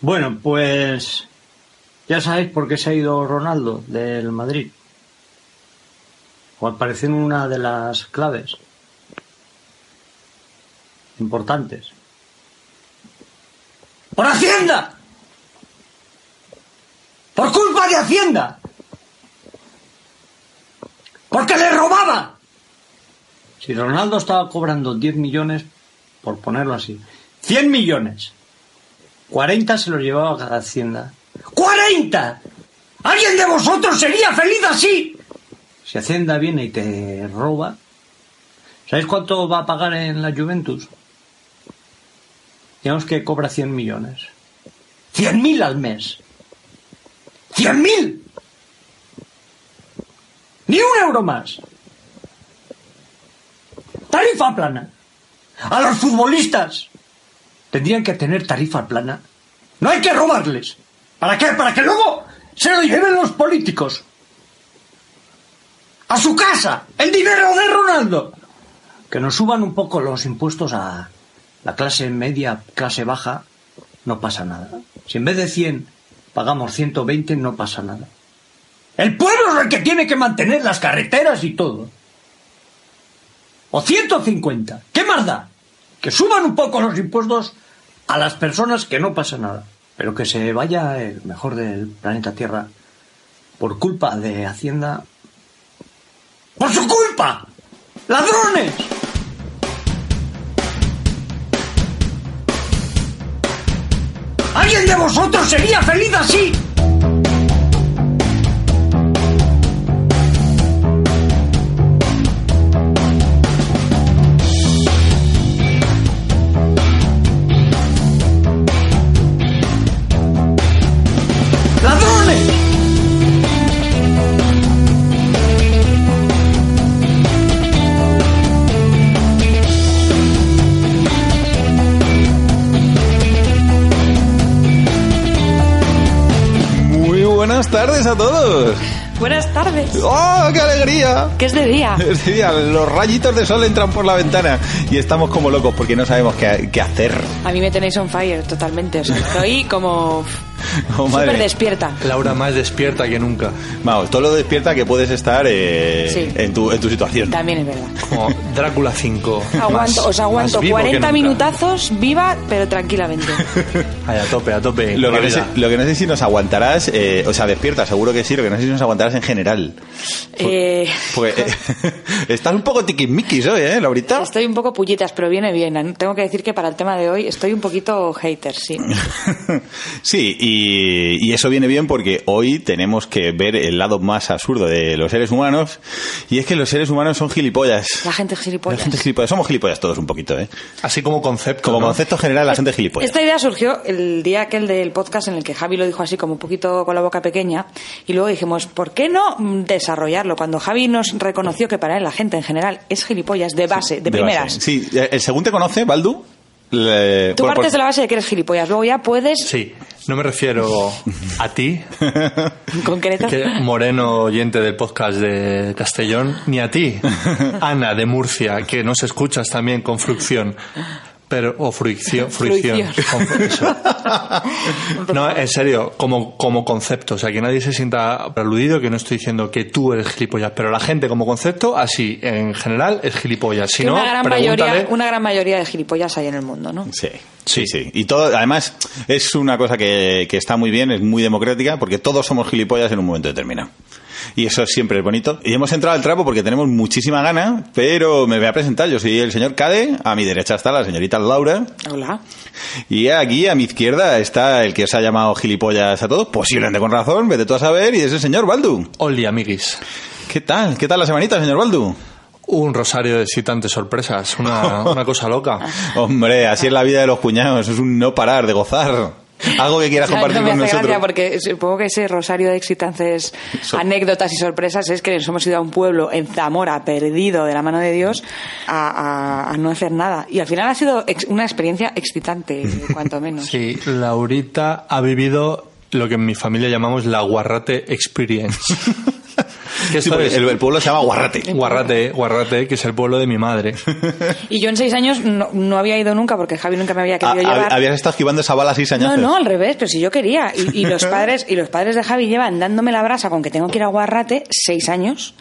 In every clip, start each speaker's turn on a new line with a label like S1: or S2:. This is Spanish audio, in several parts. S1: Bueno, pues ya sabéis por qué se ha ido Ronaldo del Madrid. O apareció en una de las claves importantes. ¡Por Hacienda! ¡Por culpa de Hacienda! ¡Porque le robaba! Si Ronaldo estaba cobrando 10 millones, por ponerlo así, 100 millones, 40 se los llevaba cada Hacienda. ¡40! ¿Alguien de vosotros sería feliz así? Si Hacienda viene y te roba, ¿sabéis cuánto va a pagar en la Juventus? Digamos que cobra 100 millones. ¡100.000 al mes! ¡Cien mil! ¡Ni un euro más! ¡Tarifa plana! ¡A los futbolistas! Tendrían que tener tarifa plana. ¡No hay que robarles! ¿Para qué? ¡Para que luego se lo lleven los políticos! ¡A su casa! ¡El dinero de Ronaldo! Que nos suban un poco los impuestos a la clase media, clase baja, no pasa nada. Si en vez de 100 pagamos 120, no pasa nada. El pueblo es el que tiene que mantener las carreteras y todo. O 150. ¿Qué más da? Que suban un poco los impuestos a las personas que no pasa nada. Pero que se vaya el mejor del planeta Tierra por culpa de Hacienda. ¡Por su culpa! ¡Ladrones! ¿Alguien de vosotros sería feliz así? ¡Ladrones!
S2: Muy buenas tardes a todos.
S3: Buenas tardes.
S2: ¡Oh, qué alegría!
S3: ¿Qué es de día?
S2: Sí, a Los rayitos de sol entran por la ventana y estamos como locos porque no sabemos qué, qué hacer.
S3: A mí me tenéis on fire totalmente. O sea, estoy como
S2: Oh, madre
S3: súper
S2: mía.
S3: despierta.
S4: Laura más despierta que nunca.
S2: Vamos, todo lo despierta que puedes estar eh,
S3: Sí.
S2: en, tu, en tu situación.
S3: También es verdad.
S4: Como Drácula 5.
S3: Aguanto, os aguanto 40 minutazos viva, pero tranquilamente.
S4: Ahí, a tope, a tope.
S2: Lo que, no sé,
S4: Querida.
S2: lo que no sé si nos aguantarás, eh, o sea, despierta, seguro que sí, lo que no sé si nos aguantarás en general.
S3: Eh,
S2: Pues eh, estás un poco tiquismiquis hoy, ¿eh, Laurita?
S3: estoy un poco pullitas, pero viene bien. Tengo que decir que para el tema de hoy estoy un poquito hater, sí.
S2: Sí, y, y eso viene bien porque hoy tenemos que ver el lado más absurdo de los seres humanos, y es que los seres humanos son gilipollas.
S3: La gente es
S2: La
S3: gilipollas.
S2: gente es gilipollas. Somos gilipollas todos un poquito, ¿eh?
S4: Así como concepto.
S2: Como
S4: ¿no?
S2: concepto general, la gente es
S4: Pues
S2: gilipollas.
S3: Esta idea surgió el día aquel del podcast en el que Javi lo dijo así como un poquito con la boca pequeña y luego dijimos, ¿por qué no mm, desarrollarlo? Cuando Javi nos reconoció que para él la gente en general es gilipollas de base, de,
S2: base.
S3: primeras.
S2: Sí, eh, el según te conoce, Baldu. le-
S3: Tú
S2: por-
S3: partes
S2: por-
S3: de la base de que eres gilipollas, luego ya puedes,
S4: pues Sí, no me refiero a ti,
S3: en concreto,
S4: que eh, moreno oyente del podcast de Castellón, ni a ti, Ana de Murcia, que nos escuchas también con fricción. Pero, o fricción, fricción.
S3: Fruición.
S4: con- eso. No, en serio, como, como concepto. O sea, que nadie se sienta aludido, que no estoy diciendo que tú eres gilipollas, pero la gente como concepto, así, en general, es gilipollas. Si
S3: que
S4: no,
S3: una, gran
S4: pregúntale-
S3: mayoría, una gran mayoría de gilipollas hay en el mundo, ¿no?
S2: Sí, sí, sí. Y todo, además, es una cosa que, que está muy bien, es muy democrática, porque todos somos gilipollas en un momento determinado. Y eso siempre es bonito. Y hemos entrado al trapo porque tenemos muchísima gana, pero me voy a presentar. Yo soy el señor Cade, a mi derecha está la señorita Laura,
S3: Hola.
S2: y aquí a mi izquierda está el que os ha llamado gilipollas a todos, posiblemente con razón, vete tú a saber, y es el señor Baldu.
S4: Oli, amiguis.
S2: ¿Qué tal? ¿Qué tal la semanita, señor Baldu?
S4: Un rosario de excitantes sorpresas, una, una cosa loca.
S3: Ah.
S2: Hombre, así es la vida de los cuñados, es un no parar de gozar. Algo que quieras
S3: O sea,
S2: compartir
S3: no me
S2: con
S3: hace
S2: nosotros.
S3: gracia porque supongo que ese rosario de excitantes
S2: So-
S3: anécdotas y sorpresas es que nos hemos ido a un pueblo en Zamora perdido de la mano de Dios a, a- a no hacer nada. Y al final ha sido ex- una experiencia excitante, cuanto menos.
S4: Sí, Laurita ha vivido lo que en mi familia llamamos la guarrate experience. Que
S2: Sí,
S4: esto
S2: porque
S4: es
S2: el, el pueblo se llama Guarrate.
S4: Guarrate, Guarrate, que es el pueblo de mi madre.
S3: Y yo en seis años no, no había ido nunca porque Javi nunca me había
S2: Ah,
S3: querido llevar.
S2: hab- Habías estado esquivando esa bala así,
S3: No,
S2: sañazo.
S3: no, al revés, pero si yo quería. Y, y los padres y los padres de Javi llevan dándome la brasa con que tengo que ir a Guarrate seis años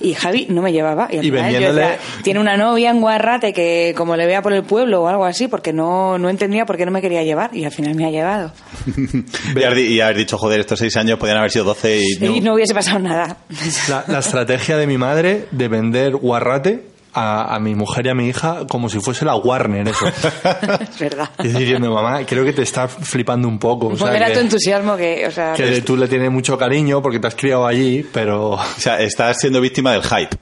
S3: y Javi no me llevaba. Y, al
S4: Y
S3: final yo
S4: vendiéndole-
S3: decía, tiene una novia en Guarrate que como le vea por el pueblo o algo así, porque no, no entendía por qué no me quería llevar y al final me ha llevado.
S2: Y haber, di- y haber dicho, joder, estos seis años podían haber sido 12 y...
S3: Y no hubiese pasado nada.
S4: La, la estrategia de mi madre de vender Guarrate a, a mi mujer y a mi hija como si fuese la Warner, eso.
S3: es verdad.
S4: Y diciendo, mamá, creo que te está flipando un poco. O sea,
S3: Era tu
S4: que,
S3: entusiasmo que, o sea,
S4: que de- tú le tienes mucho cariño porque te has criado allí, pero...
S2: O sea, estás siendo víctima del hype.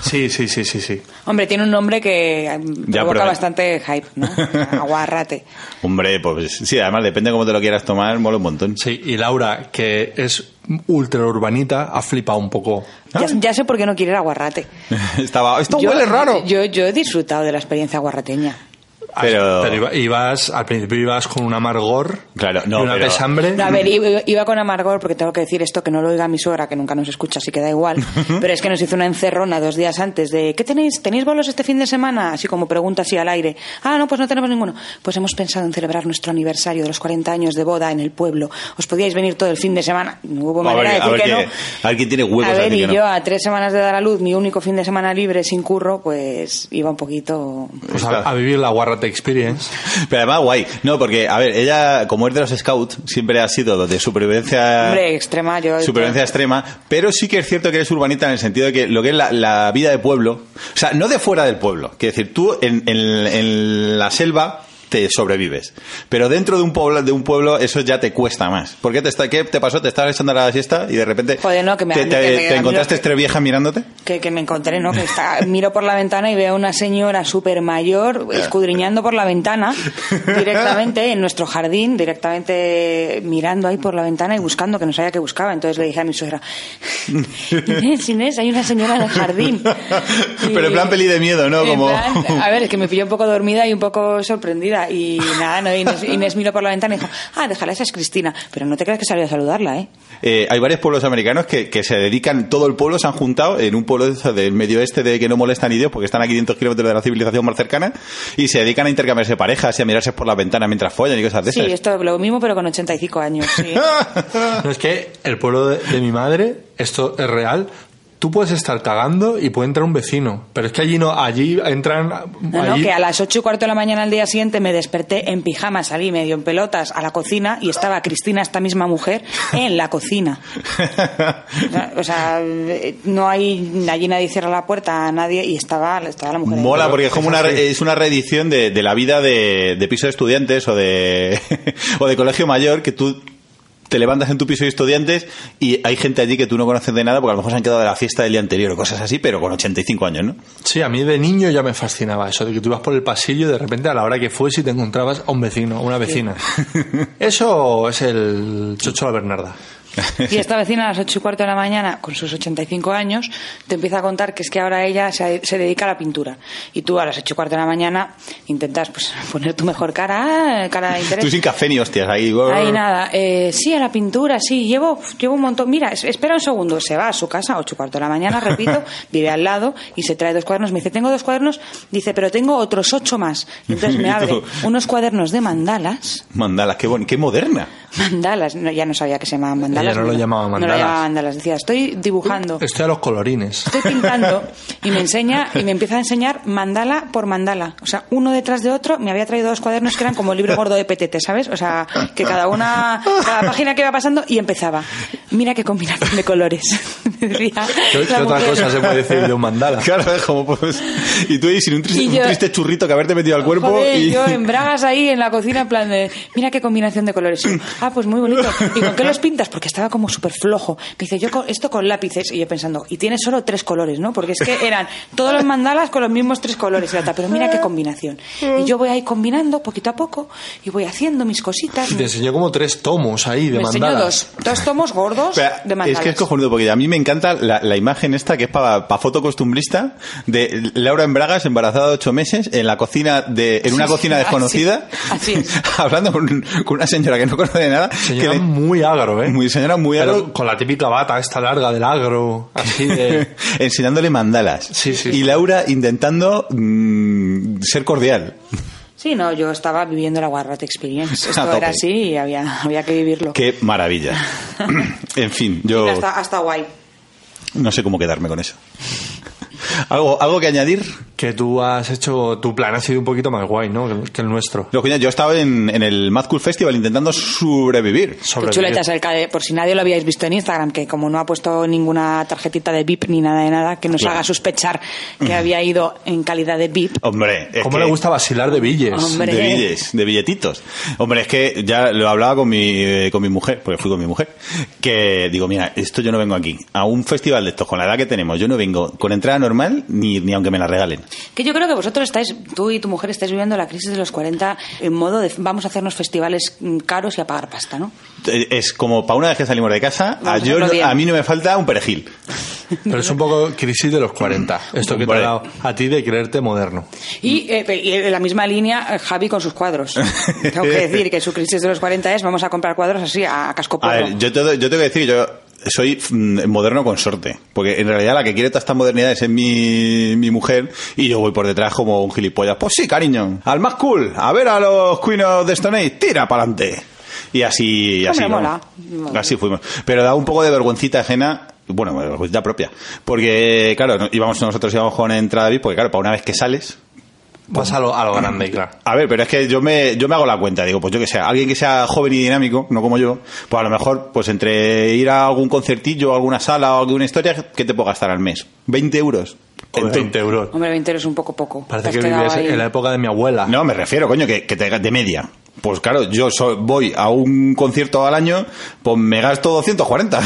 S4: Sí, sí, sí, sí, sí.
S3: hombre, tiene un nombre que mm,
S2: Ya,
S3: provoca
S2: pero-
S3: bastante hype, ¿no? Aguarrate.
S2: Hombre, pues sí, además depende cómo te lo quieras tomar, mola un montón.
S4: Sí, y Laura, que es ultra urbanita, ha flipado un poco.
S3: Ya, ya sé por qué no quiere ir a Aguarrate.
S2: Estaba, esto
S3: Yo-
S2: huele raro.
S3: Yo, yo he disfrutado de la experiencia guarrateña.
S2: Pero-
S4: iba- ibas, al principio ibas con un amargor
S2: Claro, no,
S4: y una
S2: pero-
S4: pesambre.
S3: No, a ver, iba, iba con amargor porque tengo que decir esto que no lo oiga mi suegra, que nunca nos escucha, así que da igual. Pero es que nos hizo una encerrona dos días antes de ¿qué tenéis? ¿Tenéis bolos este fin de semana? Así como pregunta así al aire. Ah, no, pues no tenemos ninguno. Pues hemos pensado en celebrar nuestro aniversario de los 40 años de boda en el pueblo. ¿Os podíais venir todo el fin de semana? No hubo
S2: A ver,
S3: manera de
S2: a
S3: decir
S2: ver
S3: que
S2: qué-
S3: no.
S2: a ver quién tiene huevos
S3: A
S2: a
S3: ver,
S2: decir
S3: y
S2: que no.
S3: yo a tres semanas de dar a luz, mi único fin de semana libre sin curro, pues iba un poquito...
S2: Eh,
S4: Pues a, a vivir la Guarrate Experience.
S2: Pero además guay. No, porque, a ver, ella, como es de los scouts, siempre ha sido de supervivencia...
S3: Hombre, extrema, yo...
S2: Supervivencia extrema, pero sí que es cierto que eres urbanita en el sentido de que lo que es la, la vida de pueblo, o sea, no de fuera del pueblo, que es decir, tú en, en- en la selva te sobrevives, pero dentro de un pueblo, de un pueblo eso ya te cuesta más. ¿Por qué te, está, qué te pasó? ¿Te estabas echando la siesta y de repente
S3: Joder, no, que me-
S2: te,
S3: a mí
S2: te-
S3: que me-
S2: te
S3: a mí lo
S2: encontraste
S3: que-
S2: tres viejas mirándote?
S3: que, que me encontré, ¿no? Que está- miro por la ventana y veo a una señora súper mayor escudriñando por la ventana directamente en nuestro jardín, directamente mirando ahí por la ventana y buscando, que no sabía que buscaba. Entonces le dije a mi suegra, Inés, Inés, hay una señora en el jardín.
S2: Pero en plan peli de miedo, ¿no?
S3: en
S2: Como-
S3: plan- a ver, es que me pilló un poco dormida y un poco sorprendida. Y nada, no, Inés, Inés miró por la ventana y dijo, ah, déjala, esa es Cristina. Pero no te creas que salió a saludarla, ¿eh?
S2: Eh, hay varios pueblos americanos que, que se dedican, todo el pueblo se han juntado en un pueblo de esos del medio este de que no molesta ni Dios porque están a 500 kilómetros de la civilización más cercana y se dedican a intercambiarse parejas y a mirarse por la ventana mientras follan y cosas de
S3: Sí,
S2: esas.
S3: esto lo mismo, pero con 85 años. Sí.
S4: No, es que el pueblo de, de mi madre, esto es real. Tú puedes estar cagando y puede entrar un vecino, pero es que allí no, allí entran.
S3: No, no,
S4: allí-
S3: que a las ocho y cuarto de la mañana al día siguiente me desperté en pijama, salí medio en pelotas a la cocina y estaba Cristina, esta misma mujer, en la cocina. O sea, eh, no hay, allí nadie cierra la puerta a nadie y estaba, estaba la mujer. ahí.
S2: Mola
S4: Pero
S2: porque es como
S4: es
S2: una,
S4: así.
S2: re- es una reedición de, de la vida de, de piso de estudiantes o de, o de colegio mayor que tú te levantas en tu piso de estudiantes y hay gente allí que tú no conoces de nada porque a lo mejor se han quedado de la fiesta del día anterior o cosas así, pero con 85 años, ¿no?
S4: Sí, a mí de niño ya me fascinaba eso, de que tú ibas por el pasillo y de repente a la hora que fuese te encontrabas a un vecino, a una vecina. Eso es el chocho a la Bernarda.
S3: Y esta vecina a las ocho y cuarto de la mañana, con sus 85 años, te empieza a contar que es que ahora ella se, se dedica a la pintura. Y tú a las ocho y cuarto de la mañana intentas pues, poner tu mejor cara, ah, cara de interés.
S2: Tú sin café ni hostias ahí.
S4: Ah.
S3: Ahí nada, eh, sí, a la pintura, sí, llevo, llevo un montón. Mira, es- espera un segundo, se va a su casa, ocho y cuarto de la mañana, repito, vive al lado y se trae dos cuadernos. Me dice, tengo dos cuadernos, dice, pero tengo otros ocho más. Y entonces me abre unos cuadernos de mandalas.
S2: Mandalas, qué, bon- qué moderna.
S3: Mandalas, no, ya no sabía que se llamaban mandalas.
S4: Ella no lo llamaba
S3: No
S4: mandalas.
S3: lo llamaba mandalas, decía, estoy dibujando.
S4: Estoy a los colorines.
S3: Estoy pintando y me enseña y me empieza a enseñar mandala por mandala. O sea, uno detrás de otro me había traído dos cuadernos que eran como el libro gordo de petete, ¿sabes? O sea, que cada una, cada página que iba pasando y empezaba. Mira qué combinación de colores. Me decía
S4: ¿Qué,
S3: la
S4: qué otra
S3: mujer.
S4: cosa se puede decir de un mandala?
S2: Claro, es como pues. Y tú ahí sin un triste,
S3: Y
S2: un
S3: yo-
S2: triste churrito que haberte metido al cuerpo.
S3: Joder,
S2: y...
S3: yo en bragas ahí en la cocina en plan de mira qué combinación de colores Y yo, ah pues muy bonito y con qué los pintas porque estaba como súper flojo me dice yo con- esto con lápices y yo pensando y tiene solo tres colores no porque es que eran todos los mandalas con los mismos tres colores y la otra, pero mira qué combinación y yo voy ahí combinando poquito a poco y voy haciendo mis cositas
S4: Y te
S3: me
S4: enseñó como tres tomos ahí de
S3: enseñó
S4: mandalas.
S3: dos dos tomos gordos
S2: Pero
S3: de mandalas
S2: es que es cojonudo porque a mí me encanta la, la imagen esta que es para foto costumbrista de Laura en Bragas, embarazada de ocho meses, en la cocina de, en una
S3: Sí,
S2: cocina
S3: así-
S2: desconocida,
S3: así es.
S2: hablando con, con una señora que no conoce de nada.
S4: Señora
S2: que le-
S4: muy agro, ¿eh?
S2: muy señora muy
S4: Pero
S2: algo-
S4: con la típica bata esta larga del agro, así de...
S2: enseñándole mandalas.
S4: Sí, sí.
S2: Y Laura intentando mm, ser cordial.
S3: Sí, no, yo estaba viviendo la Guarrate Experience.
S2: A
S3: Esto
S2: tope.
S3: era así y había, había que vivirlo.
S2: Qué maravilla. en fin, yo
S3: Hasta, hasta guay.
S2: no sé cómo quedarme con eso. ¿Algo, algo que añadir?
S4: que tú has hecho, tu plan ha sido un poquito más guay, ¿no? Que, que el nuestro.
S2: Lo que Yo estaba en, en el Mad Cool Festival intentando sobrevivir.
S4: Sobre
S3: Qué chuleta es el CADE. Por si nadie lo habíais visto en Instagram, que como no ha puesto ninguna tarjetita de VIP ni nada de nada, que nos
S2: Claro.
S3: haga sospechar que
S4: Mm.
S3: había ido en calidad de VIP.
S4: Oh.
S2: Hombre, es
S4: ¿Cómo
S2: que-
S4: le gusta vacilar de billes?
S3: Hombre.
S2: De billes, de billetitos. Hombre, es que ya lo hablaba con mi, eh, con mi mujer, porque fui con mi mujer, que digo, mira, esto yo no vengo aquí. A un festival de estos, con la edad que tenemos, yo no vengo con entrada normal ni, ni aunque me la regalen.
S3: Que yo creo que vosotros estáis, tú y tu mujer, estáis viviendo la crisis de los 40 en modo de vamos a hacernos festivales mm, caros y a pagar pasta, ¿no?
S2: Eh, Es como para una vez que salimos de casa,
S3: Vamos
S2: a,
S3: a
S2: yo
S3: hacerlo
S2: no-
S3: bien.
S2: a mí no me falta un perejil.
S4: Pero es un poco crisis de los 40. Esto que te ha
S2: Vale.
S4: dado a ti de creerte moderno. Mm.
S3: Y, eh, pe- y en la misma línea, eh, Javi con sus cuadros. Tengo que decir que su crisis de los 40 es vamos a comprar cuadros así a, a casco
S2: A
S3: porro.
S2: ver, yo te, doy- yo tengo que decir, yo soy mm, moderno consorte, porque en realidad la que quiere toda esta modernidad es mi, mi mujer y yo voy por detrás como un gilipollas. Pues sí, cariño, al más cool, a ver a los cuinos de Stone Age, tira para adelante. Y así, y así,
S3: Hombre,
S2: vamos.
S3: mola.
S2: así fuimos. Pero da un poco de vergüencita ajena, bueno, vergüencita propia, porque claro, no- íbamos nosotros íbamos con entrada VIP, porque claro, para una vez que sales,
S4: Vas a lo, a lo grande, claro.
S2: a ver, pero es que yo me, yo me hago la cuenta, digo, pues yo que sea, alguien que sea joven y dinámico, no como yo, pues a lo mejor, pues entre ir a algún concertillo, a alguna sala o alguna historia, ¿qué te puedo gastar al mes? ¿20 euros?
S4: Con
S2: Entonces-
S4: 20 euros.
S3: Hombre, 20 es un poco poco.
S4: Parece
S3: Te
S4: que
S3: has quedado
S4: vivías
S3: ahí.
S4: en la época de mi abuela.
S2: No, me refiero, coño, que, que te, de media. Pues claro, yo so- voy a un concierto al año, pues me gasto 240.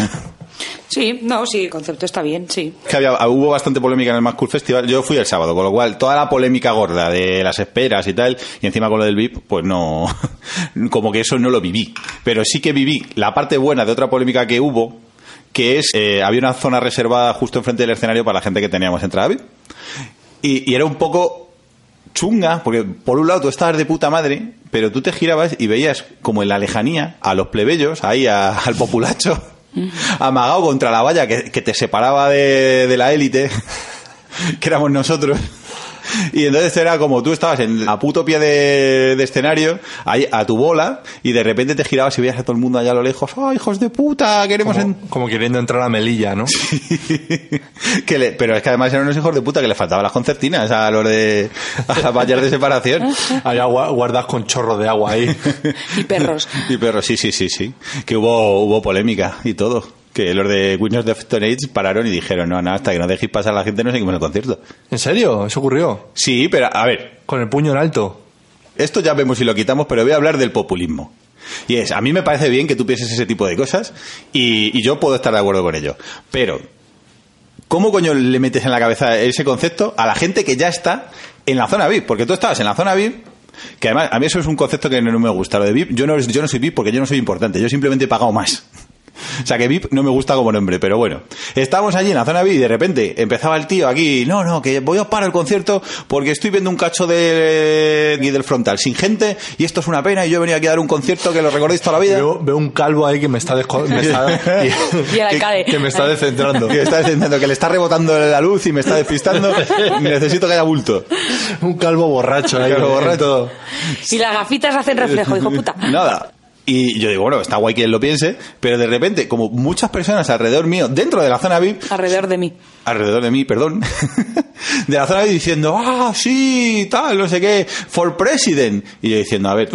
S3: Sí, no, sí, el concepto está bien, sí.
S2: Que había- hubo bastante polémica en el Más Cool Festival. Yo fui el sábado, con lo cual toda la polémica gorda de las esperas y tal, y encima con lo del VIP, pues no, como que eso no lo viví. Pero sí que viví la parte buena de otra polémica que hubo, que es, eh, había una zona reservada justo enfrente del escenario para la gente que teníamos entrada VIP. Y, y era un poco chunga, porque por un lado tú estabas de puta madre, pero tú te girabas y veías como en la lejanía a los plebeyos, ahí a- al populacho, amagado contra la valla que, que te separaba de, de la élite, que éramos nosotros. Y entonces era como tú estabas en a puto pie de, de escenario, ahí a tu bola, y de repente te girabas y veías a todo el mundo allá a lo lejos, ¡ah, hijos de puta! Queremos en-
S4: Como, como queriendo entrar a Melilla, ¿no?
S2: que le- pero es que además eran unos hijos de puta que le faltaban las concertinas a los de a las vallas de separación
S4: Allá gua- guardas con chorro de agua ahí.
S3: Y perros.
S2: y pero sí sí sí sí que hubo hubo polémica y todo que los de Windows Death Stone Age pararon y dijeron no no hasta que no dejéis pasar a la gente no seguimos el concierto
S4: ¿En serio? ¿Eso ocurrió?
S2: sí pero a ver
S4: Con el puño en alto.
S2: esto ya vemos si lo quitamos pero voy a hablar del populismo y es a mí me parece bien que tú pienses ese tipo de cosas y, y yo puedo estar de acuerdo con ello pero ¿Cómo coño le metes en la cabeza ese concepto a la gente que ya está en la zona VIP? Porque tú estabas en la zona VIP, que además a mí eso es un concepto que no me gusta, lo de VIP. Yo no, yo no soy VIP porque yo no soy importante, yo simplemente he pagado más. O sea que VIP no me gusta como nombre, pero bueno. Estábamos allí en la zona VIP y de repente empezaba el tío aquí, no, no, que voy a parar el concierto porque estoy viendo un cacho de aquí del frontal sin gente y esto es una pena y yo he venido aquí a dar un concierto que lo recordéis toda la vida.
S4: Veo, veo un calvo ahí que me está, desco- me está-
S3: Y el alcalde.
S4: que, que me está descentrando.
S2: Que está descendiendo, que le está rebotando la luz y me está despistando. Necesito que haya bulto.
S4: un calvo borracho ahí.
S2: Calvo
S4: que-
S2: borracho.
S3: Y las gafitas hacen reflejo, hijo Oh, puta.
S2: Nada. Y yo digo, bueno, está guay que él lo piense, pero de repente, como muchas personas alrededor mío, dentro de la zona VIP,
S3: Alrededor de mí.
S2: alrededor de mí, perdón, de la zona VIP diciendo, ah, sí, tal, no sé qué, for president. Y yo diciendo, a ver,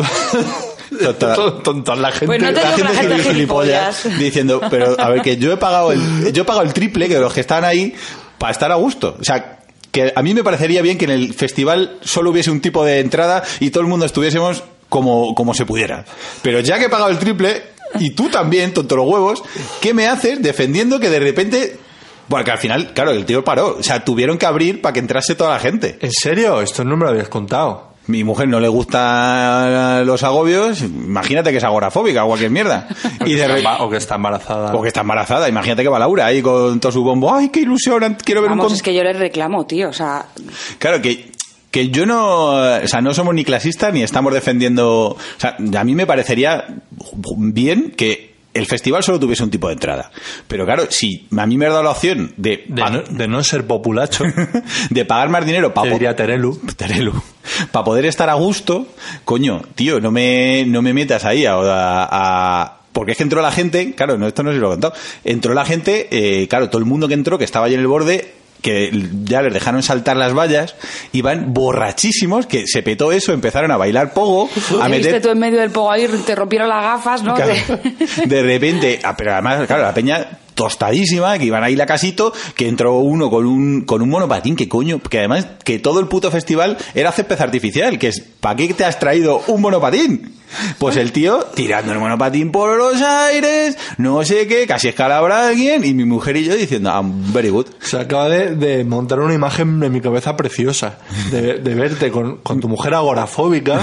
S2: total,
S4: Tonto, la gente.
S3: Pues no te
S2: la
S3: digo que
S2: gente
S3: la gente
S2: escribió
S3: es gilipollas.
S2: gilipollas diciendo, pero a ver, que yo he pagado el, yo he pagado el triple que los que están ahí para estar a gusto. O sea, que a mí me parecería bien que en el festival solo hubiese un tipo de entrada y todo el mundo estuviésemos como, como se pudiera. Pero ya que he pagado el triple, y tú también, tonto los huevos, ¿qué me haces defendiendo que de repente... Bueno, que al final, claro, el tío paró. O sea, tuvieron que abrir para que entrase toda la gente.
S4: ¿En serio? Esto no me lo habías contado.
S2: Mi mujer no le gusta los agobios, imagínate que es agorafóbica o cualquier mierda. Y de re-
S4: o que está embarazada.
S2: Eh. o que está embarazada, imagínate que va Laura ahí con todo su bombo, ¡ay, qué ilusión! Quiero ver un
S3: Vamos,
S2: con-
S3: es que yo le reclamo, tío. O sea,
S2: Claro, que, que yo no. O sea, no somos ni clasistas ni estamos defendiendo. O sea, a mí me parecería bien que el festival solo tuviese un tipo de entrada. Pero claro, si a mí me has dado la opción de,
S4: de,
S2: pa-
S4: no, de no ser populacho,
S2: de pagar más dinero para
S4: te diría Terelu.
S2: para poder estar a gusto, coño, tío, no me, no me metas ahí a, a- a- Porque es que entró la gente, claro, no, esto no sé si lo he contado. Entró la gente, eh, claro, todo el mundo que entró, que estaba allí en el borde, que ya les dejaron saltar las vallas, iban borrachísimos, que se petó eso, empezaron a bailar pogo, a
S3: te viste
S2: meter...
S3: tú en medio del pogo ahí, te rompieron las gafas, ¿no?
S2: Claro,
S3: Te-
S2: de repente, ah, pero además, claro, la peña tostadísima, que iban ahí la casito, que entró uno con un, con un monopatín, que coño, que además, que todo el puto festival era césped artificial, que es, ¿para qué te has traído un monopatín? Pues el tío tirando el monopatín por los aires, no sé qué, casi escalabra alguien, y mi mujer y yo diciendo, I'm very good.
S4: Se acaba de, de montar una imagen en mi cabeza preciosa de, de verte con, con tu mujer agorafóbica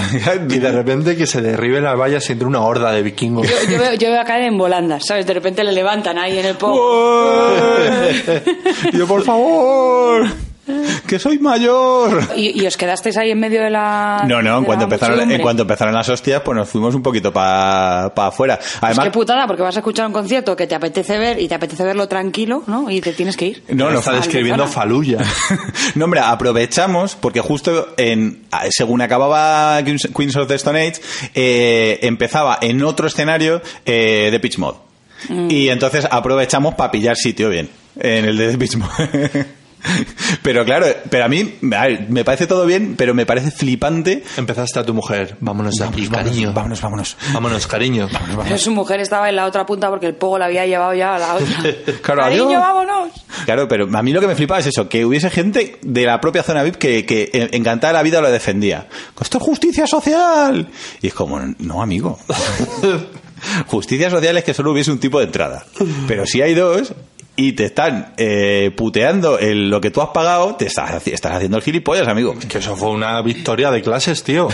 S4: y de repente que se derribe la valla entre una horda de vikingos.
S3: Yo, yo veo, yo veo a caer en volandas, ¿sabes? De repente le levantan ahí en el pogo.
S2: Y yo, por favor, que soy mayor.
S3: Y, y os quedasteis ahí en medio de la.
S2: No, no, en
S3: de
S2: cuanto,
S3: la
S2: empezaron, en
S3: muchedumbre.
S2: cuanto empezaron las hostias, pues nos fuimos un poquito para afuera.
S3: Es
S2: Además,
S3: que putada, porque vas a escuchar un concierto que te apetece ver y te apetece verlo tranquilo, ¿no? Y te tienes que ir.
S2: no, no,
S4: está describiendo Faluya.
S2: no, hombre, aprovechamos porque justo en, ah, según acababa Queens Queens of the Stone Age, eh, empezaba en otro escenario eh, de Pitch Mod.
S3: Mm.
S2: Y entonces aprovechamos para pillar sitio bien en el de Pitch Mod. Pero claro, pero a mí a ver, me parece todo bien, pero me parece flipante.
S4: Empezaste a tu mujer. Vámonos de aquí,
S2: vámonos,
S4: cariño.
S2: vámonos, vámonos.
S4: Vámonos, cariño.
S3: Pero su mujer estaba en la otra punta porque el pogo la había llevado ya a la otra.
S2: Claro,
S3: Cariño,
S2: adiós.
S3: vámonos.
S2: Claro, pero a mí lo que me flipaba es eso, que hubiese gente de la propia zona VIP que, que en- encantada de la vida lo defendía. Pues Esto es justicia social. Y es como, no, amigo. justicia social es que solo hubiese un tipo de entrada. Pero si hay dos y te están eh, puteando el- lo que tú has pagado, te estás, haci- estás haciendo el gilipollas, amigo.
S4: Que eso fue una victoria de clases, tío.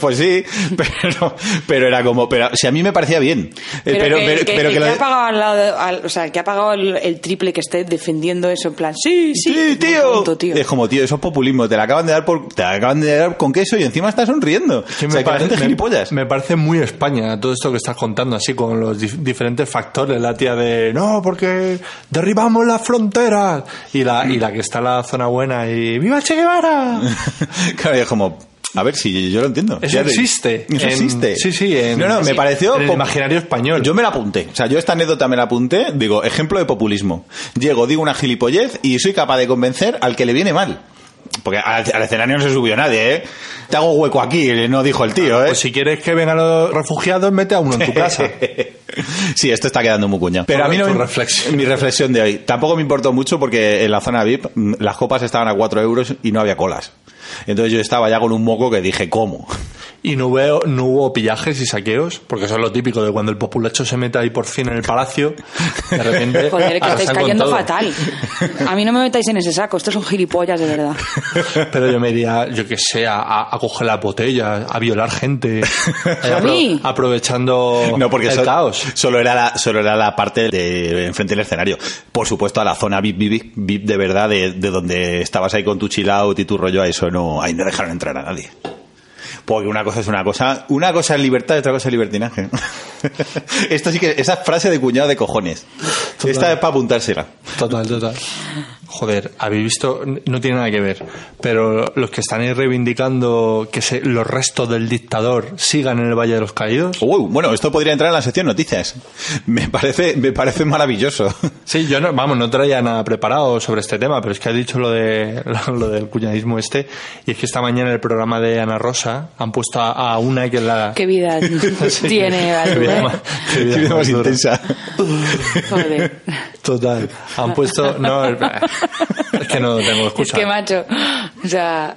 S2: Pues sí, pero, pero era como, pero si a mí me parecía bien. Eh,
S3: Pero, que, que- el
S2: lo
S3: que
S2: de-
S3: ha pagado al lado, al- o sea, el que ha pagado el, el triple que esté defendiendo eso en plan, sí,
S2: Sí,
S3: sí, muy
S2: tío.
S3: tonto, tío.
S2: Es como, tío, eso es populismo. Te la acaban de dar por, te la acaban de dar con queso y encima estás sonriendo.
S4: Que
S2: o sea, que la gente es
S4: me-
S2: gilipollas.
S4: me parece muy España todo esto que estás contando, así con los dif- diferentes factores. La tía de no, porque derribamos las fronteras. Y la, y la que está en la zona buena y ¡Viva Che Guevara!
S2: claro, y es como, a ver si yo lo entiendo.
S4: Eso
S2: Ya te-
S4: existe.
S2: Eso
S4: En-
S2: existe.
S4: sí, sí, en-
S2: no, no, me
S4: sí,
S2: pareció.
S4: en el
S2: pop-
S4: imaginario español.
S2: Yo me la apunté. O sea, yo esta anécdota me la apunté. Digo, ejemplo de populismo. Llego, digo una gilipollez y soy capaz de convencer al que le viene mal. Porque al, al escenario no se subió nadie, ¿eh? Te hago hueco aquí, no dijo el tío, ¿eh?
S4: Pues si quieres que vengan los refugiados, mete a uno en tu casa.
S2: sí, esto está quedando muy cuñado. Pero a mí no
S4: Tu
S2: me-
S4: reflexión.
S2: mi reflexión de hoy. Tampoco me importó mucho porque en la zona VIP mm, las copas estaban a 4 euros y no había colas. Entonces yo estaba ya con un moco que dije, ¿cómo?
S4: Y no hubo, no hubo pillajes y saqueos, porque eso es lo típico de cuando el populacho se mete ahí por fin en el palacio. De repente.
S3: Joder, que estáis
S4: arrasan con
S3: cayendo
S4: todo.
S3: fatal. A mí no me metáis en ese saco, estos son gilipollas de verdad.
S4: Pero yo me iría, yo que sé, a, a- a coger las botellas, a violar gente. Eh,
S3: Javi.
S4: aprovechando
S2: No, porque
S4: el
S2: sol-
S4: caos.
S2: solo era la, solo era la parte de enfrente del escenario. Por supuesto, a la zona VIP, VIP, VIP de verdad, de, de donde estabas ahí con tu chill out y tu rollo, a eso no, ahí no dejaron entrar a nadie. Porque una cosa es una cosa, una cosa es libertad y otra cosa es libertinaje. Esto sí que, esa frase de cuñado de cojones. Esta es para apuntársela.
S4: Total, total. Joder, habéis visto, no tiene nada que ver, pero los que están ahí reivindicando que se- los restos del dictador sigan en el Valle de los Caídos.
S2: Uy, bueno, esto podría entrar en la sección noticias. Me parece, me parece maravilloso.
S4: Sí, yo no, vamos, no traía nada preparado sobre este tema, pero es que ha dicho lo de lo, lo del cuñadismo este, y es que esta mañana en el programa de Ana Rosa han puesto a, a una que es la
S3: Qué vida tiene Baldu,
S4: Qué vida
S3: ¿eh?
S4: más- qué
S2: Qué
S4: vida
S2: vida
S4: más
S2: más
S4: dura.
S2: intensa.
S3: Joder.
S4: Total. Han puesto. No, es que no tengo
S3: Es
S4: excusa.
S3: que, macho, o sea,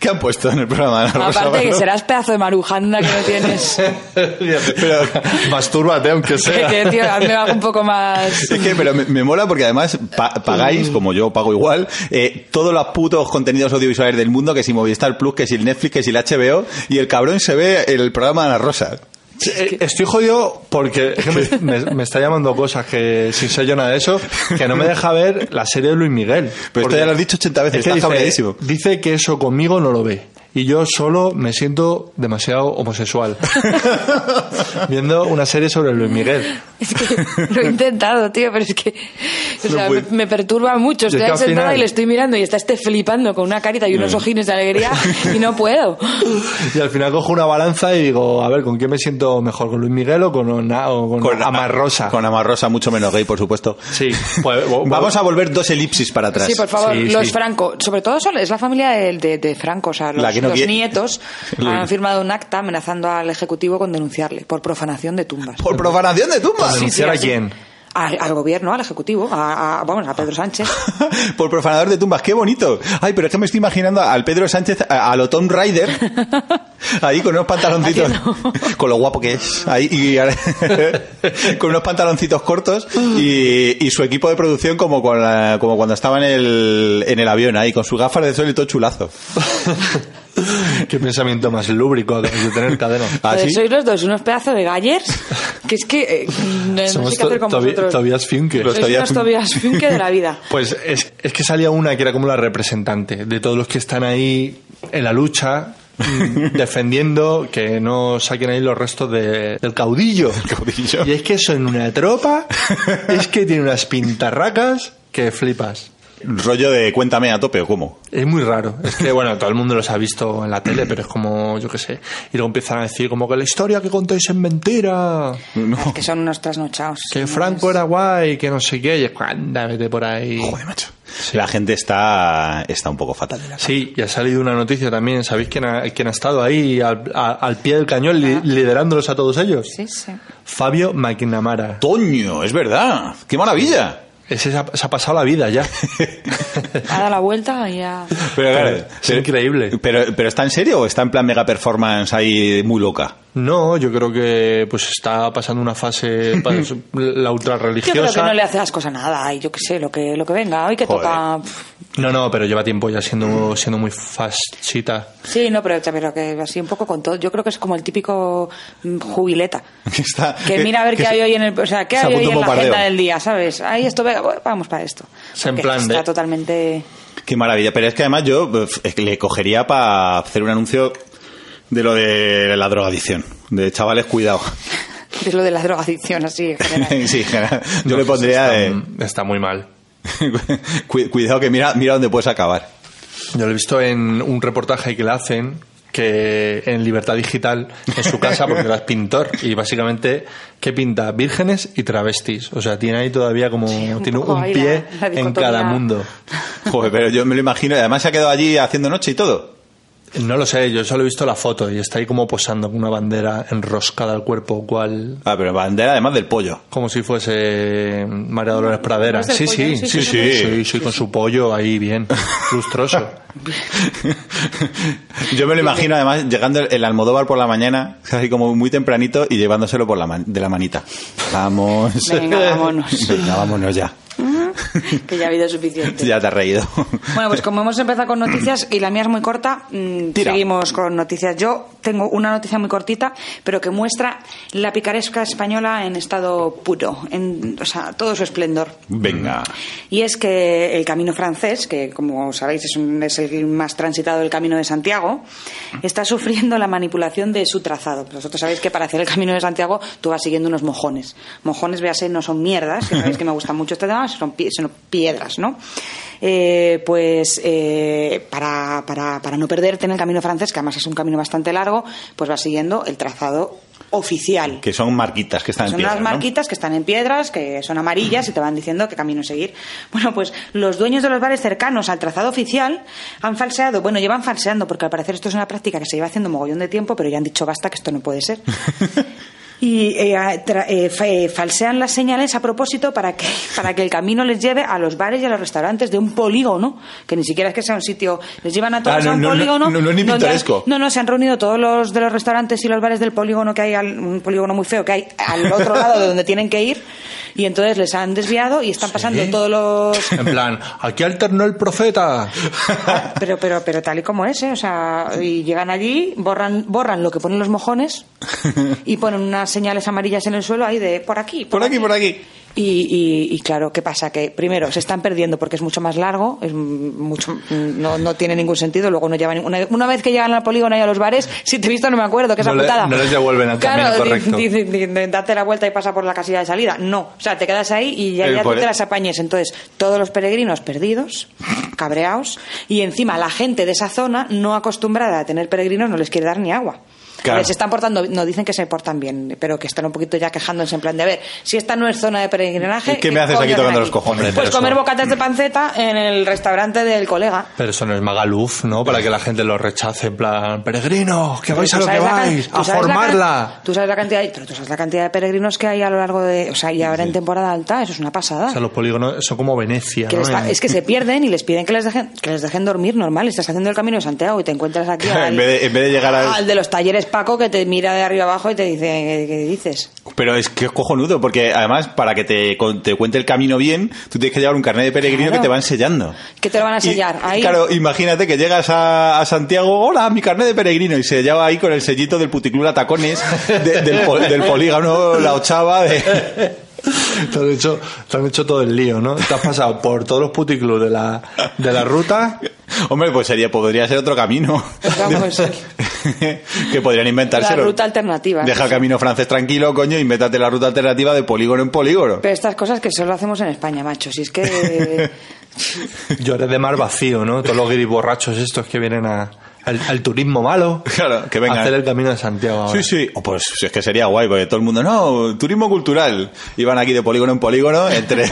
S2: ¿Qué han puesto en el programa? Ana Rosa?
S3: aparte que serás pedazo de marujanda que no tienes.
S2: Pero-
S4: Mastúrbate, aunque
S3: que,
S4: sea.
S3: que, tío, hazme algo un poco más.
S2: Es que, pero me, me mola porque además pa-
S4: Mm.
S2: pagáis, como yo pago igual, eh, todos los putos contenidos audiovisuales del mundo, que si Movistar Plus, que si el Netflix, que si el HBO, y el cabrón se ve el programa de Ana Rosa.
S4: Eh, Estoy jodido porque es que me, me- me está llamando cosas que, sin ser yo nada de eso, que no me deja ver la serie de Luis Miguel.
S2: Pero esto
S4: Porque
S2: ya lo has dicho 80 veces,
S4: es que
S2: está
S4: dice,
S2: cabreadísimo.
S4: dice que eso conmigo no lo ve. Y yo solo me siento demasiado homosexual. Viendo una serie sobre Luis Miguel.
S3: Es que lo he intentado, tío, pero es que o
S2: No
S3: sea,
S2: puede.
S3: me, me perturba mucho.
S4: Es que
S3: Estoy
S4: al
S3: ahí sentada
S4: final-
S3: y le estoy mirando y está este flipando con una carita y unos ojines de alegría y no puedo.
S4: Y al final cojo una balanza y digo, a ver, ¿con quién me siento mejor? ¿Con Luis Miguel o con, Ona- o con, Amarrosa?
S2: Con Amarrosa, mucho menos gay, por supuesto.
S4: Sí, pues, bo- bo-
S2: Vamos a volver dos elipsis para atrás.
S3: Sí, por favor,
S4: Sí,
S3: los
S4: sí.
S3: Franco, sobre todo son, es la familia de, de- de Franco, o sea,
S2: La
S3: los,
S2: que no
S3: los
S2: quiere-
S3: nietos
S2: Lo-
S3: han firmado un acta amenazando al Ejecutivo con denunciarle por profanación de tumbas.
S2: Por profanación de
S4: ¿Para
S2: tumbas.
S4: denunciar
S3: así.
S4: a quién?
S3: Al, al gobierno, al Ejecutivo, a, a- vamos, a Pedro Sánchez.
S2: Por profanador de tumbas, qué bonito. Ay, pero es que me estoy imaginando al Pedro Sánchez, a, lo Tom Rider, ahí con unos pantaloncitos, con lo guapo que es, ahí, y ahora- con unos pantaloncitos cortos y, y su equipo de producción como, con la- como cuando estaba en el, en el avión, ahí con sus gafas de sol y todo chulazo.
S4: Qué pensamiento más lúbrico de de tener ¿Ah, cadena.
S2: Así.
S3: Entonces, sois los dos unos pedazos de gallers que es que eh, no, no sé qué hacer con
S4: to- tobi-
S3: vosotros.
S4: Tobias Finke.
S2: Los
S3: Sois
S2: Tobias
S3: unos
S2: Fun-
S3: Tobias Funke de la vida.
S4: Pues es, es que salía una que era como la representante de todos los que están ahí en la lucha mm, defendiendo que no saquen ahí los restos de- del caudillo.
S2: caudillo.
S4: Y es que son una tropa, es que tiene unas pintarracas que flipas.
S2: Rollo de cuéntame a tope o cómo.
S4: Es muy raro. Es que, bueno, todo el mundo los ha visto en la tele, pero es como, yo qué sé. Y luego empiezan a decir como que la historia que contáis es mentira.
S3: Es que son unos trasnochados.
S4: Que Franco era guay, que no sé qué. Y es, anda, vete por ahí.
S2: Joder, macho. La gente está, está un poco fatal. de la-
S4: Sí, y ha salido una noticia también. ¿Sabéis quién ha, quién ha estado ahí al, a- al pie del cañón li- liderándolos a todos ellos?
S3: Ah. Sí, sí.
S4: Fabio McNamara.
S2: Toño, es verdad. Qué maravilla.
S4: Ese se ha, se ha pasado la vida ya.
S3: Ha dado la vuelta y ya.
S2: Pero, claro,
S4: Pero es increíble.
S2: Pero, pero ¿está en serio o está en plan mega performance ahí muy loca?
S4: No, yo creo que pues está pasando una fase pa- la ultra
S3: Yo creo que
S4: religiosa.
S3: no le hace las cosas nada. Y yo qué sé, lo que, lo que venga. Hoy que
S2: Joder.
S3: toca. pf,
S4: No, no, pero lleva tiempo ya siendo siendo muy fascita.
S3: Sí, no, pero también lo que así un poco con todo. Yo creo que es como el típico mm, jubileta.
S2: Que, está-
S3: Que mira a ver qué hay hoy en el, o sea, qué
S2: se
S3: hay hoy
S2: apunta un
S3: en la
S2: bombardeo.
S3: agenda del día, ¿sabes? Ahí esto, venga, bueno, vamos para esto.
S4: Es en
S3: Porque
S4: plan
S3: está
S4: de-
S3: totalmente
S2: Qué maravilla. Pero es que además yo uf, es que le cogería para hacer un anuncio de lo de la drogadicción. De chavales, cuidado.
S3: de lo de la drogadicción así. en general.
S2: sí, en general. yo
S4: No,
S2: le
S4: pues
S2: pondría
S3: eh,
S4: está,
S2: de,
S4: está muy mal.
S2: cu- cuidado que mira, mira dónde puedes acabar.
S4: Yo lo he visto en un reportaje que le hacen que en Libertad Digital en su casa porque era pintor y básicamente que pinta vírgenes y travestis, o sea, tiene ahí todavía como
S3: un
S4: tiene
S3: poco
S4: un
S3: ahí
S4: pie
S3: la- la
S4: en cada
S3: dicotomía.
S4: mundo.
S2: Joder, pero yo me lo imagino. Además se ha quedado allí haciendo noche y todo.
S4: No lo sé, yo solo he visto la foto y está ahí como posando con una bandera enroscada al cuerpo, cual
S2: Ah, pero bandera además del pollo.
S4: como si fuese María Dolores Pradera.
S3: ¿No es el
S4: Sí,
S3: pollo?
S4: sí,
S3: Sí,
S4: sí, sí,
S2: sí, sí.
S4: sí, sí, con su pollo ahí bien lustroso.
S2: Yo me lo imagino además llegando el Almodóvar por la mañana, así como muy tempranito y llevándoselo por la man- de la manita. Vamos.
S3: Venga, vámonos.
S2: Venga, vámonos ya.
S3: que ya ha habido suficiente.
S2: Ya te has reído.
S3: Bueno, pues como hemos empezado con noticias y la mía es muy corta, mm,
S2: Tira.
S3: seguimos con noticias. Yo tengo una noticia muy cortita, pero que muestra la picaresca española en estado puro, en, o sea, todo su esplendor.
S2: Venga.
S3: Y es que el camino francés, que como sabéis es, un- es el más transitado del camino de Santiago, está sufriendo la manipulación de su trazado. Pues Vosotros sabéis que para hacer el camino de Santiago tú vas siguiendo unos mojones. Mojones, véase, no son mierdas, que sabéis que me gusta mucho este tema, son, pie- son piedras, ¿no? Eh, pues eh, para, para- para no perderte en el camino francés, que además es un camino bastante largo, pues vas siguiendo el trazado oficial.
S2: Que son marquitas que están en
S3: Son
S2: piedra,
S3: unas
S2: ¿no?
S3: marquitas que están en piedras, que son amarillas y te van diciendo qué camino seguir. Bueno, pues los dueños de los bares cercanos al trazado oficial han falseado, bueno, llevan falseando porque al parecer esto es una práctica que se lleva haciendo mogollón de tiempo, pero ya han dicho basta que esto no puede ser. y eh, tra- eh, fa- eh, falsean las señales a propósito para que, para que el camino les lleve a los bares y a los restaurantes de un polígono, que ni siquiera es que sea un sitio, les llevan a todos
S2: Ah, no,
S3: a un
S2: no, no,
S3: polígono.
S2: no, no es ni
S3: donde hay-
S2: pintoresco.
S3: no, no, se han reunido todos los de los restaurantes y los bares del polígono que hay, al- un polígono muy feo que hay al otro lado de donde tienen que ir, y entonces les han desviado y están pasando todos los
S4: En plan, aquí alternó el profeta.
S3: Ah, pero, pero, pero tal y como es, ¿eh? O sea, y llegan allí, borran, borran lo que ponen los mojones y ponen unas señales amarillas en el suelo ahí de por aquí, por,
S2: Por aquí, por aquí.
S3: Y, y- y claro, ¿qué pasa? Que primero se están perdiendo porque es mucho más largo, es mucho, no, no tiene ningún sentido. Luego no llevan una, una vez que llegan al polígono y a los bares, si te he visto no me acuerdo, que esa
S4: No le-
S3: putada.
S4: no les devuelven al
S3: claro,
S4: camino
S3: di-
S4: correcto.
S3: di- di- di- di- date la vuelta y pasa por la casilla de salida. No, o sea, te quedas ahí y ya,
S4: Eh,
S2: El
S3: ya tú
S4: e-
S2: poder-
S3: te las apañes. Entonces, todos los peregrinos perdidos, cabreados, y encima la gente de esa zona no acostumbrada a tener peregrinos no les quiere dar ni agua.
S2: Claro.
S3: Les están portando, no dicen que se portan bien, pero que están un poquito ya quejándose en plan de, a ver, si esta no es zona de peregrinaje...
S2: ¿Qué me haces
S3: coño
S2: aquí tocando
S3: hacen
S2: los cojones? Pero
S3: Pues
S2: eso-
S3: comer bocatas de panceta en el restaurante del colega.
S4: Pero eso no es Magaluf, ¿no? Para que la gente lo rechace. En plan, peregrinos, que vais a
S3: Tú
S4: lo que
S3: sabes la can-
S4: vais,
S3: tú
S4: a
S3: sabes la can- Ah.
S4: formarla.
S3: tú sabes la cantidad, de- pero tú sabes la cantidad de peregrinos que hay a lo largo de, o sea, y ahora en temporada alta, eso es una pasada.
S4: O sea, los polígonos son como Venecia,
S3: Que
S4: ¿no?
S3: les pa-
S4: En-
S3: es que se pierden y les piden que les dejen que les dejen dormir normal. Estás haciendo el camino de Santiago y te encuentras aquí al,
S2: En vez de- en vez de llegar al-
S3: al de los talleres Paco que te mira de arriba abajo y te dice ¿qué, qué dices?
S2: Pero es que es cojonudo, porque además, para que te, con- te cuente el camino bien, tú tienes que llevar un carnet de peregrino que
S3: Claro.
S2: te va enseñando.
S3: Que te lo van a
S2: Y,
S3: sellar. ahí.
S2: Claro, imagínate que llegas a, a Santiago, hola, mi carnet de peregrino, y se lleva ahí con el sellito del puticlub a tacones, de- del, po- del polígono, la ochava, de...
S4: Te han, hecho, te han hecho todo el lío, ¿no? Te has pasado por todos los puticlubs de la, de la ruta.
S2: Hombre, pues sería, podría ser otro camino.
S3: Vamos,
S2: que podrían
S3: la
S2: inventárselo.
S3: ruta alternativa.
S2: Deja el camino francés tranquilo, coño, invéntate la ruta alternativa de polígono en polígono.
S3: Pero estas cosas que solo hacemos en España, macho. Si es que
S4: Lloré de mar vacío, ¿no? Todos los guiris borrachos estos que vienen a, al, al turismo malo.
S2: Claro, que vengan.
S4: A hacer el camino de Santiago ahora.
S2: Sí, sí. O pues si es que sería guay, porque todo el mundo, no, turismo cultural. Iban aquí de polígono en polígono, entre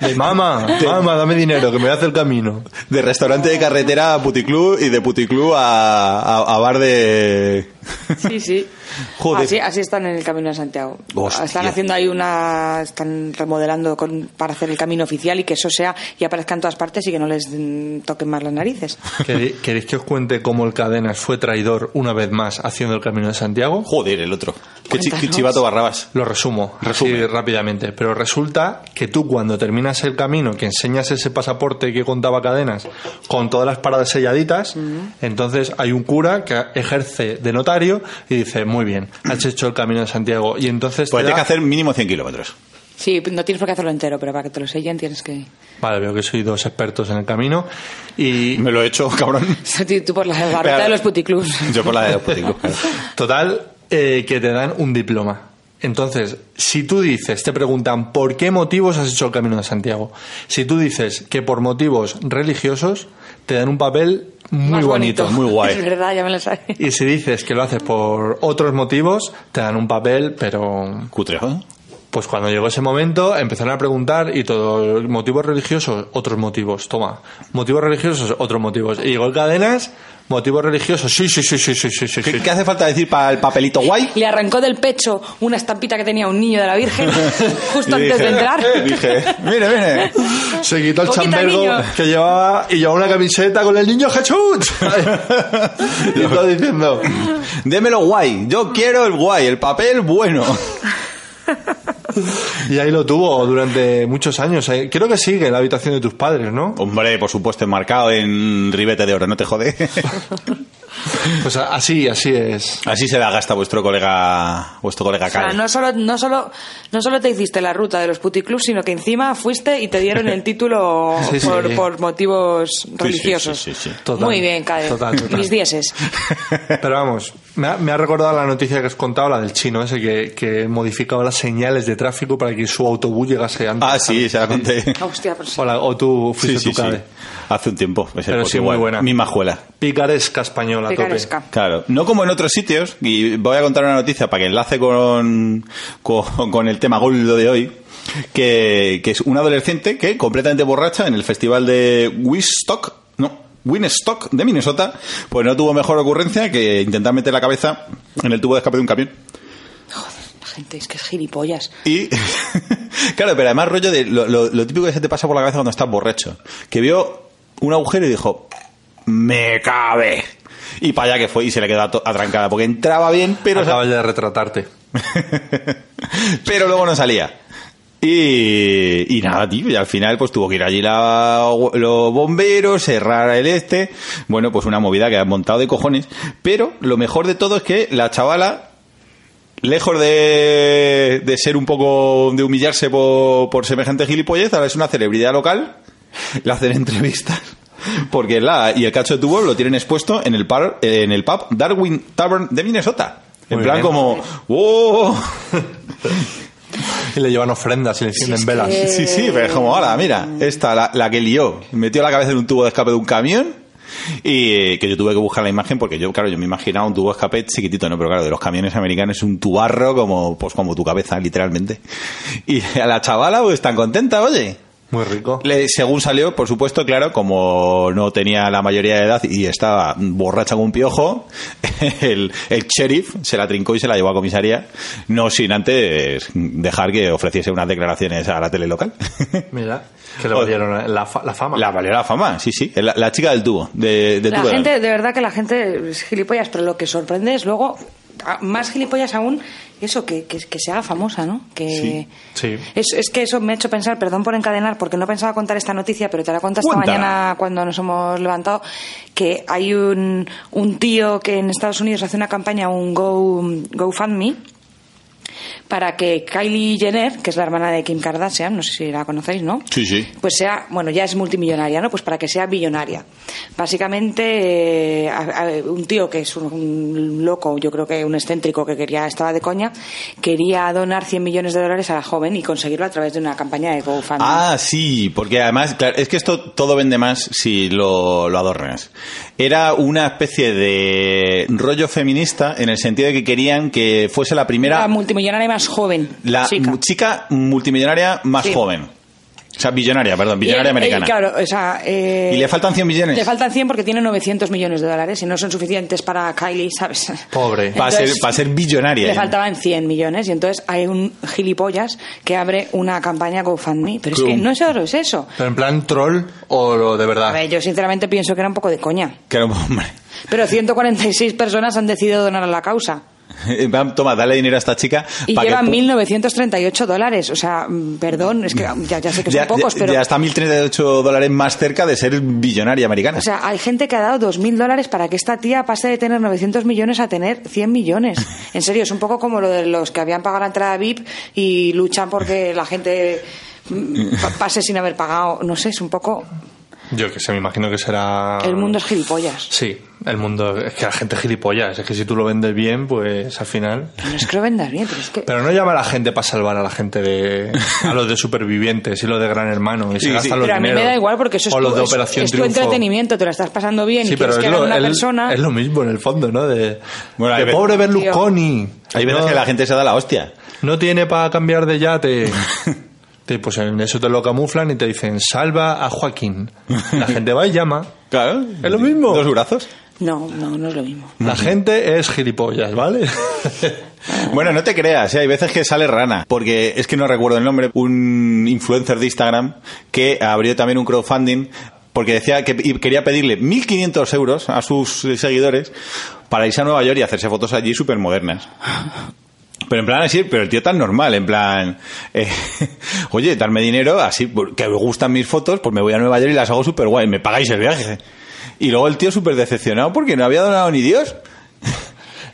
S4: De mama, mama, dame dinero, que me hace el camino.
S2: de restaurante de carretera a puticlub y de puticlub a, a, a bar de...
S3: sí, sí.
S2: Joder.
S3: Así, así están en el Camino de Santiago.
S2: Hostia.
S3: Están haciendo ahí una. Están remodelando con- para hacer el camino oficial y que eso sea y aparezca en todas partes y que no les mm, toquen más las narices.
S4: ¿Queréis, queréis que os cuente cómo el Cadenas fue traidor una vez más haciendo el camino de Santiago?
S2: Joder, el otro. Qué, chi- qué
S3: Cuéntanos.
S2: chivato barrabas.
S4: Lo resumo así
S2: Resume.
S4: rápidamente, pero resulta que tú cuando terminas el camino, que enseñas ese pasaporte que contaba Cadenas con todas las paradas selladitas, entonces hay un cura que ejerce de notario y dice, muy bien, has hecho el camino de Santiago y entonces...
S2: Pues
S4: te
S2: tienes que
S4: da-
S2: hacer mínimo 100 kilómetros.
S3: Sí, no tienes por qué hacerlo entero, pero para que te lo sellen tienes que.
S4: Vale, veo que soy dos expertos en el camino y...
S2: Me lo he hecho, cabrón.
S3: Tú por la la ruta de los puticlubs.
S2: Yo por la de los puticlubs, claro.
S4: Total, eh, que te dan un diploma. Entonces, si tú dices, te preguntan por qué motivos has hecho el camino de Santiago. Si tú dices que por motivos religiosos, te dan un papel muy
S3: Más
S4: bonito.
S2: muy guay.
S3: Es verdad, ya me lo sabía.
S4: Y si dices que lo haces por otros motivos, te dan un papel, pero
S2: Cutre, ¿eh?
S4: pues cuando llegó ese momento empezaron a preguntar y todo, motivos religiosos, otros motivos, toma, motivos religiosos, otros motivos. Y llegó el cadenas, motivos religiosos, sí, sí, sí, sí, sí, sí, sí. sí.
S2: ¿Qué, qué hace falta decir para el papelito guay?
S3: Le arrancó del pecho una estampita que tenía un niño de la Virgen justo
S2: Y
S3: antes de
S2: dije-
S3: entrar.
S2: Dije, mire, mire.
S4: Se quitó el
S3: Poquita
S4: chambergo
S3: niño.
S4: que llevaba y llevaba una camiseta con el niño Jesús. y todo diciendo.
S2: Démelo guay. Yo quiero el guay, el papel bueno.
S4: Y ahí lo tuvo durante muchos años. Eh, Creo que sigue en la habitación de tus padres, ¿no?
S2: Hombre, por supuesto, enmarcado en ribete de oro, no te jode.
S4: Pues a- así, así es.
S2: Así se la gasta vuestro colega, vuestro colega
S3: O sea,
S2: Cal.
S3: no solo, no, solo, no solo te hiciste la ruta de los puticlubs, sino que encima fuiste y te dieron el título
S4: Sí, sí.
S3: por, por motivos religiosos.
S2: sí, sí, sí.
S4: Total.
S3: Muy bien, Cade.
S4: Total, total.
S3: Mis dieces.
S4: Pero vamos, me ha, me ha recordado la noticia que has contado, la del chino ese que, que modificaba las señales de tráfico para que su autobús llegase antes.
S2: Ah, sí, se la conté.
S3: Hostia, pues, pero sí.
S4: O, la- o tú fuiste
S2: Sí, sí,
S4: tu
S2: sí.
S4: cade.
S2: Hace un tiempo. ese
S4: Pero
S2: porque
S4: sí, muy
S2: igual,
S4: buena.
S2: Misma juela.
S4: Picaresca española, a tope.
S3: Picaresca.
S2: Claro, no como en otros sitios, y voy a contar una noticia para que enlace con, con, con el tema gordo de hoy, que, que es un adolescente que, completamente borracha, en el festival de Woodstock, no, Winstock de Minnesota, pues no tuvo mejor ocurrencia que intentar meter la cabeza en el tubo de escape de un camión.
S3: gente es que es gilipollas.
S2: Y, claro, pero además rollo de lo, lo- lo típico que se te pasa por la cabeza cuando estás borracho. Que vio un agujero y dijo, me cabe. Y para allá que fue y se le quedó ato- atrancada. Porque entraba bien, pero,
S4: Acabas de retratarte.
S2: pero luego no salía. Y, y nada, tío, y al final pues tuvo que ir allí la- los bomberos, cerrar el este. Bueno, pues una movida que han montado de cojones. Pero lo mejor de todo es que la chavala lejos de, de ser un poco de humillarse por, por semejante gilipollez, ahora es una celebridad local, le hacen entrevistas. Porque la y el cacho de tubo lo tienen expuesto en el par, en el pub Darwin Tavern de Minnesota. En
S4: Muy
S2: plan
S4: bien.
S2: como ¡Oh!
S4: Y le llevan ofrendas y le encienden
S3: es
S4: velas.
S3: que-
S2: Sí, sí, pero es como, hola, mira, esta, la, la que lió, metió la cabeza en un tubo de escape de un camión y eh, que yo tuve que buscar la imagen porque yo, claro, yo me imaginaba un tubo de escape chiquitito, ¿no? Pero claro, de los camiones americanos es un tubarro como, pues como tu cabeza, literalmente. Y a la chavala, pues tan contenta, oye.
S4: Muy rico.
S2: Le- según salió, por supuesto, claro, como no tenía la mayoría de edad y estaba borracha con un piojo, el, el sheriff se la trincó y se la llevó a comisaría, no sin antes dejar que ofreciese unas declaraciones a la tele local.
S4: Mira, que le valieron la, fa- la fama.
S2: la valió la fama, sí, sí, la, la chica del tubo, de, de
S3: La
S2: tubo de
S3: gente, de verdad que la gente es gilipollas, pero lo que sorprende es luego, a- más gilipollas aún, eso, que, que, que se haga famosa, ¿no? Que,
S2: Sí,
S4: sí.
S3: Es, es que eso me ha hecho pensar, perdón por encadenar, porque no pensaba contar esta noticia, pero te la conté esta
S2: Cuéntala.
S3: mañana cuando nos hemos levantado, que hay un, un tío que en Estados Unidos hace una campaña, un Go, GoFundMe, para que Kylie Jenner, que es la hermana de Kim Kardashian, no sé si la conocéis, ¿no?
S2: Sí, sí.
S3: pues sea, bueno, ya es multimillonaria, ¿no? Pues para que sea billonaria. Básicamente, eh, a- a- un tío que es un, un loco, yo creo que un excéntrico que quería, estaba de coña, quería donar 100 millones de dólares a la joven y conseguirlo a través de una campaña de GoFundMe.
S2: Ah, sí, porque además, claro, es que esto todo vende más si lo, lo adornas. Era una especie de rollo feminista en el sentido de que querían que fuese la primera
S3: la multimillonaria más joven.
S2: La mu-
S3: chica.
S2: chica, multimillonaria más
S3: Sí.
S2: joven. O sea, billonaria, perdón,
S3: Y él-
S2: billonaria
S3: él,
S2: americana.
S3: claro, o sea, eh,
S2: y le faltan 100 millones.
S3: le faltan 100 porque tiene 900 millones de dólares y no son suficientes para Kylie, ¿sabes?
S4: Pobre.
S2: para, ser,
S3: Entonces-
S2: para ser billonaria.
S3: Le
S2: ¿eh?
S3: faltaban 100 millones y entonces hay un gilipollas que abre una campaña GoFundMe. Pero es que
S2: Clum.
S3: no solo es eso.
S4: Pero en plan troll o lo
S3: A
S4: de
S2: Ah.
S4: verdad.
S3: ver, yo sinceramente pienso que era un poco de coña.
S2: Que era un hombre.
S3: Pero 146 personas han decidido donar a la causa.
S2: En plan, Toma, dale dinero a esta chica.
S3: Y
S2: pa' que
S3: llevan
S2: pu-
S3: 1.938 dólares. O sea, mm, perdón, es que ya, ya sé que son
S2: Ya-
S3: pocos,
S2: ya-
S3: pero...
S2: ya está 1.038 dólares más cerca de ser billonaria americana.
S3: O sea, hay gente que ha dado 2.000 dólares para que esta tía pase de tener 900 millones a tener 100 millones. En serio, es un poco como lo de los que habían pagado la entrada VIP y luchan porque la gente mm, pa- pase sin haber pagado. No sé, es un poco...
S4: Yo que sé, me imagino que será.
S3: El mundo es gilipollas.
S4: Sí, el mundo. Es que la gente es gilipollas. Es que si tú lo vendes bien, pues al final.
S3: No es que lo vendas bien, pero es que...
S4: Pero no llama a la gente para salvar a la gente de. a los de supervivientes y los de gran hermano. Y se
S2: Sí,
S4: gastan
S2: sí.
S4: los
S3: Pero a mí me
S4: dineros.
S3: da igual porque eso es,
S4: O los
S3: tu,
S4: de
S3: es-
S4: Operación
S3: es tu
S4: Triunfo.
S3: entretenimiento, te lo estás pasando bien
S4: Sí,
S3: y quieres
S4: pero
S3: que
S4: es
S3: haga
S4: lo,
S3: una
S4: es-
S3: persona...
S4: es lo mismo en el fondo, ¿no? De,
S2: Bueno, hay
S4: de
S2: ve-
S4: pobre
S3: Tío.
S4: Berlusconi.
S2: Hay veces
S4: No-
S2: que la gente se da la hostia.
S4: no tiene para cambiar de yate. Te- pues en eso te lo camuflan y te dicen, salva a Joaquín. La gente va y llama.
S2: Claro.
S4: Es lo mismo.
S2: Dos brazos.
S3: No, no, no es lo mismo.
S4: La gente es gilipollas, ¿vale?
S2: Bueno, no te creas, ¿eh? hay veces que sale rana, porque es que no recuerdo el nombre, un influencer de Instagram que abrió también un crowdfunding porque decía que y quería pedirle 1.500 euros a sus eh, seguidores para irse a Nueva York y hacerse fotos allí súper modernas. Pero en plan así, pero el tío tan normal, en plan, eh, oye, darme dinero, así, que me gustan mis fotos, pues me voy a Nueva York y las hago súper guay, me pagáis el viaje. Y luego el tío súper decepcionado porque no había donado ni Dios.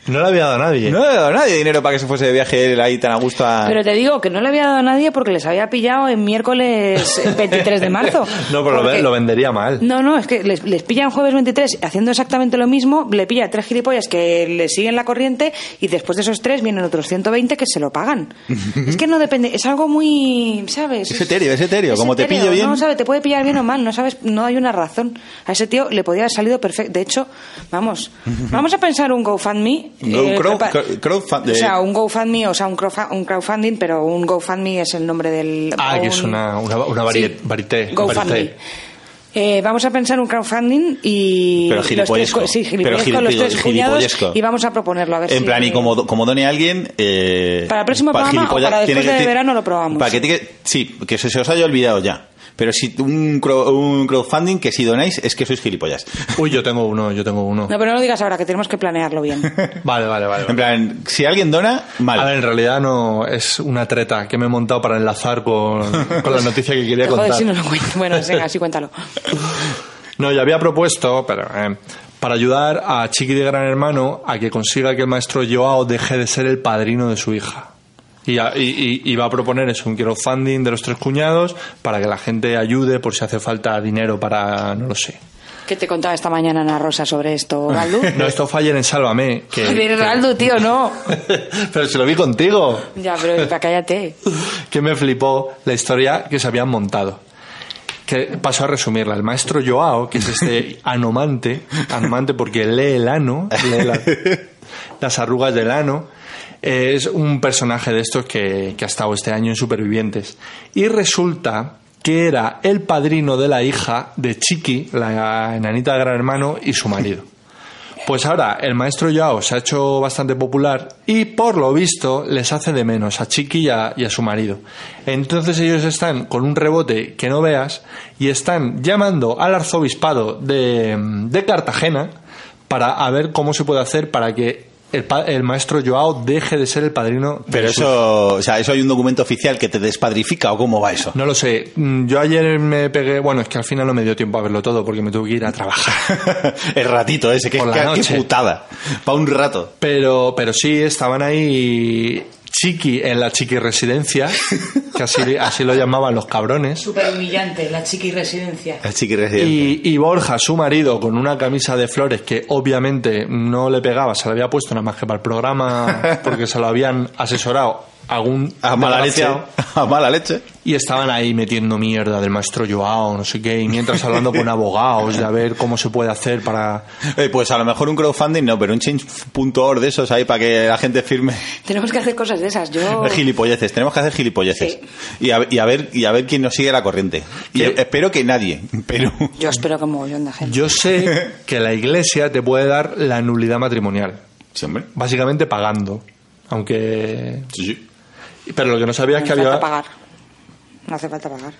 S4: No le había dado a nadie.
S2: No le ha dado nadie dinero para que se fuese de viaje él ahí tan a gusto
S4: Ah.
S2: a...
S3: Pero te digo que no le había dado a nadie porque les había pillado en miércoles eh, 23 de marzo.
S4: No, pero lo,
S3: Porque-
S4: ve- lo vendería mal.
S3: No, no, es que les, les pillan jueves 23 haciendo exactamente lo mismo, le pilla a tres gilipollas que le siguen la corriente y después de esos tres vienen otros 120 que se lo pagan. es que no depende, es algo muy, ¿sabes?
S2: Es etéreo, es etéreo, como te pillo bien.
S3: No, ¿sabes? Te puede pillar bien o mal, no sabes, no hay una razón. A ese tío le podía haber salido perfecto. De hecho, vamos, vamos a pensar un GoFundMe.
S2: Go- crow-
S3: prepa-
S2: cro- crowdfund-
S3: o sea, un GoFundMe, o sea, un, crowfa- un crowdfunding, pero un GoFundMe es el nombre del...
S4: Ah,
S3: o
S4: que es
S3: un-
S4: una, una, una variet-
S3: Sí.
S4: varité,
S3: GoFundMe.
S4: varité.
S3: Eh, vamos a pensar un crowdfunding y.
S2: Pero
S3: los
S2: gilipollesco.
S3: tres cu- sí,
S2: Pero
S3: gilipollesco, los
S2: gilipo-
S3: tres cuñados.
S2: gilipollesco.
S3: Y vamos a proponerlo, a ver
S2: en
S3: si-
S2: plan, y como, como done alguien. eh,
S3: Para el próximo programa o
S2: gilipollas-
S3: para después
S2: tiene
S3: de
S2: ti-
S3: verano lo probamos.
S2: Para que tiene- sí, que se, se os haya olvidado ya. Pero si un, cro- un crowdfunding que si donáis es que sois gilipollas.
S4: Uy, yo tengo uno, yo tengo uno.
S3: No, pero no lo digas ahora, que tenemos que planearlo bien.
S4: Vale, vale, vale.
S2: En plan, si alguien dona, mal.
S4: A ver, en realidad no es una treta que me he montado para enlazar con, con la noticia que quería
S3: Joder,
S4: contar.
S3: si no lo cuento. Bueno, venga, sí, cuéntalo.
S4: No, yo había propuesto, pero eh, para ayudar a Chiqui de Gran Hermano a que consiga que el maestro Joao deje de ser el padrino de su hija. Y, a- y- y- y va a proponer eso, un crowdfunding de los tres cuñados para que la gente ayude por si hace falta dinero para, no lo sé.
S3: ¿Qué te contaba esta mañana Ana Rosa sobre esto, Galdu?
S4: No, esto fue ayer en Sálvame. Que,
S3: Pero, Galdu, tío, no.
S4: pero se lo vi contigo.
S3: Ya, pero pa- cállate.
S4: que me flipó la historia que se habían montado. Que paso a resumirla. El maestro Joao, que es este anomante, anomante porque lee el ano, lee la- las arrugas del ano, es un personaje de estos que, que ha estado este año en Supervivientes. Y resulta que era el padrino de la hija de Chiqui, la enanita de Gran Hermano, y su marido. Pues ahora el maestro Yao se ha hecho bastante popular y por lo visto les hace de menos a Chiqui y a, y a su marido. Entonces ellos están con un rebote que no veas y están llamando al arzobispado de, de Cartagena para a ver cómo se puede hacer para que el, pa- el maestro Joao deje de ser el padrino. de
S2: Pero
S4: su-
S2: eso, o sea, eso hay un documento oficial que te despadrifica o cómo va eso.
S4: No lo sé. Mm, Yo ayer me pegué. Bueno, es que al final no me dio tiempo a verlo todo porque me tuve que ir a trabajar.
S2: el ratito ese, que,
S4: Por la
S2: que- qué
S4: noche.
S2: putada. Para un rato.
S4: Pero, pero sí, estaban ahí chiqui en la chiqui residencia, que así, así lo llamaban los cabrones.
S3: Súper humillante, la chiqui residencia.
S2: El chiqui residente.
S4: Y, y Borja, su marido, con una camisa de flores que obviamente no le pegaba, se la había puesto nada más que para el programa, porque se lo habían asesorado algún
S2: A mala leche.
S4: desgraciado.
S2: A mala leche.
S4: Y estaban ahí metiendo mierda del maestro Joao, no sé qué, y mientras hablando con abogados de a ver cómo se puede hacer para...
S2: Eh, pues a lo mejor un crowdfunding no, pero un change.org de esos ahí para que la gente firme
S3: Tenemos que hacer cosas de esas. Yo.
S2: gilipolleces. Tenemos que hacer gilipolleces.
S3: Oh. Sí.
S2: Y, a, y a ver, y a ver quién nos sigue la corriente. Y
S4: ¿Qué?
S2: espero que nadie, pero...
S3: Yo espero que un mogollón de gente.
S4: Yo sé que la iglesia te puede dar la nulidad matrimonial.
S2: Sí, hombre.
S4: básicamente pagando. Aunque.
S2: Sí, sí.
S4: Pero lo que no
S3: No
S4: sabía es que
S3: hace
S4: había.
S3: falta pagar. No hace falta pagar.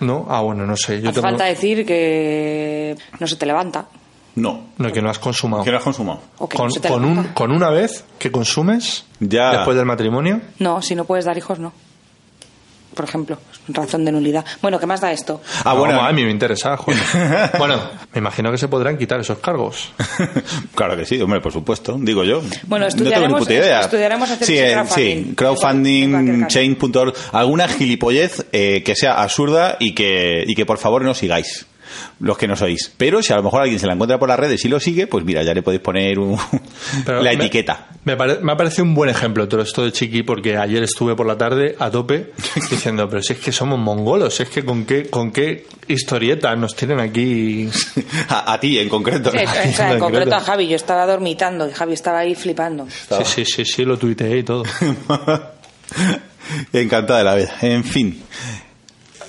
S4: No, ah, bueno, no sé. Yo
S3: hace
S4: tengo-
S3: falta decir que no se te levanta.
S2: No.
S4: No, que no has consumado.
S2: Que lo has consumado.
S3: O que
S4: Con,
S3: no se te
S4: con
S3: levanta.
S4: un, con una vez que consumes
S2: Ya.
S4: después del matrimonio.
S3: No, si no puedes dar hijos, no. Por ejemplo, razón de nulidad. Bueno, ¿qué más da esto?
S2: Ah,
S4: No,
S2: bueno.
S4: A mí me interesa, joder. bueno, me imagino que se podrán quitar esos cargos.
S2: claro que sí, hombre, por supuesto, digo yo.
S3: Bueno,
S2: no tengo ni
S3: estudiaremos-
S2: puta idea.
S3: estudiaremos hacer
S2: sí,
S3: ese
S2: eh,
S3: crowdfunding.
S2: sí,
S3: En cualquier
S2: crowdfunding
S3: caso.
S2: chain.org, alguna gilipollez eh, que sea absurda y que, y que por favor no sigáis. Los que no sois. Pero si a lo mejor alguien se la encuentra por las redes y lo sigue, pues mira, ya le podéis poner un-
S4: Pero
S2: la
S4: me-
S2: etiqueta.
S4: Me, pare- me ha parecido un buen ejemplo todo esto de Chiqui, porque ayer estuve por la tarde a tope diciendo, pero si es que somos mongolos, si es que con qué, con qué historieta nos tienen aquí
S2: A, a ti en concreto.
S3: Sí, o sea, en
S4: Concreto.
S3: concreto a Javi, yo estaba dormitando y Javi estaba ahí flipando.
S4: Sí, sí, sí, sí, lo tuiteé y todo.
S2: Encantada de la vida. En fin.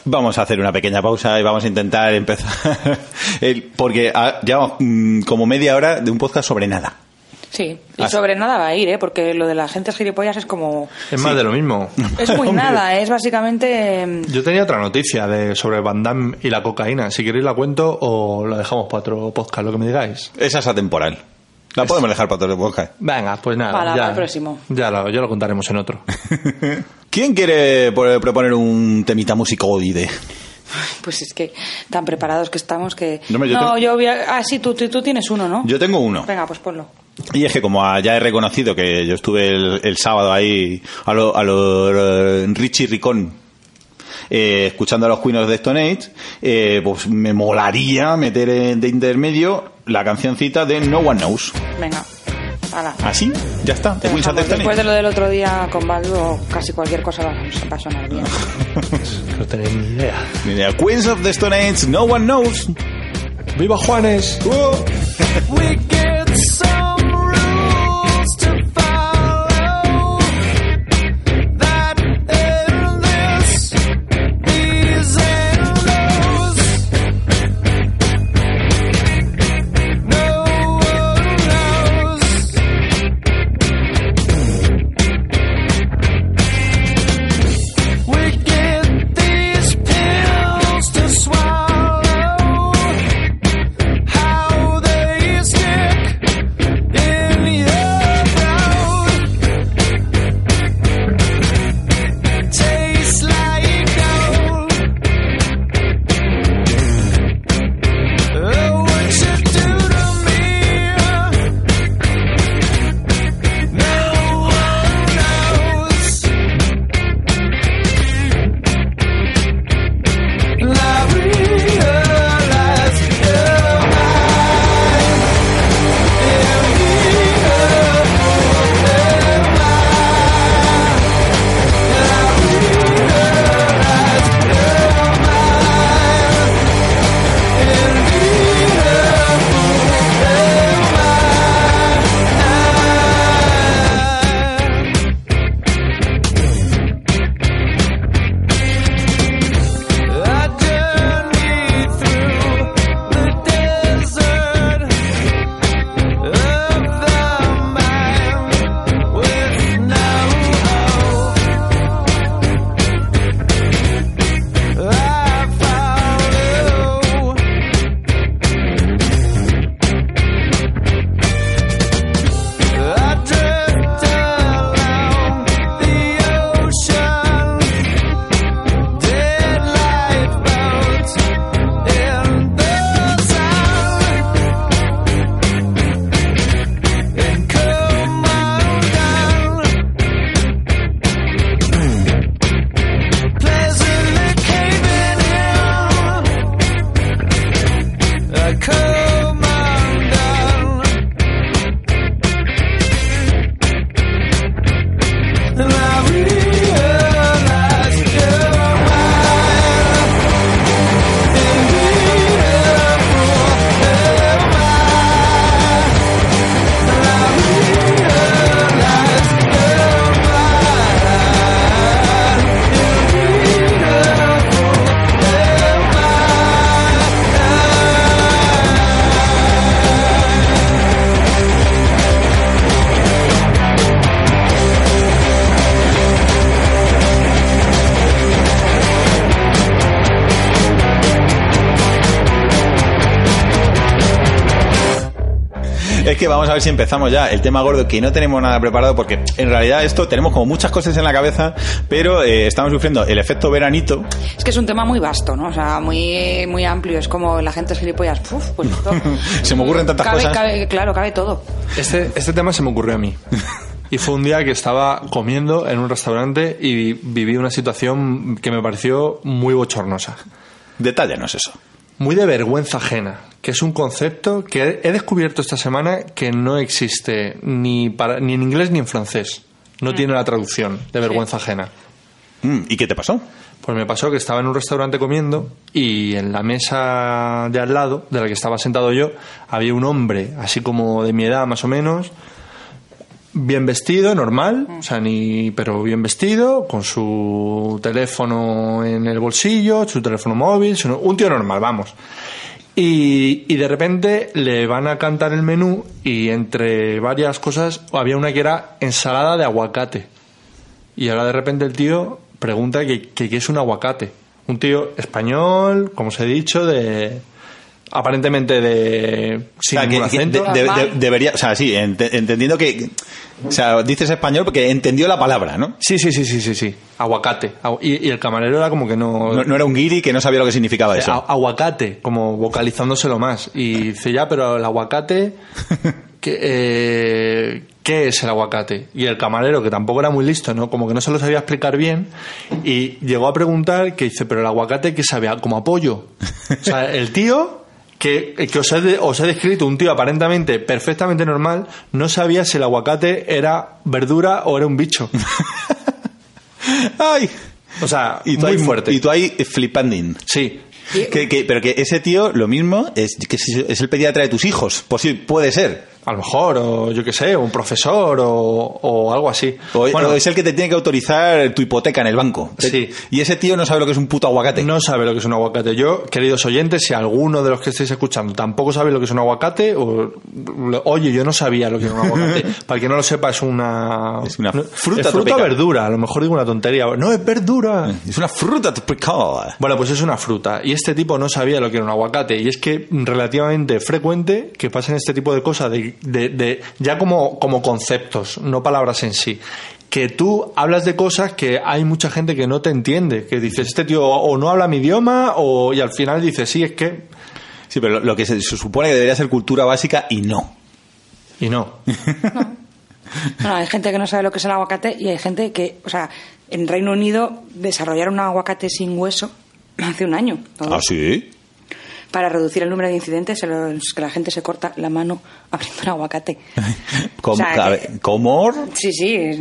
S2: Vamos a hacer una pequeña pausa y vamos a intentar empezar. el- porque ah, llevamos mm, como media hora de un podcast sobre nada.
S3: Sí, y
S2: Ah, sí.
S3: sobre nada va a ir, ¿eh? porque lo de la gente es gilipollas es como...
S4: Es más de lo mismo.
S3: Es muy nada, es básicamente... mm,
S4: Yo tenía otra noticia de sobre Van Damme y la cocaína. Si queréis la cuento o la dejamos para otro podcast, lo que me digáis.
S2: Esa es atemporal. La podemos dejar para otro podcast.
S4: Venga, pues nada.
S3: Para-
S4: ya,
S3: para el próximo.
S4: Ya lo, ya lo contaremos en otro.
S2: ¿Quién quiere por- proponer un temita musicoide?
S3: Pues es que tan preparados que estamos que...
S2: No, hombre, yo tengo-
S3: yo voy a- Ah, sí, tú, tú, tú tienes uno, ¿no?
S2: Yo tengo uno.
S3: Venga, pues ponlo.
S2: Y es que como ah, ya he reconocido que yo estuve el, el sábado ahí a los a lo, eh, Richie Ricón eh, escuchando a los cuinos de Stone Age, eh, pues me molaría meter en- de intermedio la cancioncita de No One Knows.
S3: Venga, hala.
S2: Así, ya está, de
S3: Te
S2: Queens of the
S3: dejamos.
S2: Stone
S3: Después
S2: Age.
S3: de lo del otro día con Baldo, casi cualquier cosa va va a sonar bien.
S4: No tenéis ni idea.
S2: Mira, Queens of the Stone Age, No One Knows.
S4: ¡Viva Juanes!
S5: We get some rules to follow that endless these and those Oh,
S2: Es que vamos a ver si empezamos ya el tema gordo, que no tenemos nada preparado, porque en realidad esto tenemos como muchas cosas en la cabeza, pero eh, estamos sufriendo el efecto veranito.
S3: Es que es un tema muy vasto, ¿no? O sea, muy, muy amplio. Es como la gente es gilipollas. Uf, pues esto-
S2: Se me ocurren tantas
S3: Cabe-
S2: cosas.
S3: cabe- claro, cabe todo.
S4: Este, este tema se me ocurrió a mí. Y fue un día que estaba comiendo en un restaurante y viví una situación que me pareció muy bochornosa.
S2: Detállanos eso.
S4: Muy de vergüenza ajena, que es un concepto que he descubierto esta semana que no existe ni, para, ni en inglés ni en francés. No tiene la traducción de vergüenza ajena.
S2: Mm, ¿Y qué te pasó?
S4: Pues me pasó que estaba en un restaurante comiendo y en la mesa de al lado, de la que estaba sentado yo, había un hombre, así como de mi edad más o menos, bien vestido, normal, o sea, ni, pero bien vestido, con su teléfono en el bolsillo, su teléfono móvil, su- un tío normal, vamos. Y, y de repente le van a cantar el menú y entre varias cosas había una que era ensalada de aguacate. Y ahora de repente el tío pregunta que, que qué es un aguacate. Un tío español, como os he dicho, de aparentemente de sin
S2: O sea, que-
S4: ningún
S2: que
S4: acento.
S2: de- de-
S3: Normal.
S2: de- debería, o sea, sí, ente- entendiendo que, o sea, dices español porque entendió la palabra, ¿no?
S4: Sí, sí, sí, sí, sí, sí. Aguacate. Agu- Y, y el camarero era como que no... eh,
S2: No, no era un guiri que no sabía lo que significaba eso.
S4: a- aguacate, como vocalizándoselo más. Y dice, ya, pero el aguacate... ¿qué, eh, ¿Qué es el aguacate? Y el camarero, que tampoco era muy listo, ¿no? Como que no se lo sabía explicar bien. Y llegó a preguntar que dice, pero el aguacate que sabía como apoyo. O sea, el tío... Que, eh, que os, he, de- os he descrito un tío aparentemente perfectamente normal, no sabía si el aguacate era verdura o era un bicho.
S2: ¡Ay!
S4: O sea,
S2: Y tú
S4: ah. muy
S2: ahí-
S4: fuerte.
S2: Y tú ahí flipanding.
S4: Sí.
S2: Que- que- pero que ese tío, lo mismo, es, que es, es el pediatra de tus hijos. Pues sí, puede ser.
S4: A lo mejor, o yo qué sé, un profesor o, o algo así.
S2: O,
S4: Bueno,
S2: o es el que te tiene que autorizar tu hipoteca en el banco. Eh,
S4: Sí.
S2: Y ese tío no sabe lo que es un puto aguacate.
S4: no sabe lo que es un aguacate. Yo, queridos oyentes, si alguno de los que estáis escuchando tampoco sabe lo que es un aguacate, o, lo- oye, yo no sabía lo que era un aguacate. Para el que no lo sepa, es una,
S2: Es una
S4: no-
S2: fruta
S4: es fruta o
S2: tropical. Eh,
S4: verdura. A lo mejor digo una tontería. No, es verdura.
S2: Es una fruta tropical.
S4: Bueno, pues es una fruta. Y este tipo no sabía lo que era un aguacate. Y es que relativamente frecuente que pasen este tipo de cosas, de, de- de- ya como, como conceptos, no palabras en sí. Que tú hablas de cosas que hay mucha gente que no te entiende. Que dices, este tío o no habla mi idioma, o, y al final dices, sí, es que.
S2: Sí, pero lo, lo que se, se supone que debería ser cultura básica y no.
S4: Y no.
S3: Bueno, hay gente que no sabe lo que es el aguacate y hay gente que, o sea, en Reino Unido desarrollaron un aguacate sin hueso hace un año. ¿no?
S2: ¿Ah, sí?
S3: Para reducir el número de incidentes en los que la gente se corta la mano abriendo un aguacate.
S2: Com-
S3: O sea,
S2: a
S3: que-
S2: ver, ¿Cómo?
S3: Sí, sí, es-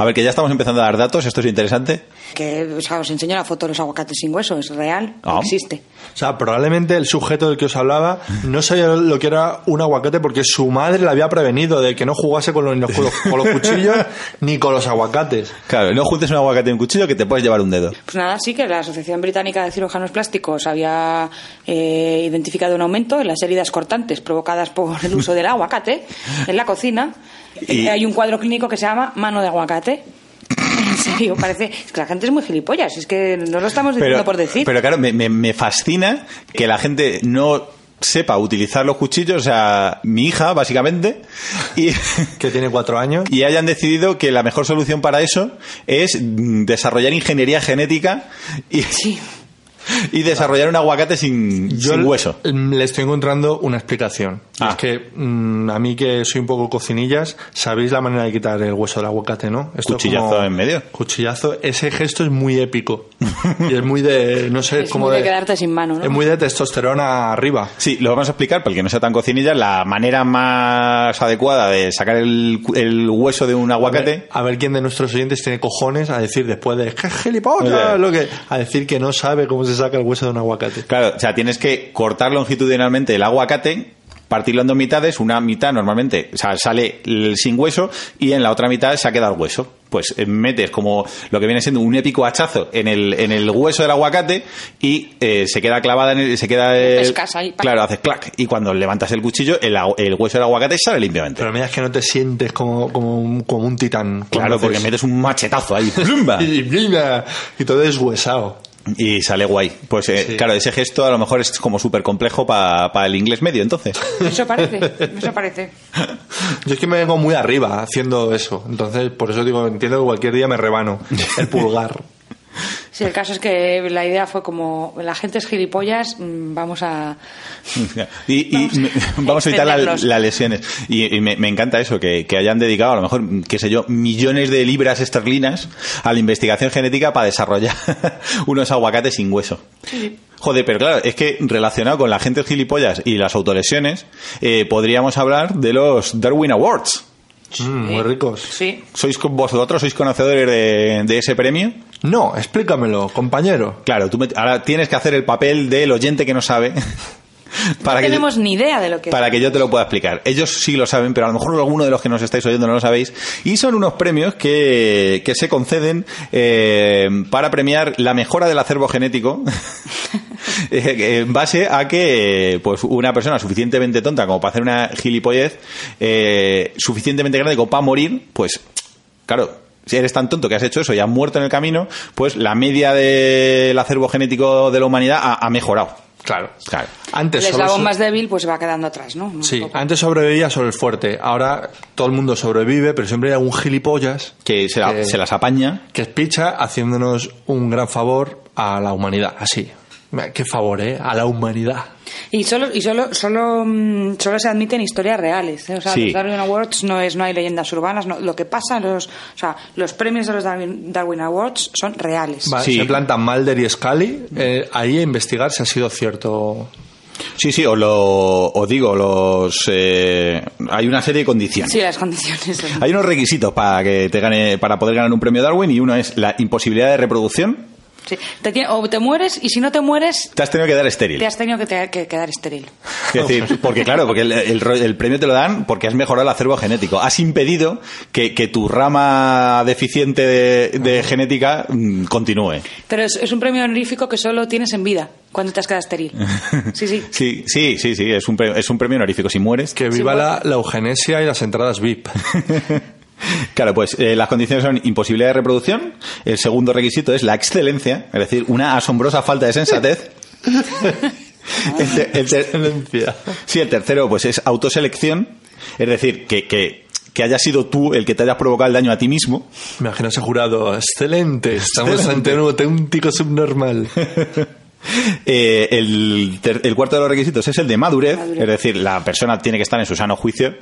S2: A ver, que ya estamos empezando a dar datos, esto es interesante.
S3: que o sea, os enseño la foto de los aguacates sin hueso, es real,
S2: Ah.
S3: existe.
S4: O sea, probablemente el sujeto del que os hablaba no sabía lo que era un aguacate porque su madre le había prevenido de que no jugase con los, con los- con los cuchillos ni con los aguacates.
S2: Claro, no juntes un aguacate y un cuchillo que te puedes llevar un dedo.
S3: Pues nada, sí que la Asociación Británica de Cirujanos Plásticos había eh, identificado un aumento en las heridas cortantes provocadas por el uso del aguacate en la cocina.
S2: Y-
S3: Eh, Hay un cuadro clínico que se llama mano de aguacate. En serio, parece es que la gente es muy gilipollas, es que no lo estamos diciendo por decir.
S2: pero claro, me, me- me fascina que la gente no sepa utilizar los cuchillos, o sea, mi hija, básicamente, y,
S4: que tiene cuatro años.
S2: y hayan decidido que la mejor solución para eso es mm, desarrollar ingeniería genética y,
S3: Sí,
S2: y desarrollar un aguacate sin,
S4: Yo
S2: sin
S4: l- mm,
S2: hueso.
S4: le estoy encontrando una explicación. Y
S2: Ah.
S4: Es que mm, a mí que soy un poco cocinillas, sabéis la manera de quitar el hueso del aguacate, ¿no? es
S2: Cuchillazo en medio.
S4: Cuchillazo. Ese gesto es muy épico. y es muy de, no sé,
S3: Es
S4: como
S3: muy
S4: de,
S3: de quedarte sin mano, ¿no?
S4: Es muy de testosterona arriba.
S2: Sí, lo vamos a explicar, para el que no sea tan cocinilla, la manera más adecuada de sacar el, cu- el hueso de un
S4: A ver,
S2: aguacate.
S4: a ver quién de nuestros oyentes tiene cojones a decir después de "¡Qué gilipollas!
S2: Oye.
S4: Lo que, a decir que no sabe cómo se saca el hueso de un aguacate.
S2: Claro, o sea, tienes que cortar longitudinalmente el aguacate, partirlo en dos mitades, una mitad normalmente, o sea, sale el- sin hueso y en la otra mitad se ha quedado el hueso. Pues eh, metes como lo que viene siendo un épico hachazo en el, en el hueso del aguacate y eh, se queda clavada en el, se queda el-
S3: Pescas ahí, pa.
S2: claro, haces clac y cuando levantas el cuchillo el, agu- el hueso del aguacate sale limpiamente.
S4: Pero mira, es que no te sientes como, como, un, como un titán.
S2: claro,
S4: cuando
S2: porque
S4: haces-
S2: metes un machetazo ahí, ¡plumba!
S4: y, y- y todo deshuesado.
S2: Y sale guay. Pues eh,
S4: Sí.
S2: claro, ese gesto a lo mejor es como súper complejo para el inglés medio, entonces.
S3: Eso parece, eso parece.
S4: Yo es que me vengo muy arriba haciendo eso. Entonces, por eso digo, entiendo que cualquier día me rebano el pulgar.
S3: Sí, el caso es que la idea fue como, la gente es gilipollas, mm, vamos a...
S2: Y, y me- vamos, a evitar la- las
S3: extenderlos.
S2: lesiones. Y, y me, me encanta eso, que, que hayan dedicado a lo mejor, qué sé yo, millones de libras esterlinas a la investigación genética para desarrollar unos aguacates sin hueso. Joder, pero claro, es que relacionado con la gente gilipollas y las autolesiones, eh, podríamos hablar de los Darwin Awards.
S4: Mm, muy ricos.
S3: Sí,
S2: ¿Sois con- vosotros sois conocedores de, de ese premio?
S4: No, explícamelo, compañero.
S2: Claro, tú me- ahora tienes que hacer el papel del oyente que no sabe. Para
S3: no
S2: que-
S3: tenemos ni idea de lo que...
S2: para que yo te lo pueda explicar. Ellos sí lo saben, pero a lo mejor alguno de los que nos estáis oyendo no lo sabéis. Y son unos premios que, que se conceden eh, para premiar la mejora del acervo genético eh, en base a que eh, pues una persona suficientemente tonta como para hacer una gilipollez, eh, suficientemente grande como para morir, pues claro. Si eres tan tonto que has hecho eso y has muerto en el camino, pues la media del acervo genético de la humanidad ha, ha mejorado.
S4: Claro.
S2: Claro.
S4: Antes
S3: El
S4: solo
S3: eslabón
S4: se-
S3: más débil pues va quedando atrás, ¿no? Un
S4: Sí,
S3: poco.
S4: antes sobrevivía sobre el fuerte. Ahora todo el mundo sobrevive, pero siempre hay algún gilipollas
S2: Que se, la-
S4: Eh.
S2: se las apaña.
S4: que es picha haciéndonos un gran favor a la humanidad. Así. Mira, Qué favor, ¿eh? A la humanidad.
S3: Y solo y solo solo mm, solo se admiten historias reales, ¿eh? o sea,
S2: Sí.
S3: los Darwin Awards no es no hay leyendas urbanas, no, lo que pasa en los, o sea, los premios de los Darwin, Darwin Awards son reales.
S4: Va,
S2: Sí.
S4: Se plantan Mulder y Scully eh, ahí a investigar si ha sido cierto.
S2: Sí, sí, os lo os digo, los eh, hay una serie de condiciones.
S3: Sí, las condiciones. son-
S2: Hay unos requisitos para que te gane, para poder ganar un premio Darwin y uno es la imposibilidad de reproducción.
S3: sí. Te tiene- o te mueres y si no te mueres
S2: Te has tenido que quedar estéril.
S3: te has tenido que, te- que quedar estéril.
S2: Es decir, porque claro, porque el, el ro- el premio te lo dan porque has mejorado el acervo genético. Has impedido que, que tu rama deficiente de, de genética mm, continúe.
S3: Pero es, es un premio honorífico que solo tienes en vida cuando te has quedado estéril. Sí, sí.
S2: Sí, sí, sí, sí, es un premio, es un premio honorífico. Si mueres,
S4: Que viva la, la eugenesia y las entradas VIP.
S2: Claro, pues eh, las condiciones son imposibilidad de reproducción. El segundo requisito es la excelencia, es decir, una asombrosa falta de sensatez. El ter- el ter- sí, el tercero, pues es autoselección, es decir, que, que, que haya sido tú el que te hayas provocado el daño a ti mismo.
S4: Me imagino ese jurado. Excelente. Estamos ante un auténtico subnormal.
S2: Eh, el, ter- el cuarto de los requisitos es el de madurez,
S3: Madurez.
S2: es decir, la persona tiene que estar en su sano juicio.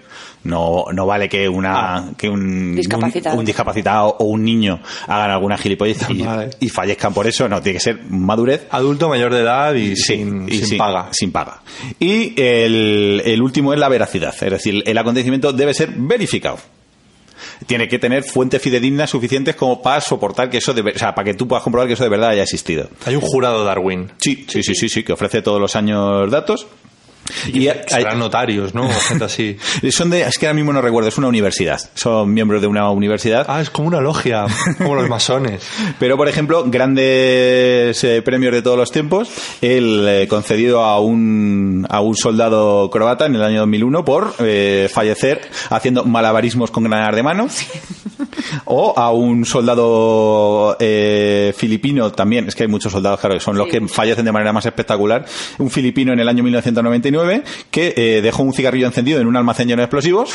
S2: No, no vale que una que un
S3: Ah. Discapacitado.
S2: un, un discapacitado o un niño hagan alguna gilipollez y,
S4: Vale.
S2: y fallezcan por eso. No, tiene que ser madurez.
S4: Adulto mayor de edad y,
S2: Sí,
S4: sin,
S2: y
S4: sin paga.
S2: Sin paga. Y el, el último es la veracidad, es decir, el acontecimiento debe ser verificado. Tiene que tener fuentes fidedignas suficientes como para soportar que eso, de ver- o sea, para que tú puedas comprobar que eso de verdad haya existido.
S4: Hay un jurado Darwin.
S2: Sí, sí, sí, sí, sí, que ofrece todos los años datos. Y, hay-
S4: Serán notarios, ¿no? O gente así.
S2: son de, es que ahora mismo no recuerdo, es una universidad. Son miembros de una universidad.
S4: Ah, es como una logia, como los masones.
S2: Pero, por ejemplo, grandes eh, premios de todos los tiempos, el eh, concedido a un, a un soldado croata en el año 2001 por eh, fallecer haciendo malabarismos con granadas de mano, o a un soldado eh, filipino también, es que hay muchos soldados, claro, que son los
S3: Sí.
S2: que fallecen de manera más espectacular, un filipino en el año 1999 que eh, dejó un cigarrillo encendido en un almacén lleno de explosivos.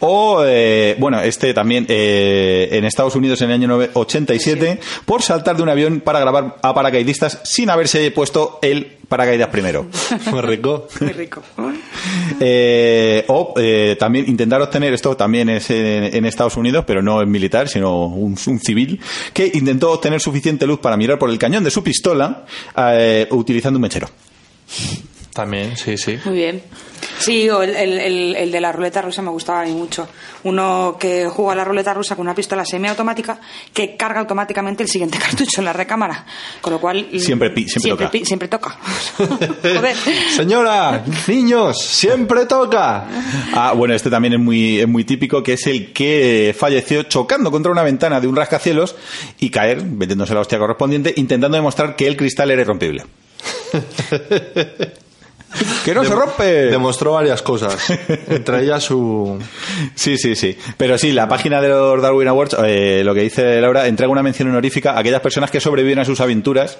S2: O, eh, bueno, este también eh, en Estados Unidos en el año nove- 87 por saltar de un avión para grabar a paracaidistas sin haberse puesto el paracaídas primero.
S4: Muy rico.
S3: Muy rico.
S2: Eh, o eh, también intentar obtener, esto también es en, en Estados Unidos, pero no en militar, sino un, un civil, que intentó obtener suficiente luz para mirar por el cañón de su pistola eh, utilizando un mechero.
S4: También, sí, sí.
S3: Muy bien. Sí, o el, el- el- el de la ruleta rusa me gustaba a mí mucho. Uno que juega a la ruleta rusa con una pistola semiautomática que carga automáticamente el siguiente cartucho en la recámara. Con lo cual.
S2: Siempre pi- siempre toca.
S3: pi- siempre toca. Joder.
S4: Señora, niños, siempre toca.
S2: Ah, bueno, este también es muy, es muy típico, que es el que falleció chocando contra una ventana de un rascacielos y caer, metiéndose la hostia correspondiente, intentando demostrar que el cristal era irrompible. ¡Que no se
S4: Dem-
S2: rompe!
S4: Demostró varias cosas. Entre ellas su.
S2: Sí, sí, sí. Pero sí, la página de los Darwin Awards, eh, lo que dice Laura, entrega una mención honorífica a aquellas personas que sobreviven a sus aventuras.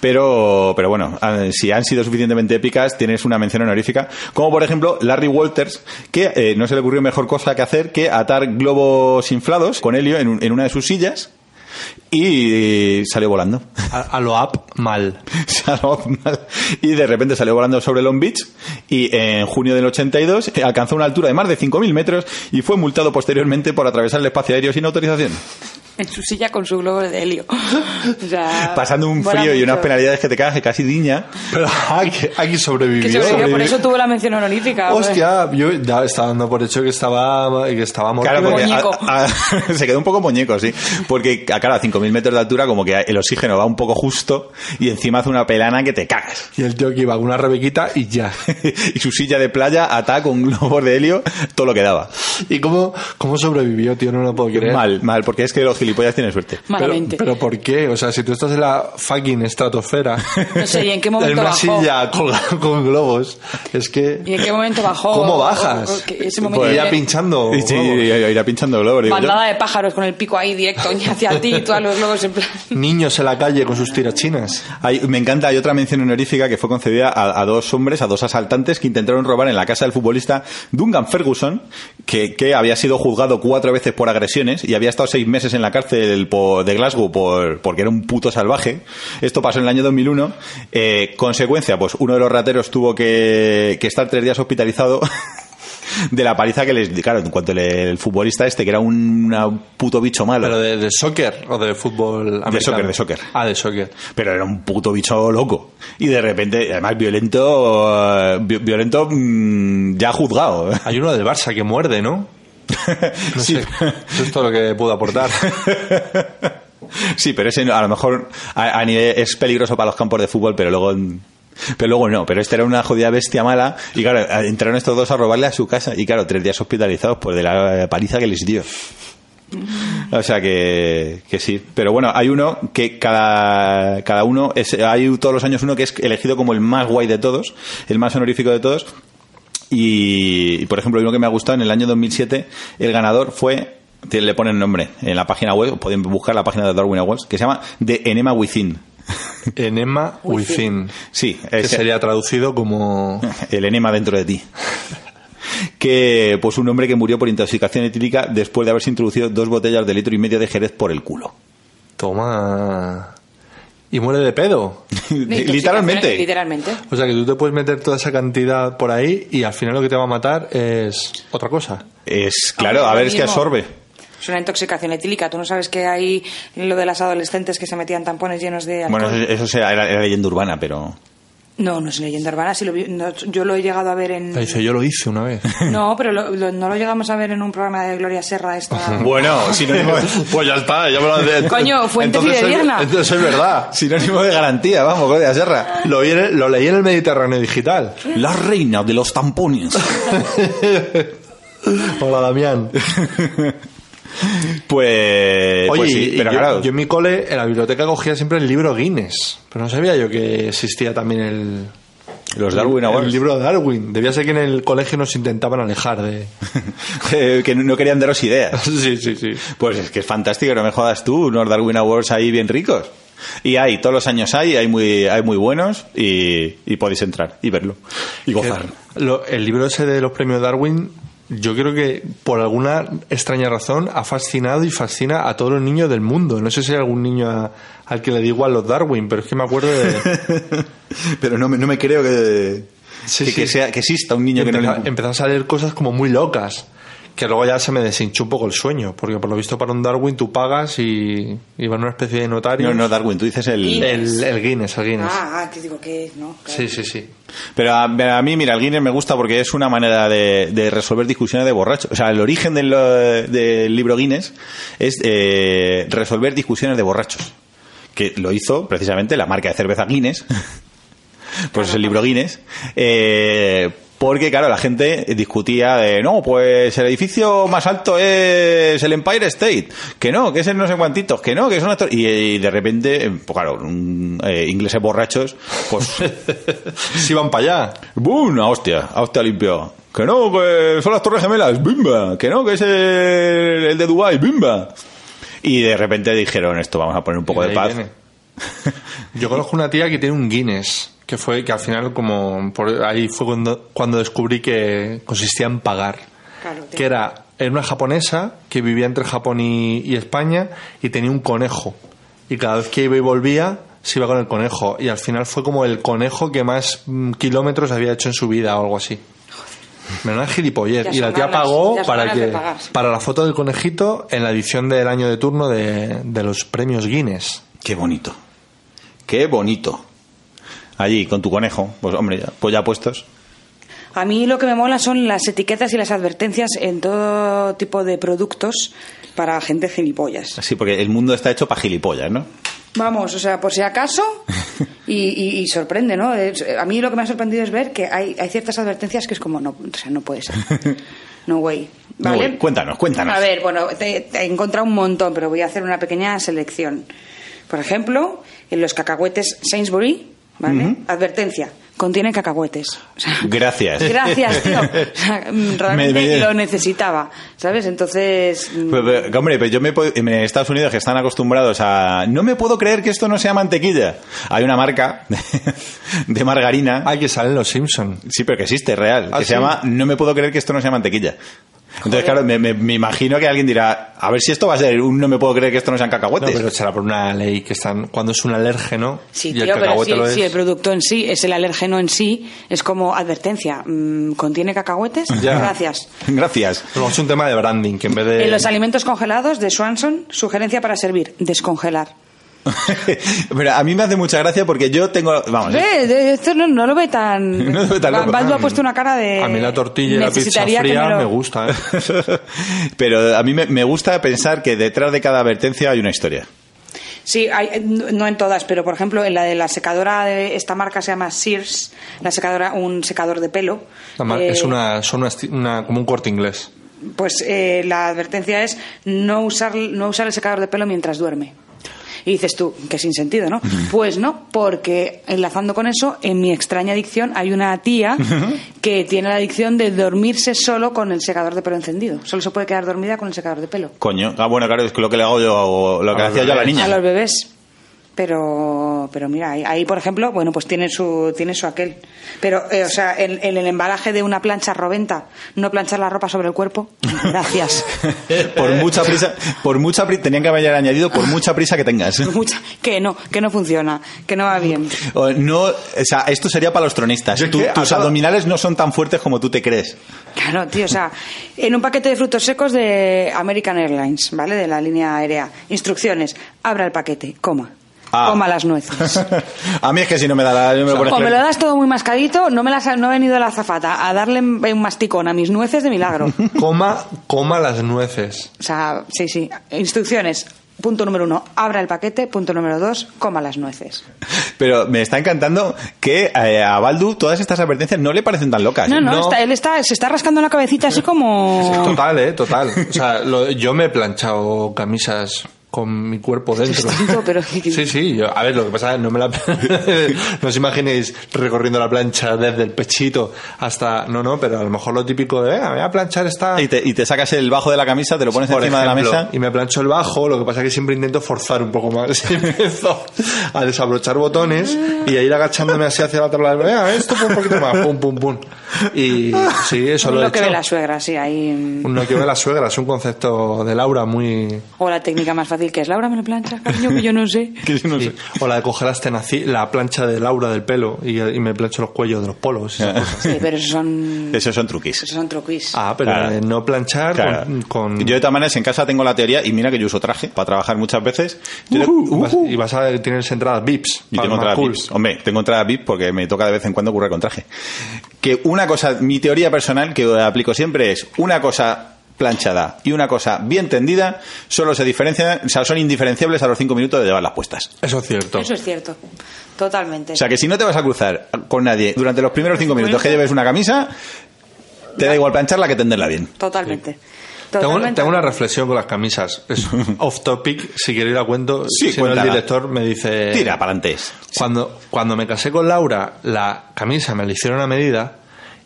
S2: Pero, pero bueno, a- si han sido suficientemente épicas, tienes una mención honorífica. Como por ejemplo Larry Walters, que eh, no se le ocurrió mejor cosa que hacer que atar globos inflados con helio en, un- en una de sus sillas y salió volando.
S4: A, a lo app mal.
S2: Salió mal. y de repente salió volando sobre Long Beach y en junio del 82 eh, alcanzó una altura de más de 5.000 metros y fue multado posteriormente por atravesar el espacio aéreo sin autorización,
S3: En su silla con su globo de helio. O sea,
S2: pasando un
S3: Ah, mola
S2: frío y unas
S3: mucho.
S2: penalidades que te cagas que casi diña.
S4: Pero aquí, aquí sobrevivió.
S3: Que sobrevivió, por eso tuvo la mención honorífica. hombre.
S4: Hostia, yo ya estaba dando por hecho que estaba, que estaba muerto.
S2: Claro, porque
S3: Muñeco.
S2: a- a- se quedó un poco muñeco, sí. Porque, a- claro, a 5.000 metros de altura como que el oxígeno va un poco justo y encima hace una pelana que te cagas.
S4: Y el tío que iba con una rebequita y ya.
S2: y su silla de playa ataca con globos de helio, todo lo que daba.
S4: ¿Y cómo, cómo sobrevivió, tío? No lo puedo creer.
S2: Mal, mal, porque es que los gilipollas tienen suerte.
S4: Pero,
S3: Malamente.
S4: pero ¿por qué? O sea, si tú estás en la fucking estratosfera.
S3: No sé, ¿y en qué momento
S4: En una
S3: bajó?
S4: silla colgado con globos. Es que.
S3: ¿Y en qué momento bajó?
S4: ¿Cómo
S3: O-
S4: bajas?
S3: o- o- que ese momento
S4: Pues ya
S3: de-
S4: pinchando.
S2: Y sí,
S4: globos.
S2: irá pinchando globos, digo yo.
S3: Bandada de pájaros con el pico ahí directo hacia ti y todos los globos en plan.
S4: Niños en la calle con sus tirachinas.
S2: Hay- me encanta, hay otra mención honorífica que fue concedida a, a dos hombres, a dos asaltantes que intentaron robar en la casa del futbolista Duncan Ferguson, que, que había sido juzgado cuatro veces por agresiones y había estado seis meses en la cárcel por- de Glasgow por, porque era un puto salvaje. Esto pasó en el año 2001. Eh, consecuencia, pues uno de los rateros tuvo que, que estar tres días hospitalizado. De la paliza que les. Claro, en cuanto le- el futbolista este, que era un una puto bicho malo.
S4: Pero de, de soccer o de fútbol americano.
S2: soccer, de soccer.
S4: Ah, de soccer.
S2: pero era un puto bicho loco. Y de repente, además violento, eh, vi- violento mm, ya juzgado.
S4: Hay uno del Barça que muerde, ¿no? No
S2: sí,
S4: sé. Eso es todo lo que puedo aportar.
S2: sí, pero ese no- a lo mejor a, a nivel- es peligroso para los campos de fútbol, pero luego... mm, Pero luego no, pero este era una jodida bestia mala y claro, a- entraron estos dos a robarle a su casa y claro, tres días hospitalizados por de la eh, paliza que les dio. O sea que, que sí. Pero bueno, hay uno que cada, cada uno, es, hay todos los años uno que es elegido como el más guay de todos, el más honorífico de todos. Y, y, por ejemplo, uno que me ha gustado en el año 2007, el ganador fue, te- le ponen nombre en la página web, pueden buscar la página de Darwin Awards, que se llama The Enema Within.
S4: Enema within.
S2: Sí,
S4: Que
S2: ese-
S4: sería traducido como.
S2: el enema dentro de ti. Que, pues, un hombre que murió por intoxicación etílica después de haberse introducido dos botellas de litro y medio de jerez por el culo.
S4: Toma. Y muere de pedo.
S3: eh,
S2: Literalmente.
S3: Literalmente.
S4: O sea que tú te puedes meter toda esa cantidad por ahí y al final lo que te va a matar es otra cosa.
S2: Es claro,
S3: Hombre,
S2: a
S3: lo
S2: ver, es que
S3: mismo.
S2: absorbe.
S3: Es una intoxicación etílica. Tú no sabes que hay lo de las adolescentes que se metían tampones llenos de alcohol.
S2: Bueno, eso, eso sea- era, era leyenda urbana, pero.
S3: No, no es leyenda urbana. Si lo vi- no, yo lo he llegado a ver en.
S4: Te dice, yo lo hice una vez.
S3: No, pero lo- lo- no lo llegamos a ver en un programa de Gloria Serra. Esta...
S2: Bueno, sinónimo de,
S4: pues ya está, ya me lo de...
S3: Coño, fuente fidedigna.
S4: entonces es verdad.
S2: sinónimo de garantía, vamos, Gloria Serra.
S4: Lo, vi en el- lo leí en el Mediterráneo Digital.
S2: La reina de los tampones.
S4: Hola, Damián.
S2: Eh, Pues.
S4: Oye,
S2: pues sí,
S4: y- y
S2: pero
S4: yo,
S2: claro.
S4: yo en mi cole, en la biblioteca, cogía siempre el libro Guinness. Pero no sabía yo que existía también el,
S2: los Darwin Awards.
S4: el libro de Darwin. Debía ser que en el colegio nos intentaban alejar de...
S2: Eh, que no querían daros ideas.
S4: sí, sí, sí.
S2: Pues es que es fantástico, no me jodas tú, unos Darwin Awards ahí bien ricos. Y hay, todos los años hay, hay muy, hay muy buenos y, y podéis entrar y verlo y gozar.
S4: Lo- el libro ese de los premios Darwin, yo creo que por alguna extraña razón ha fascinado y fascina a todos los niños del mundo. No sé si hay algún niño a- al que le dé igual los Darwin, pero es que me acuerdo de...
S2: Pero no me, no me creo que,
S4: Sí,
S2: que, que
S4: sí. Em-
S2: sea, que exista un niño que no le...
S4: Empeza- Empezaron a salir cosas como muy locas. Que luego ya se me deshinchó un poco el sueño, porque por lo visto para un Darwin tú pagas y, y van a una especie de notario.
S2: No, no, Darwin, tú dices el...
S4: el, el Guinness, el Guinness.
S3: Ah, ah, que digo que no. claro.
S4: Sí, sí, sí.
S2: Pero a, a mí, mira, el Guinness me gusta porque es una manera de, de resolver discusiones de borrachos. O sea, el origen del, eh, del libro Guinness es eh, resolver discusiones de borrachos. Que lo hizo precisamente la marca de cerveza Guinness. pues es el libro Guinness. eh, Porque, claro, la gente discutía de, no, pues el edificio más alto es el Empire State, que no, que es el no sé cuantitos, que no, que son estos... Y, y de repente, eh, pues claro, un, eh, ingleses borrachos, pues
S4: Si van para allá.
S2: ¡Bum! A hostia, a hostia limpio. Que no, que son las Torres Gemelas, ¡bimba! Que no, que es el, el de Dubái, ¡bimba! Y de repente dijeron esto, vamos a poner un poco
S4: Y
S2: de
S4: ahí
S2: paz.
S4: viene. Yo conozco una tía que tiene un Guinness, que fue que al final como por ahí fue cuando, cuando descubrí que consistía en pagar.
S3: Claro,
S4: que era era una japonesa que vivía entre Japón y, y España y tenía un conejo. Y cada vez que iba y volvía, se iba con el conejo. Y al final fue como el conejo que más mm, kilómetros había hecho en su vida o algo así. Menuda gilipollez.
S3: Ya
S4: Y la
S3: son
S4: tía
S3: ganas-
S4: pagó
S3: ya son
S4: para
S3: ganas de
S4: que
S3: pagar.
S4: para la foto del conejito en la edición del año de turno de, de los premios Guinness.
S2: Qué bonito. Qué bonito. Allí, con tu conejo, pues hombre, ya, pues ya puestos.
S3: A mí lo que me mola son las etiquetas y las advertencias en todo tipo de productos para gente gilipollas.
S2: Sí, porque el mundo está hecho para gilipollas, ¿no?
S3: Vamos, o sea, por si acaso. Y, y- y sorprende, ¿no? Es- a mí lo que me ha sorprendido es ver que hay, hay ciertas advertencias que es como, no, o sea, no puede ser. No way.
S2: No
S3: ¿Vale?
S2: way. Cuéntanos, cuéntanos.
S3: A ver, bueno, te, te he encontrado un montón, pero voy a hacer una pequeña selección. Por ejemplo, en los cacahuetes Sainsbury, ¿vale? Advertencia, contienen cacahuetes. O sea,
S2: Gracias.
S3: Gracias, tío. O sea, mm, Realmente
S2: Me- Pues me-
S3: lo necesitaba, ¿sabes? Entonces, mm,
S2: Pero, pero, que, hombre, pero yo me puedo- en Estados Unidos que están acostumbrados a no me puedo creer que esto no sea mantequilla. Hay una marca de margarina.
S4: Hay Ah, que salen los Simpson.
S2: Sí, pero que existe, real.
S4: Ah,
S2: que
S4: sí.
S2: se llama No me puedo creer que esto no sea mantequilla. Entonces, claro, me, me- me imagino que alguien dirá, a ver si esto va a ser un No me puedo creer que esto no sean
S4: No,
S2: cacahuetes.
S4: pero será por una ley que están cuando es un alérgeno
S3: sí,
S4: y
S3: tío,
S4: el
S3: pero
S4: cacahuete
S3: si,
S4: lo es.
S3: si el producto en sí es el alérgeno en sí, es como advertencia, mm, ¿contiene cacahuetes?
S4: Ya. Eh.
S3: Gracias.
S2: Gracias.
S4: Pero es un tema de branding que en vez de
S3: En los alimentos congelados de Swanson, sugerencia para servir, descongelar.
S2: pero a mí me hace mucha gracia porque yo tengo... Vamos, ¿eh?
S3: Ve, de- esto no, no lo ve tan...
S2: No lo ve tan
S3: Ba-
S2: loco.
S3: Baldu ha
S2: Mm.
S3: puesto una cara de...
S4: a mí la tortilla y la pizza
S3: necesitaría que
S4: fría
S3: me
S4: me,
S3: lo-
S4: gusta. ¿eh?
S2: pero a mí me, me gusta pensar que detrás de cada advertencia hay una historia.
S3: Sí, hay- no no en todas, pero por ejemplo en la de la secadora de esta marca se llama Sears, la secadora, un secador de pelo.
S4: La mar-
S3: eh,
S4: es una son unas ti- una- como un corte inglés.
S3: Pues eh, la advertencia es no usar, no usar el secador de pelo mientras duerme. Y dices tú, que sin sentido, ¿no? Pues no, porque enlazando con eso, en mi extraña adicción hay una tía que tiene la adicción de dormirse solo con el secador de pelo encendido. Solo se puede quedar dormida con el secador de pelo.
S2: Coño. Ah, bueno, claro, es que lo que le hago yo, o lo que
S4: A
S2: hacía
S4: los
S2: yo a la
S4: bebés.
S2: niña.
S3: a los bebés. Pero, pero mira, ahí, ahí, por ejemplo, bueno, pues tiene su, tiene su aquel. Pero, eh, o sea, en, en el embalaje de una plancha roventa, no planchar la ropa sobre el cuerpo. Gracias.
S2: Por mucha prisa, por mucha prisa, tenían que haber añadido, por mucha prisa que tengas.
S3: Mucha- que no, que no funciona, que no va bien.
S2: O No, o sea, esto sería para los tronistas.
S4: Yo es
S2: Tú-
S4: que a
S2: tus
S4: cada-
S2: abdominales no son tan fuertes como tú te crees.
S3: Claro, tío, o sea, en un paquete de frutos secos de American Airlines, ¿vale? De la línea aérea. Instrucciones. Abra el paquete, coma.
S2: Ah.
S3: Coma las nueces.
S2: a mí es que si no me da la... no me pones
S3: O me lo
S2: claro.
S3: das todo muy mascadito, no me las ha, no ha venido la azafata a darle un masticón a mis nueces de milagro.
S4: Coma coma las nueces.
S3: O sea, sí, sí. Instrucciones. Punto número uno, abra el paquete. Punto número dos, coma las nueces.
S2: Pero me está encantando que eh, a Baldu todas estas advertencias no le parecen tan locas. ¿eh?
S3: No, no,
S4: no.
S3: está- él está, se está rascando la cabecita así como...
S4: Total, eh, total. O sea, lo- yo me he planchado camisas con mi cuerpo dentro.
S3: distinto, pero-
S4: Sí, sí, yo- a ver, lo que pasa es que no me la no os imaginéis recorriendo la plancha desde el pechito hasta no, no, pero a lo mejor lo típico de, "Venga, voy a planchar esta
S2: Y te, y te sacas el bajo de la camisa, te lo pones
S4: Por
S2: encima de
S4: ejemplo,
S2: la mesa.
S4: Y me plancho el bajo, lo que pasa es que siempre intento forzar un poco más. Y empiezo a desabrochar botones y a ir agachándome así hacia la tabla. Venga, esto fue un poquito más, pum, pum, pum. Y sí, eso lo he
S3: lo que
S4: hecho.
S3: ve la suegra, sí, ahí... mm.
S4: Un no que ve la suegra, es un concepto de Laura muy...
S3: O la técnica más fácil que es, Laura me lo plancha, cariño, que yo no sé.
S2: Que yo no
S4: sí.
S2: sé.
S4: O la de coger las tenaci- la plancha de Laura del pelo y, y me plancho los cuellos de los polos. y esas cosas.
S3: Sí, pero esos son,
S2: Esos son truquis.
S3: esos son truquis.
S4: Ah, pero
S2: Claro.
S4: de no planchar
S2: Claro.
S4: con... con-
S2: Yo de todas maneras en casa tengo la teoría, y mira que yo uso traje para trabajar muchas veces. Yo le-
S4: Ujú.
S3: Uh-huh.
S4: Vas- Y vas a tener entradas VIPs.
S2: Uh-huh. Y
S4: para
S2: tengo
S4: más
S2: entrada
S4: cool.
S2: VIP. Hombre, tengo entrada VIP porque me toca de vez en cuando currar con traje. Que una cosa, mi teoría personal que aplico siempre es una cosa planchada y una cosa bien tendida solo se diferencian, o sea, son indiferenciables a los cinco minutos de llevar las puestas.
S4: Eso es cierto.
S3: Eso es cierto. Totalmente.
S2: O sea, que si no te vas a cruzar con nadie durante los primeros cinco minutos que
S3: Momento.
S2: lleves una camisa, te da igual plancharla que tenderla bien.
S3: Totalmente.
S4: Tengo, una-
S3: Totalmente.
S4: tengo una reflexión con las camisas. Es off topic, si quiero ir a cuento.
S2: Sí,
S4: si no, el
S2: cuéntala.
S4: director me dice.
S2: Tira para adelante.
S4: Cuando, cuando me casé con Laura, la camisa me la hicieron a medida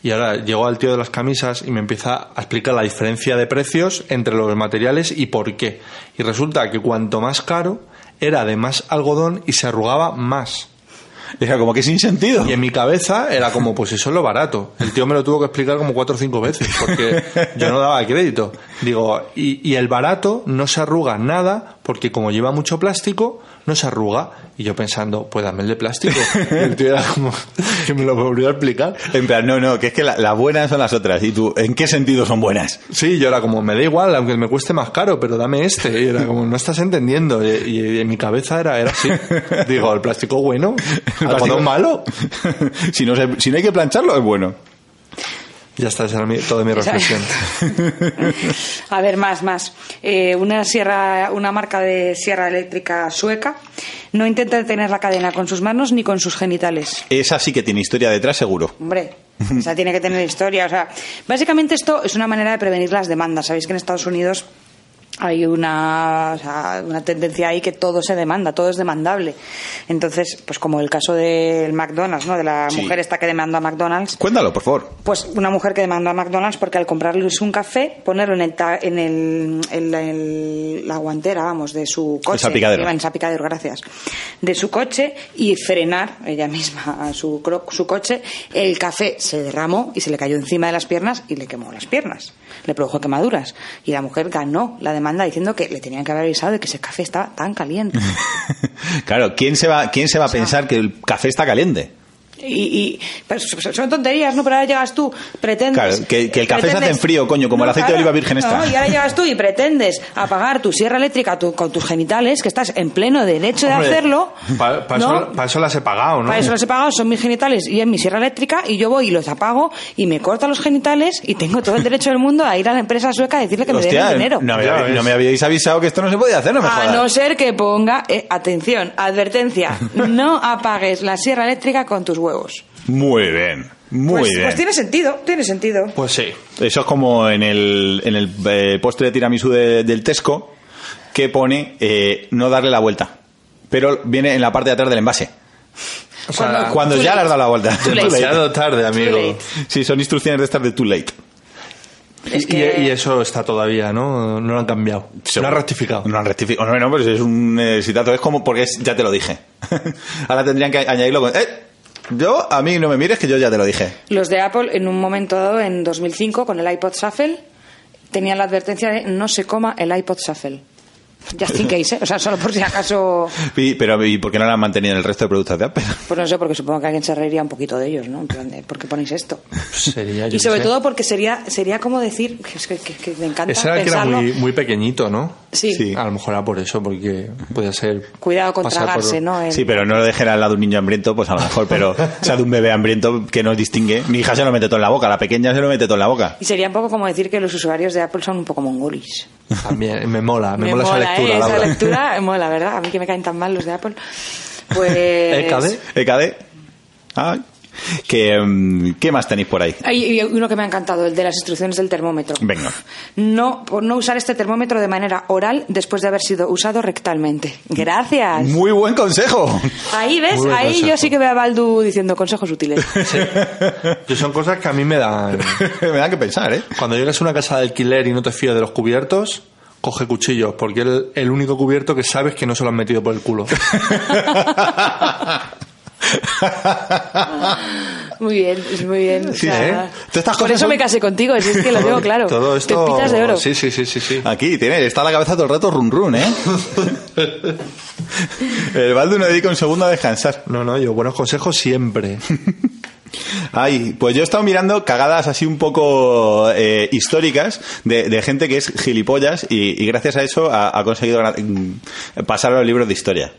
S4: y ahora llego al tío de las camisas y me empieza a explicar la diferencia de precios entre los materiales y por qué. Y resulta que cuanto más caro, era de más algodón y se arrugaba más.
S2: Era como que sin sentido.
S4: Y en mi cabeza era como, pues eso es lo barato. El tío me lo tuvo que explicar como cuatro o cinco veces, porque yo no daba crédito. Digo, y, y el barato no se arruga nada, porque como lleva mucho plástico, no se arruga. Y yo pensando, pues dame el de plástico. Y el tío era como, que me lo volvió a explicar.
S2: En plan, no, no, que es que la- las buenas son las otras. ¿Y tú, en qué sentido son buenas?
S4: Sí, yo era como, me da igual, aunque me cueste más caro, pero dame este. Y era como, no estás entendiendo. Y, y en mi cabeza era, era así. Digo, el plástico bueno, el
S2: plástico-
S4: malo.
S2: si, no se- si no hay que plancharlo, es bueno.
S4: Ya está, esa era mi- toda mi
S3: Esa-
S4: reflexión.
S3: A ver, más, más. Eh, una, sierra, una marca de sierra eléctrica sueca no intenta detener la cadena con sus manos ni con sus genitales.
S2: Esa sí que tiene historia detrás, seguro.
S3: Hombre, o sea, tiene que tener historia. O sea, básicamente esto es una manera de prevenir las demandas. Sabéis que en Estados Unidos hay una, o sea, una tendencia ahí que todo se demanda, todo es demandable. Entonces, pues como el caso del McDonald's, ¿no? De la
S2: Sí.
S3: mujer esta que demanda a McDonald's.
S2: Cuéntalo, por favor.
S3: Pues una mujer que demandó a McDonald's porque al comprarles un café, ponerlo en, el ta- en, el, en la- en la guantera, vamos, de su coche.
S2: salpicadero.
S3: Iba En salpicadero, gracias. De su coche y frenar ella misma a su, cro- su coche. El café se derramó y se le cayó encima de las piernas y le quemó las piernas. Le produjo quemaduras. Y la mujer ganó la demanda diciendo que le tenían que haber avisado de que ese café estaba tan caliente.
S2: claro, ¿quién se va, quién se va a pensar que el café está caliente?
S3: Y, y- pero so- son tonterías, ¿no? Pero ahora llegas tú, pretendes.
S2: Claro, que- que el café se
S3: pretendes-
S2: hace en frío, coño, como el aceite de oliva virgen
S3: no,
S2: extra.
S3: y ahora llegas tú y pretendes apagar tu sierra eléctrica tu- con tus genitales, que estás en pleno derecho
S2: Hombre,
S3: de hacerlo.
S4: Para
S3: ¿no?
S4: eso, pa' eso las he pagado, ¿no?
S3: Para eso los he pagado, son mis genitales y es mi sierra eléctrica y yo voy y los apago y me corta los genitales y tengo todo el derecho del mundo a ir a la empresa sueca a decirle que me den
S2: Hostia,
S3: el dinero.
S2: no me,
S4: Ya
S2: habéis-
S4: ves.
S2: no me habíais avisado que esto no se podía hacer, no me
S3: A
S2: jodas.
S3: no ser que ponga, eh, atención, advertencia, no apagues la sierra eléctrica con tus huevos.
S2: Muy bien, muy
S3: pues,
S2: bien.
S3: pues tiene sentido, tiene sentido.
S4: Pues sí.
S2: Eso es como en el, en el eh, postre de tiramisú de- del Tesco, que pone eh, no darle la vuelta. Pero viene en la parte de atrás del envase.
S4: O sea,
S2: Cuando
S3: Ah. Too
S2: ya
S3: late.
S2: le has dado la vuelta.
S3: Too late.
S4: demasiado tarde, amigo.
S3: late.
S2: Sí, son instrucciones de estas de too late.
S3: Es
S4: Y-
S3: que-
S4: y, y eso está todavía, ¿no? No lo han cambiado. No han rectificado.
S2: No han rectificado. No, no, pues es un eh, citato. Es como porque es- ya te lo dije. Ahora tendrían que añadirlo con... "Eh, yo, a mí no me mires que yo ya te lo dije.
S3: Los de Apple, en un momento dado, en 2005, con el iPod Shuffle, tenían la advertencia de no se coma el iPod Shuffle. Just in case, ¿eh? O sea, solo por si acaso...
S2: Y- pero ¿y por qué no lo han mantenido en el resto de productos de Apple?
S3: Pues no sé, porque supongo que alguien se reiría un poquito de ellos, ¿no? En plan de, ¿por qué ponéis esto?
S4: Sería, yo
S3: Y
S4: qué
S3: sobre
S4: sé.
S3: todo porque sería sería como decir... que Es que, que- que me encanta
S4: Ese era el que era
S3: pensarlo.
S4: muy, muy pequeñito, ¿no?
S3: Sí.
S2: Sí.
S4: A lo mejor era por eso, porque podía ser.
S3: Cuidado con
S4: pasar por-
S3: tragarse, ¿no? El-
S2: Sí, pero no lo dejen al lado de un niño hambriento, pues a lo mejor, pero o sea de un bebé hambriento que no distingue. Mi hija se lo mete todo en la boca, la pequeña se lo mete todo en la boca.
S3: Y sería un poco como decir que los usuarios de Apple son un poco mongolis.
S4: También, me mola, me, mola, esa lectura,
S3: ¿eh?
S4: la
S3: Esa
S4: verdad.
S3: lectura mola, ¿verdad? A mí que me caen tan mal los de Apple. Pues...
S4: EKD.
S2: EKD. ¿Eh, Ay. Que, mm, ¿Qué más tenéis por ahí?
S3: Hay uno que me ha encantado, el de las instrucciones del termómetro.
S2: Venga.
S3: No, por no usar este termómetro de manera oral después de haber sido usado rectalmente. Gracias.
S2: Muy buen consejo.
S3: Ahí ves,
S4: Muy buen
S3: ahí
S4: consejo.
S3: yo sí que veo a Baldu diciendo consejos útiles.
S4: Yo son cosas que a mí me dan.
S2: Me da que pensar, ¿eh?
S4: Cuando llegas a una casa de alquiler y no te fías de los cubiertos, coge cuchillos, porque es el, el único cubierto que sabes que no se lo han metido por el culo.
S3: Muy bien, es muy bien. o
S2: Sí,
S3: sea,
S2: ¿eh? Todas estas
S3: Por
S2: cosas
S3: eso
S2: son-
S3: me casé contigo, si es que lo tengo claro.
S4: Todo esto.
S3: Pepitas de oro.
S4: Sí, sí, sí, sí. sí.
S2: Aquí tiene, está la cabeza todo el rato run run, ¿eh? El Baldu no dedica un segundo a descansar.
S4: No, no, yo buenos consejos siempre.
S2: Ay, pues yo he estado mirando cagadas así un poco eh, históricas de, de gente que es gilipollas y, y gracias a eso ha, ha conseguido gra- mm, pasar a los libros de historia.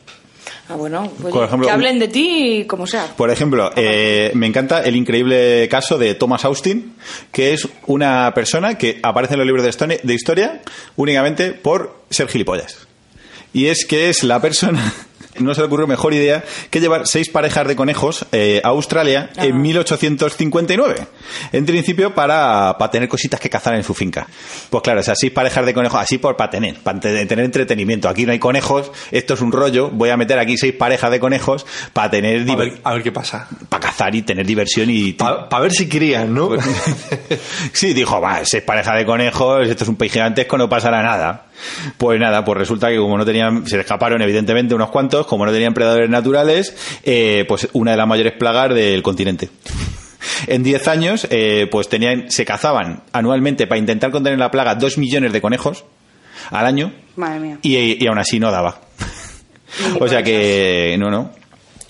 S3: Ah, bueno, oye,
S2: Por ejemplo,
S3: que
S2: un-
S3: hablen de ti y como sea.
S4: Pues
S2: Por ejemplo, eh, me encanta el increíble caso de Thomas Austin, que es una persona que aparece en los libros de, histori- de historia únicamente por ser gilipollas. Y es que es la persona No se le ocurrió mejor idea que llevar seis parejas de conejos eh, a Australia en 1859. En principio para, para tener cositas que cazar en su finca. Pues claro, esas seis parejas de conejos, así por para tener, para te- tener entretenimiento. Aquí no hay conejos, esto es un rollo, voy a meter aquí seis parejas de conejos para tener
S4: A
S2: diver-
S4: ver, a ver qué pasa.
S2: para cazar y tener diversión y
S4: Para ver si crían, ¿no?
S2: sí, dijo, va, seis parejas de conejos, esto es un país gigantesco, no pasará nada. Pues nada, pues resulta que como no tenían, se le escaparon evidentemente unos cuantos, como no tenían predadores naturales, eh, pues una de las mayores plagas del continente. En 10 años, eh, pues tenían, se cazaban anualmente para intentar contener la plaga dos millones de conejos al año
S3: Madre mía.
S2: y, y aún así no daba.
S3: Ni
S2: o sea
S3: por
S2: que no, no.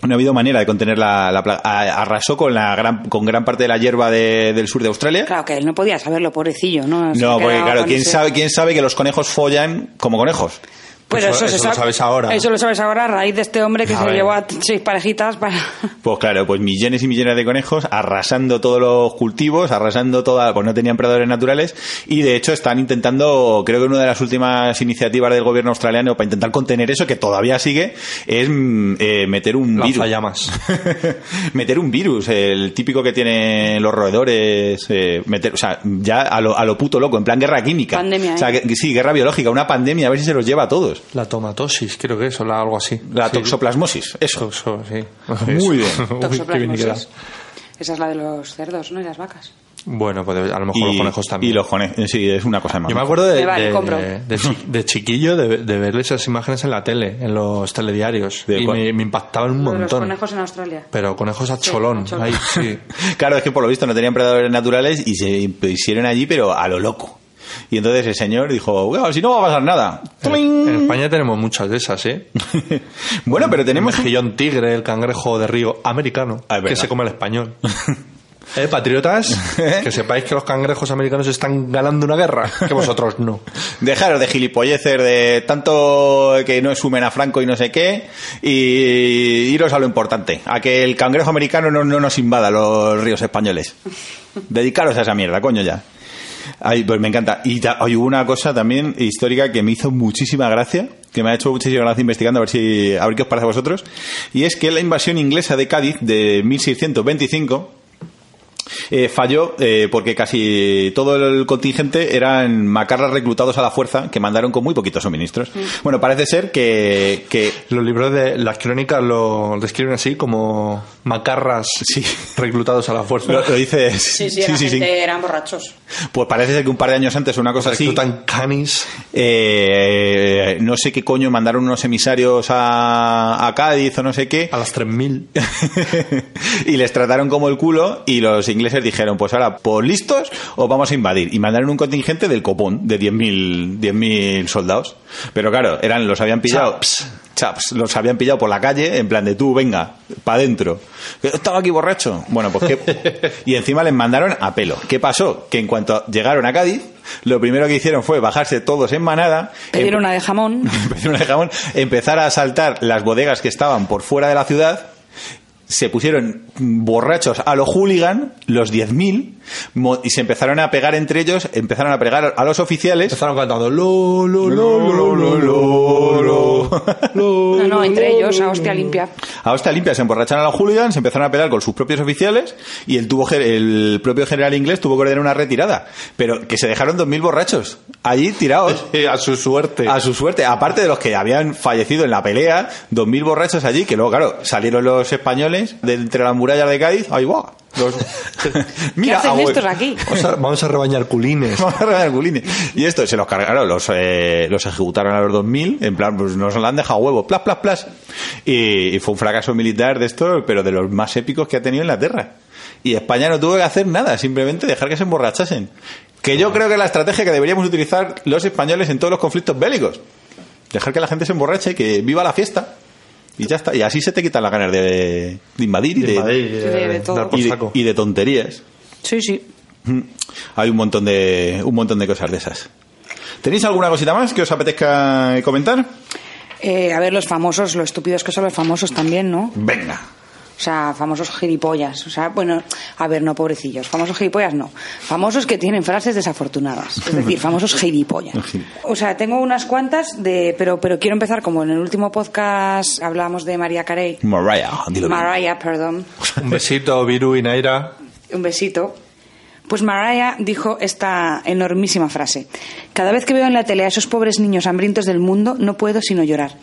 S2: No ha habido manera de contener la, la plaga. A- Arrasó con la gran, con gran parte de la hierba de- del sur de Australia.
S3: Claro que él no podía saberlo, pobrecillo, ¿no? Se ha
S2: No, porque
S3: quedado
S2: claro,
S3: con
S2: ¿quién
S3: ese-
S2: sabe, ¿quién sabe que los conejos follan como conejos?
S3: Pero
S4: Eso-
S3: eso, se
S4: eso lo
S3: sabe-
S4: sabes ahora.
S3: Eso lo sabes ahora a raíz de este hombre que
S4: A
S3: se
S4: ver.
S3: llevó a seis parejitas para...
S2: Pues claro, pues millones y millones de conejos arrasando todos los cultivos, arrasando toda, pues no tenían predadores naturales y de hecho están intentando, creo que una de las últimas iniciativas del gobierno australiano para intentar contener eso que todavía sigue es mm, eh, meter un virus.
S4: Lanzallamas.
S2: meter un virus, el típico que tienen los roedores, eh, meter, o sea, ya a lo, a lo puto loco, en plan guerra química.
S3: Pandemia, ¿eh?
S2: O sea, que- que sí, guerra biológica, una pandemia, a ver si se los lleva a todos.
S4: La tomatosis, creo que es, o la- algo así.
S2: La
S4: Sí.
S2: toxoplasmosis, eso.
S4: Toxo, sí.
S2: Muy bien.
S4: Uy, qué bien queda.
S3: Toxoplasmosis. Esa es la de los cerdos, ¿no? Y las vacas.
S4: Bueno, pues a lo mejor los conejos también.
S2: y los conejos, sí, es una cosa más.
S4: Yo me acuerdo de,
S3: Me vale,
S4: de-
S3: compro.
S4: de chi- de chiquillo de, de ver esas imágenes en la tele, en los telediarios.
S2: ¿De
S4: y
S2: cuál?
S4: me, me impactaban un
S3: Lo de los
S4: montón.
S3: conejos en Australia.
S4: Pero conejos a
S3: Sí, a
S4: cholón.
S3: cholón.
S4: ahí, sí.
S2: Claro, es que por lo visto no tenían predadores naturales y se hicieron allí, pero a lo loco. Y entonces el señor dijo, "Bueno, si no va a pasar nada.
S4: en España tenemos muchas de esas, ¿eh?
S2: bueno, pero tenemos...
S4: El mejillón tigre, el cangrejo de río americano,
S2: Ah, es
S4: que
S2: verdad.
S4: se come el español. ¿Eh, patriotas? Que sepáis que los cangrejos americanos están ganando una guerra, que vosotros no.
S2: Dejaros de gilipollecer de tanto que no sumen a Franco y no sé qué, y iros a lo importante, a que el cangrejo americano no, no nos invada los ríos españoles. Dedicaros a esa mierda, coño ya. Ay, pues me encanta. Y ta- hoy hubo una cosa también histórica que me hizo muchísima gracia, que me ha hecho muchísima gracia investigando a ver si a ver qué os parece a vosotros, y es que la invasión inglesa de Cádiz de 1625 eh, falló eh, porque casi todo el contingente eran macarras reclutados a la fuerza que mandaron con muy poquitos suministros.
S3: Mm.
S2: Bueno, parece ser que, que
S4: Los libros de las crónicas lo describen así como macarras reclutados a la fuerza.
S2: lo, lo dices.
S3: la gente eran borrachos.
S2: Pues parece ser que un par de años antes o una cosa así.
S4: Reclutan canis.
S2: eh, no sé qué coño mandaron unos emisarios a, a Cádiz o no sé qué.
S4: A las 3000.
S2: y les trataron como el culo y los ingleses dijeron, pues ahora, por listos os vamos a invadir. Y mandaron un contingente del copón de 10.000 10.000 soldados. Pero claro, eran los habían pillado.
S4: Chaps.
S2: Chaps, los habían pillado por la calle en plan de tú, venga, para adentro. Estaba aquí borracho. Bueno, pues qué... y encima les mandaron a pelo. ¿Qué pasó? Que en cuanto llegaron a Cádiz, lo primero que hicieron fue bajarse todos en manada.
S3: Pedir
S4: Eh,
S2: em-
S3: una de jamón.
S2: Empezó una de jamón, empezar a asaltar las bodegas que estaban por fuera de la ciudad. Se pusieron borrachos a los hooligan, los 10.000, mo- y se empezaron a pegar entre ellos, empezaron a pegar a los oficiales.
S4: Empezaron cantando lo, lo, lo, lo, lo, lo, lo, lo.
S3: No, no, entre ellos, a hostia limpia.
S2: A hostia limpia se emborracharon a los hooligans, se empezaron a pelear con sus propios oficiales, y el, tuvo, el propio general inglés tuvo que ordenar una retirada. Pero que se dejaron 2.000 borrachos allí tirados.
S4: Eh, A su suerte.
S2: A su suerte, aparte de los que habían fallecido en la pelea, 2.000 borrachos allí, que luego, claro, salieron los españoles de entre las murallas de Cádiz. ¡Ahí va! Los- ah,
S3: ¿Qué hacen
S2: abuelo.
S3: estos aquí?
S4: Vamos a, vamos a rebañar culines.
S2: Vamos a regalar culines. Y esto, se los cargaron, los, eh, los ejecutaron a los 2000, en plan, pues nos la han dejado a huevo, plas, plas, plas. Y, y fue un fracaso militar de esto, pero de los más épicos que ha tenido Inglaterra. Y España no tuvo que hacer nada, simplemente dejar que se emborrachasen. Que yo creo que es la estrategia que deberíamos utilizar los españoles en todos los conflictos bélicos. Dejar que la gente se emborrache, que viva la fiesta. Y ya está. Y así se te quitan las ganas de, de invadir y de,
S3: de- de todo.
S4: dar por
S2: y de-
S4: saco.
S2: y de tonterías.
S3: Sí, sí.
S2: Mm. Hay un montón de un montón de cosas de esas. ¿Tenéis alguna cosita más que os apetezca comentar?
S3: Eh, a ver, los famosos, los estúpidos que son los famosos también, ¿no?
S2: Venga.
S3: O sea, famosos gilipollas. O sea, bueno, a ver, no pobrecillos. Famosos gilipollas no. Famosos que tienen frases desafortunadas. Es decir, famosos gilipollas. O sea, tengo unas cuantas de. Pero, pero quiero empezar, como en el último podcast hablábamos de María Carey.
S2: Mariah, dilo bien.
S3: Mariah, perdón.
S4: Un besito, Viru y Naira.
S3: Un besito. Pues Mariah dijo esta enormísima frase. Cada vez que veo en la tele a esos pobres niños hambrientos del mundo, no puedo sino llorar.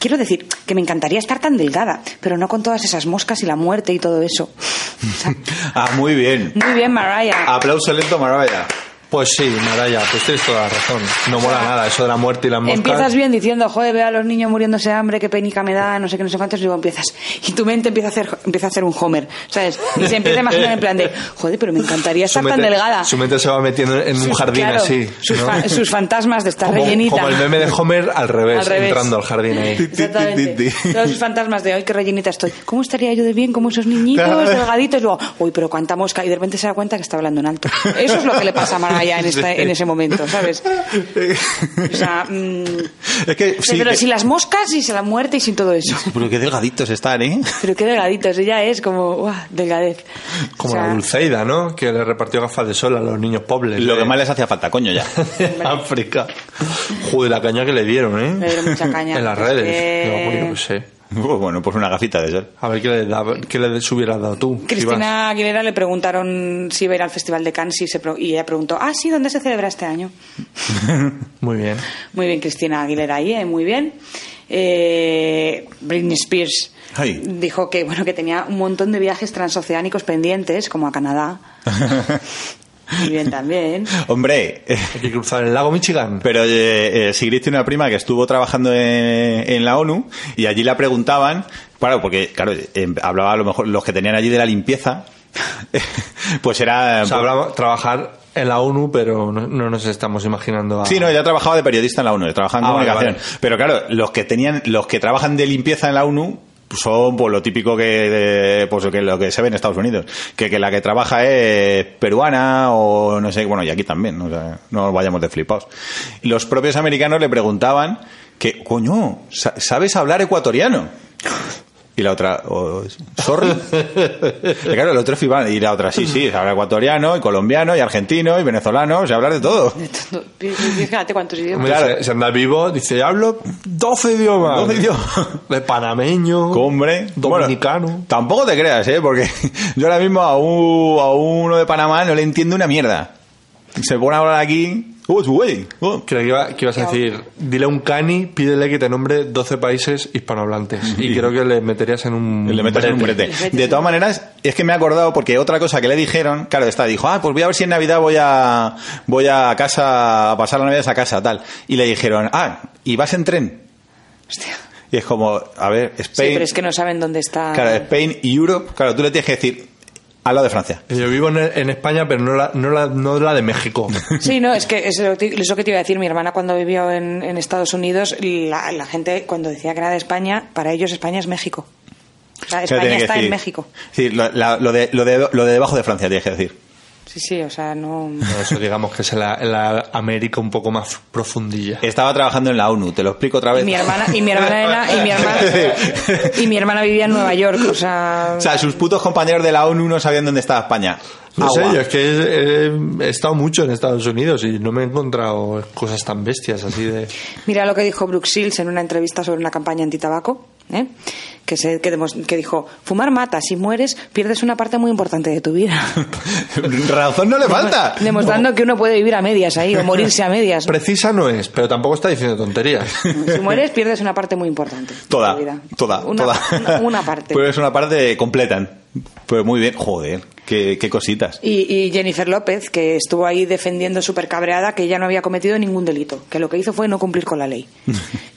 S3: Quiero decir que me encantaría estar tan delgada, pero no con todas esas moscas y la muerte y todo eso. O sea,
S2: Ah, muy bien.
S3: Muy bien, Mariah.
S2: Aplauso lento, Mariah.
S4: Pues sí, Maraya, pues tienes toda la razón. No mola nada eso de la muerte y las moscas.
S3: Empiezas bien diciendo, joder, veo a los niños muriéndose de hambre, qué penica me da, no sé qué, no sé cuántos, y luego empiezas. Y tu mente empieza a hacer, empieza a hacer un Homer, ¿sabes? Y se empieza a imaginar en plan de, joder, pero me encantaría
S4: Su
S3: estar tan
S4: mente-
S3: delgada.
S4: Su mente se va metiendo en un
S3: Sus-
S4: jardín
S3: claro,
S4: así.
S3: Sus,
S4: ¿no?
S3: fa- sus fantasmas de estar
S4: como,
S3: rellenita.
S4: como el meme de Homer al revés,
S3: Al revés.
S4: entrando al jardín ahí.
S3: Exactamente. Todos sus fantasmas de hoy, qué rellenita estoy. ¿Cómo estaría yo de bien como esos niñitos delgaditos? Luego, uy, pero cuánta mosca. Y de repente se da cuenta que está hablando en alto. Eso es lo que le pasa a Maraya en, esta- en ese momento, ¿sabes? O sea, mm,
S2: Es que sí,
S3: pero
S2: que-
S3: sin las moscas y sin la muerte y sin todo eso.
S2: pero qué delgaditos están, ¿eh?
S3: Pero qué delgaditos. Ella es como, ¡guau! Delgadez.
S4: Como
S3: O sea,
S4: la Dulceida, ¿no? Que le repartió gafas de sol a los niños pobres.
S2: Lo
S4: de-
S2: que más les hacía falta, coño, ya.
S4: África. Joder, la caña que le dieron, ¿eh?
S3: Le dieron mucha caña.
S4: En las
S3: Es
S4: redes.
S3: que-
S4: No, porque, pues, sí.
S2: Pues bueno, pues una gafita de sol.
S4: A ver, ¿qué le, daba- qué le hubieras dado tú? si vas?
S3: Cristina Aguilera le preguntaron si iba a ir al Festival de Cannes y, se pro- y ella preguntó, ah, sí, ¿dónde se celebra este año?
S4: Muy bien.
S3: Muy bien, Cristina Aguilera ahí, ¿eh? muy bien. Eh, Britney Spears
S2: Ay.
S3: dijo que bueno que tenía un montón de viajes transoceánicos pendientes, como a Canadá. Muy bien también.
S2: Hombre, eh,
S4: Hay que cruzar el lago Michigan.
S2: pero eh, eh, Sigrid tiene una prima que estuvo trabajando en, en la ONU y allí la preguntaban, claro, porque claro, eh, hablaba a lo mejor los que tenían allí de la limpieza, pues era...
S4: O sea, hablamos- trabajar en la ONU, pero no, no nos estamos imaginando a...
S2: Sí, no, ella trabajaba de periodista en la ONU, trabajaba en
S4: Ah, vale,
S2: comunicación. Pero claro, los que tenían, los que trabajan de limpieza en la ONU pues, son pues, lo típico que eh, pues lo que lo que se ve en Estados Unidos, que, que la que trabaja es peruana o no sé, bueno, y aquí también, o sea, no vayamos de flipados. Los propios americanos le preguntaban que, coño, sa- ¿sabes hablar ecuatoriano? Y la otra, oh, sorry. Y claro, el otro iba- y la otra, sí, sí, habla ecuatoriano, y colombiano, y argentino, y venezolano, o sea, hablar de todo.
S3: Fíjate cuántos idiomas.
S4: Hombre,
S2: Claro.
S4: se- se anda vivo, dice, hablo 12 idiomas.
S2: 12 idiomas.
S4: De panameño.
S2: Hombre,
S4: Dominicano.
S2: Bueno, tampoco te creas, ¿eh? Porque yo ahora mismo a, un- a uno de Panamá no le entiendo una mierda. Se pone a hablar aquí. ¡Uh, su güey! ¡Uh!
S4: Creo que, iba- que ibas
S3: Ya.
S4: a decir, dile a un cani, pídele que te nombre 12 países hispanohablantes. Y creo que le meterías en un...
S2: Le metes en un
S4: brete.
S2: brete. De todas maneras, es que me he acordado porque otra cosa que le dijeron, claro, está, dijo, ah, pues voy a ver si en Navidad voy a, voy a casa, a pasar la Navidad a casa, tal. Y le dijeron, ah, y vas en tren.
S3: Hostia.
S2: Y es como, a ver,
S3: Sí,
S2: Spain,
S3: pero es que no saben dónde está.
S2: claro, Spain y Europe, claro, tú le tienes que decir, al lado de Francia.
S4: Eh, Yo vivo en, en España, pero no la, no la, no la de México.
S3: Sí, no, es que es lo, ti- es lo que te iba a decir. Mi hermana cuando vivió en, en Estados Unidos, la, la gente cuando decía que era de España, para ellos España es México. O sea,
S2: O sea,
S3: España
S2: tiene que
S3: está en
S2: decir-
S3: México.
S2: Sí, lo, la- lo de, lo, de, lo de debajo de Francia tienes que decir.
S3: Sí, sí, o sea, no...
S4: No, eso digamos que es en la, en la América un poco más profundilla.
S2: Estaba trabajando en la ONU, te lo explico otra vez.
S3: Y mi hermana, y mi hermana era- y mi hermana, y mi hermana vivía en Nueva York, o sea,
S2: O sea, sus putos compañeros de la ONU no sabían dónde estaba España.
S4: No sé,
S2: Agua.
S4: yo es que he, he estado mucho en Estados Unidos y no me he encontrado cosas tan bestias así de...
S3: mira lo que dijo Brooke Shields en una entrevista sobre una campaña antitabaco, ¿eh? que, se, que, demos- que dijo, fumar mata, si mueres pierdes una parte muy importante de tu vida,
S2: Razón no le falta.
S3: demostrando que uno puede vivir a medias ahí o morirse a medias.
S4: Precisa no es, pero tampoco está diciendo tonterías.
S3: Si mueres pierdes una parte muy importante. de
S2: Toda,
S3: tu vida.
S2: toda,
S3: una,
S2: toda.
S3: Una, una parte.
S2: Pues es una parte completan. Pues muy bien, joder, qué, qué cositas.
S3: Y, y Jennifer López, que estuvo ahí defendiendo súper cabreada que ella no había cometido ningún delito, que lo que hizo fue no cumplir con la ley.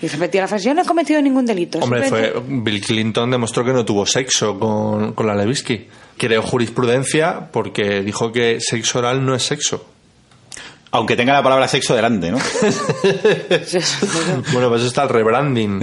S3: Y repetía la frase, yo no he cometido ningún delito.
S4: Hombre, fue,
S3: simplemente-
S4: Bill Clinton demostró que no tuvo sexo con, con la Levisky. Creó jurisprudencia porque dijo que sexo oral no es sexo.
S2: Aunque tenga la palabra sexo delante, ¿no?
S4: Bueno, pues está el rebranding.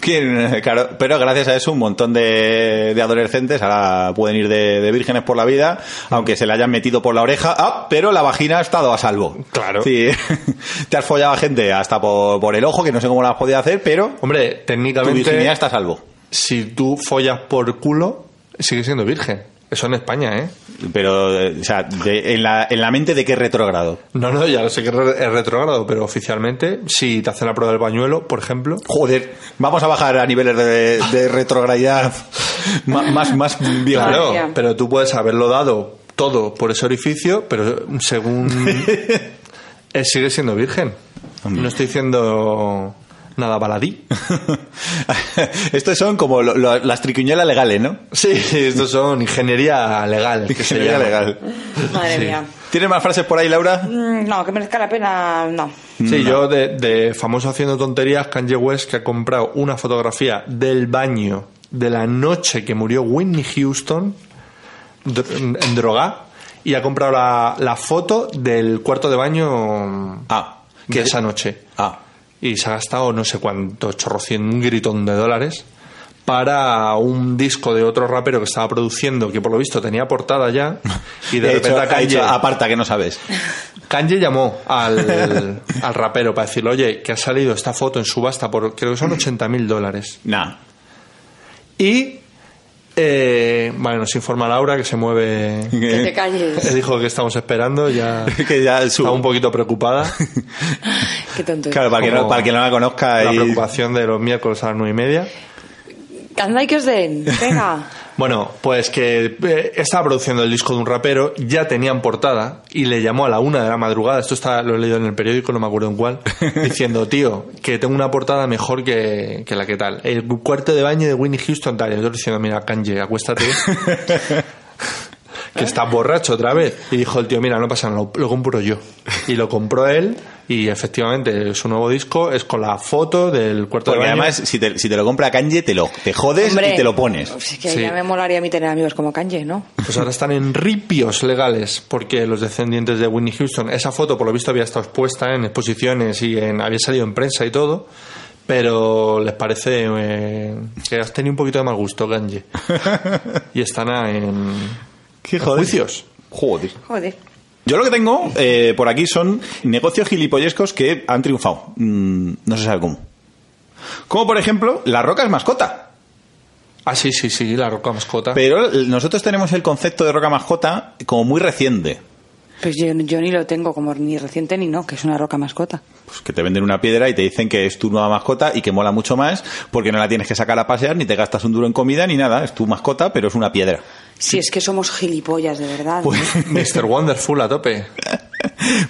S2: Que, claro, pero gracias a eso un montón de, de adolescentes ahora pueden ir de, de vírgenes por la vida, aunque se le hayan metido por la oreja, ah, pero la vagina ha estado a salvo.
S4: Claro.
S2: Sí. Te has follado a gente hasta por, por el ojo, que no sé cómo la has podido hacer, pero
S4: Hombre,
S2: tu virginidad
S4: técnicamente,
S2: está a salvo.
S4: si tú follas por culo, sigues siendo virgen. Eso en España, ¿eh?
S2: Pero, eh, o sea, de- en, la, en la mente de qué retrógrado.
S4: No, no, ya lo sé que es re- es retrógrado, pero oficialmente, si te hacen la prueba del bañuelo, por ejemplo,
S2: Joder, vamos a bajar a niveles de, de retrogradidad ma- más, más viejos.
S4: Claro,
S3: Vaya.
S4: pero tú puedes haberlo dado todo por ese orificio, pero según eh, sigue siendo virgen. No estoy diciendo nada baladí.
S2: Estos son como lo- lo- las triquiñuelas legales, ¿no?
S4: Sí, estos son ingeniería legal. que se
S2: Ingeniería
S4: llama.
S2: legal.
S3: Madre
S4: Sí.
S3: mía.
S2: ¿Tienes más frases por ahí, Laura?
S3: Mm, No, que merezca la pena, no.
S2: Mm.
S4: Sí, yo de, de famoso haciendo tonterías, Kanye West que ha comprado una fotografía del baño de la noche que murió Whitney Houston dr- en, en droga y ha comprado la, la foto del cuarto de baño
S2: Ah,
S4: de esa noche.
S2: Ah,
S4: y se ha gastado no sé cuánto chorrocien, un gritón de dólares para un disco de otro rapero que estaba produciendo, que por lo visto tenía portada ya, y de
S2: He
S4: repente
S2: hecho-
S4: a
S2: ha
S4: Kanye,
S2: hecho aparta que no sabes.
S4: Kanye llamó al, al rapero para decirle, oye, que ha salido esta foto en subasta por, creo que son 80 mil dólares.
S2: Nah.
S4: Y, eh, vale, nos informa Laura que se mueve...
S2: Eh.
S3: Que te calles.
S4: Dijo que estamos esperando, ya
S2: que ya su-
S4: está un poquito preocupada.
S3: Qué tonto.
S2: Claro, para que, no,
S4: Como-
S2: para que no la conozca.
S4: La
S2: y-
S4: preocupación de los miércoles a las nueve y media.
S3: Que anda y que os den. Venga.
S4: Bueno, pues que eh, estaba produciendo el disco de un rapero, ya tenían portada y le llamó a la una de la madrugada, esto está, lo he leído en el periódico, no me acuerdo en cuál, diciendo, tío, que tengo una portada mejor que, que la que tal. El cuarto de baño de Winnie Houston tal, y el otro diciendo, mira, Kanye, acuéstate. que está borracho otra vez. Y dijo el tío, mira, no pasa nada, lo, lo compro yo. Y lo compró él y efectivamente su nuevo disco es con la foto del cuarto
S2: Porque
S4: de baño.
S2: además, si te, si te lo compra Kanye, te lo te jodes
S3: Hombre.
S2: y te lo pones.
S3: Pues es que
S4: Sí.
S3: ya me molaría a mí tener amigos como Kanye, ¿no?
S4: Pues ahora están en ripios legales porque los descendientes de Whitney Houston, esa foto por lo visto había estado expuesta en exposiciones y en, había salido en prensa y todo, pero les parece eh, que has tenido un poquito de mal gusto, Kanye. Y están a- en,
S2: ¿Qué
S4: en juicios.
S2: Joder.
S3: Joder.
S2: Yo lo que tengo eh, por aquí son negocios gilipollescos que han triunfado. Mm, no se sabe cómo. Como por ejemplo, la roca es mascota.
S4: Ah, sí, sí, sí, la roca mascota.
S2: Pero el- nosotros tenemos el concepto de roca mascota como muy reciente.
S3: Pues yo, yo ni lo tengo como ni reciente ni no, que es una roca mascota.
S2: Pues que te venden una piedra y te dicen que es tu nueva mascota y que mola mucho más porque no la tienes que sacar a pasear ni te gastas un duro en comida ni nada. Es tu mascota, pero es una piedra.
S3: Si es que somos gilipollas, de verdad.
S2: Pues,
S4: Mr. Wonderful a tope.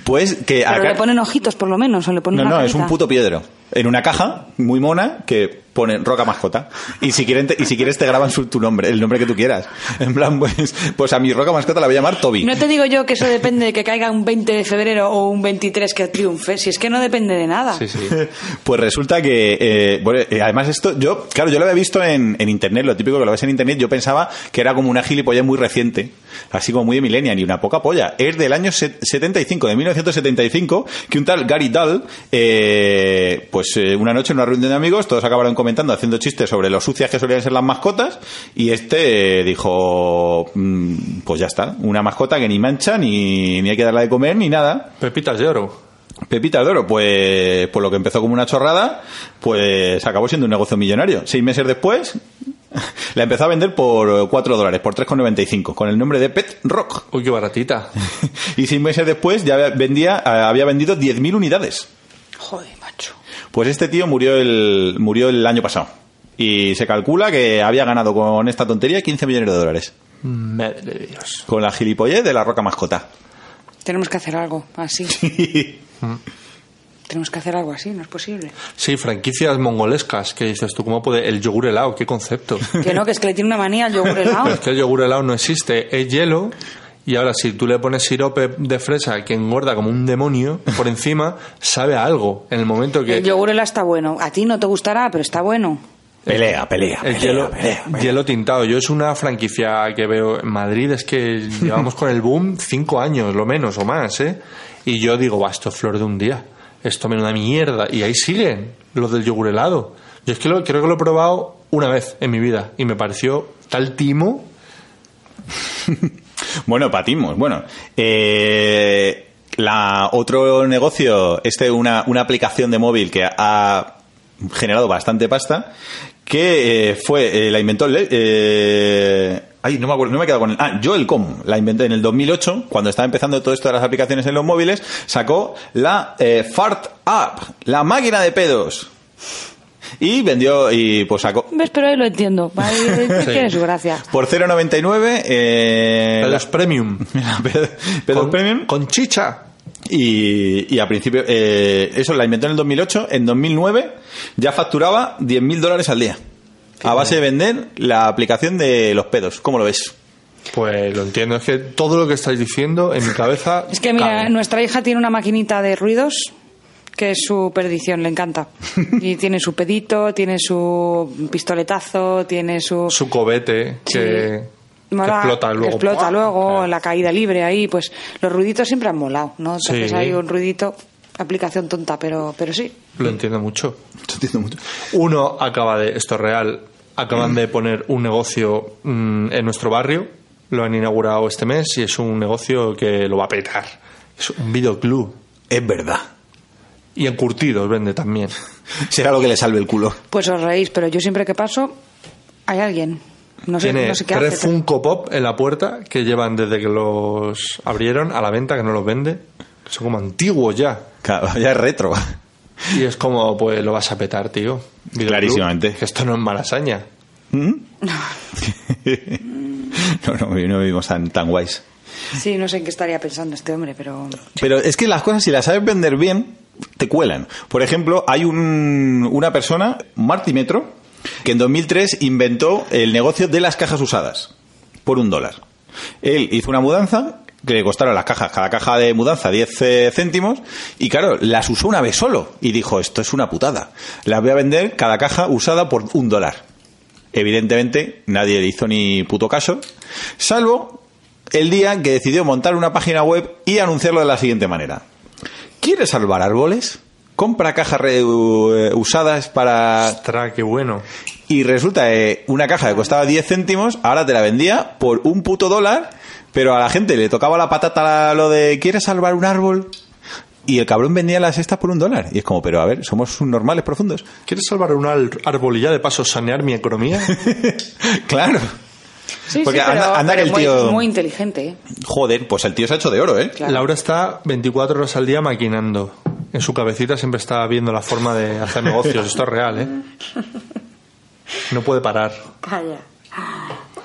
S2: pues que
S3: Pero
S2: acá-
S3: le ponen ojitos, por lo menos, o le ponen
S2: No,
S3: una
S2: no, es
S3: carita.
S2: un puto piedro. En una caja muy mona que pone roca mascota. Y si, quieren te- y si quieres te graban su, tu nombre, el nombre que tú quieras. En plan, pues, pues a mi roca mascota la voy a llamar Toby.
S3: No te digo yo que eso depende de que caiga un 20 de febrero o un 23 que triunfe, si es que no depende de nada.
S4: Sí, sí.
S2: Pues resulta que, eh, bueno, eh, además esto, yo, claro, yo lo había visto en, en internet, lo típico que lo ves en internet, yo pensaba que era como una gilipollas muy reciente, así como muy de millennial y una poca polla. Es del año set- 75, de 1975, que un tal Gary Dahl, eh, pues eh, una noche en una reunión de amigos, todos acabaron comentando, haciendo chistes sobre lo sucias que solían ser las mascotas, y este eh, dijo, mm, pues ya está, una mascota que ni mancha, ni, ni hay que darla de comer, ni nada.
S4: Pepitas de oro.
S2: Pepita de oro, pues por lo que empezó como una chorrada, pues acabó siendo un negocio millonario. Seis meses después, la empezó a vender por 4 dólares, por 3,95, con el nombre de Pet Rock.
S4: Uy, qué baratita.
S2: Y seis meses después ya vendía, había vendido 10.000 unidades.
S3: Joder, macho.
S2: Pues este tío murió el, murió el año pasado. Y se calcula que había ganado con esta tontería 15 millones de dólares.
S4: Madre de Dios.
S2: Con la gilipollez de la roca mascota.
S3: Tenemos que hacer algo así. Tenemos que hacer algo así, no es posible.
S4: Sí, franquicias mongolescas que dices tú, ¿cómo puede? El yogur helado, qué concepto.
S3: Que no, que es que le tiene una manía al yogur
S4: Pero
S3: helado.
S4: es que el yogur helado no existe, es hielo. Y ahora, si tú le pones sirope de fresa que engorda como un demonio por encima, sabe a algo. En el momento que
S3: El yogur helado está bueno. A ti no te gustará, pero está bueno.
S2: Pelea, pelea.
S4: el
S2: pelea,
S4: hielo,
S2: pelea, pelea.
S4: hielo tintado. Yo es una franquicia que veo en Madrid, es que llevamos con el boom cinco años, lo menos o más, ¿eh? Y yo digo, va, esto es flor de un día. Esto me una mierda. Y ahí siguen los del yogur helado. Yo es que lo, creo que lo he probado una vez en mi vida y me pareció tal timo.
S2: Bueno, patimos. Bueno, eh, la otro negocio, este una una aplicación de móvil que ha generado bastante pasta, que eh, fue, eh, la inventó, Le- eh, ay, no me acuerdo, no me he quedado con el, ah, Joel Com, la inventó en el 2008, cuando estaba empezando todo esto de las aplicaciones en los móviles, sacó la eh, Fart App, la máquina de pedos. Y vendió, y pues sacó,
S3: ¿Ves? Pero ahí lo entiendo. Ahí tiene su gracia.
S2: por 0,99, eh,
S4: Pedos premium.
S2: la- pedos- pedos
S4: Con-
S2: premium.
S4: Con chicha.
S2: Y, y a principio, eh, eso la inventó en el 2008. En 2009 ya facturaba 10.000 dólares al día. A base de vender la aplicación de los pedos. ¿Cómo lo ves?
S4: Pues lo entiendo, es que todo lo que estáis diciendo en mi cabeza.
S3: Es que mira,
S4: cabe.
S3: nuestra hija tiene una maquinita de ruidos que es su perdición, le encanta. Y tiene su pedito, tiene su pistoletazo, tiene su...
S4: su cobete
S3: Sí.
S4: que, que
S3: Mola,
S4: explota luego.
S3: explota
S4: ¡Pua!
S3: luego,
S4: Claro.
S3: la caída libre ahí, pues los ruiditos siempre han molado, ¿no? Entonces
S4: Sí.
S3: hay un ruidito, aplicación tonta, pero, pero sí.
S4: Lo entiendo mucho.
S2: Yo entiendo mucho.
S4: Uno acaba de, esto es real, acaban de poner un negocio mm, en nuestro barrio, lo han inaugurado este mes y es un negocio que lo va a petar. Es un videoclub.
S2: Es verdad.
S4: Y en curtidos vende también.
S2: Será lo que le salve el culo.
S3: Pues os reís, pero yo siempre que paso hay alguien. No sé,
S4: Tiene
S3: no sé qué
S4: tres
S3: hace. pero-
S4: Funko Pop en la puerta que llevan desde que los abrieron a la venta, que no los vende. Son como antiguos ya.
S2: Claro, ya es retro.
S4: Y es como, pues lo vas a petar, tío. Videoclub.
S2: Clarísimamente.
S4: Que esto no es malasaña.
S2: ¿Mm? No, no, no vivimos tan, tan guays.
S3: Sí, no sé en qué estaría pensando este hombre, pero...
S2: Pero es que las cosas, si las sabes vender bien, te cuelan. Por ejemplo, hay un- una persona, Marty Metro, que en 2003 inventó el negocio de las cajas usadas por un dólar. Él hizo una mudanza que le costaron las cajas, cada caja de mudanza 10 eh, céntimos, y claro, las usó una vez solo y dijo, esto es una putada. Las voy a vender cada caja usada por un dólar. Evidentemente, nadie le hizo ni puto caso, salvo el día que decidió montar una página web y anunciarlo de la siguiente manera. ¿Quieres salvar árboles? Compra cajas re- u- usadas para...
S4: Ostras, qué bueno.
S2: Y resulta que una caja que costaba 10 céntimos, ahora te la vendía por un puto dólar, pero a la gente le tocaba la patata lo de ¿quieres salvar un árbol? Y el cabrón vendía las estas por un dólar. Y es como, pero a ver, somos normales profundos.
S4: ¿Quieres salvar un al- árbol y ya de paso sanear mi economía?
S2: claro.
S3: Sí,
S2: Porque
S3: sí, pero,
S2: anda- anda que
S3: pero
S2: el
S3: muy,
S2: tío-
S3: muy inteligente, ¿eh?
S2: Joder, pues el tío se ha hecho de oro, ¿eh?
S3: Claro.
S4: Laura está 24 horas al día maquinando. En su cabecita siempre está viendo la forma de hacer negocios. Esto es real, ¿eh? No puede parar.
S3: Calla.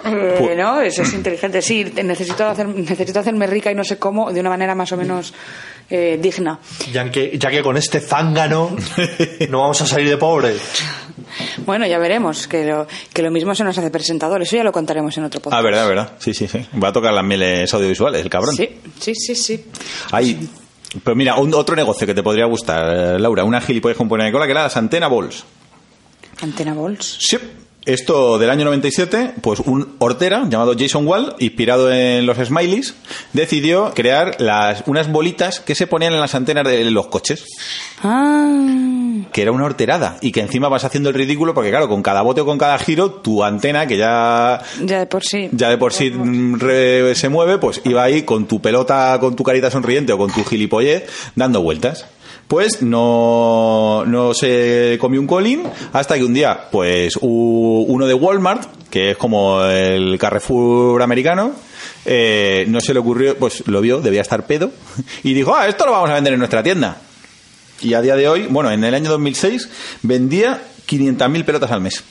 S3: Eh,
S2: Pues-
S3: no, eso es inteligente. Sí, te- necesito, hacer, necesito hacerme rica y no sé cómo, de una manera más o menos eh, digna.
S4: Ya que, ya que con este zángano no vamos a salir de pobre.
S3: Bueno, ya veremos, que lo, que lo mismo se nos hace presentador. Eso ya lo contaremos en otro
S2: Ah,
S3: podcast.
S2: verdad, verdad. Sí, sí, sí. Va a tocar las mieles audiovisuales, el cabrón.
S3: Sí, sí, sí, sí.
S2: Hay, pero mira, un- otro negocio que te podría gustar, eh, Laura, una gilipollas con pone de cola, que era las antena balls.
S3: Antena Balls.
S2: Sí. Esto del año 97, pues un hortera llamado Jason Wall, inspirado en los smileys, decidió crear las, unas bolitas que se ponían en las antenas de los coches,
S3: Ah,
S2: que era una horterada, y que encima vas haciendo el ridículo porque, claro, con cada bote o con cada giro, tu antena, que ya
S3: ya de por sí.
S2: ya de por sí mm, re- se mueve, pues iba ahí con tu pelota, con tu carita sonriente o con tu gilipollez dando vueltas. Pues no, no se comió un colín hasta que un día, pues u- uno de Walmart, que es como el Carrefour americano, eh, no se le ocurrió, pues lo vio, debía estar pedo, y dijo, ah, esto lo vamos a vender en nuestra tienda. Y a día de hoy, bueno, en el año 2006 vendía 500.000 pelotas al mes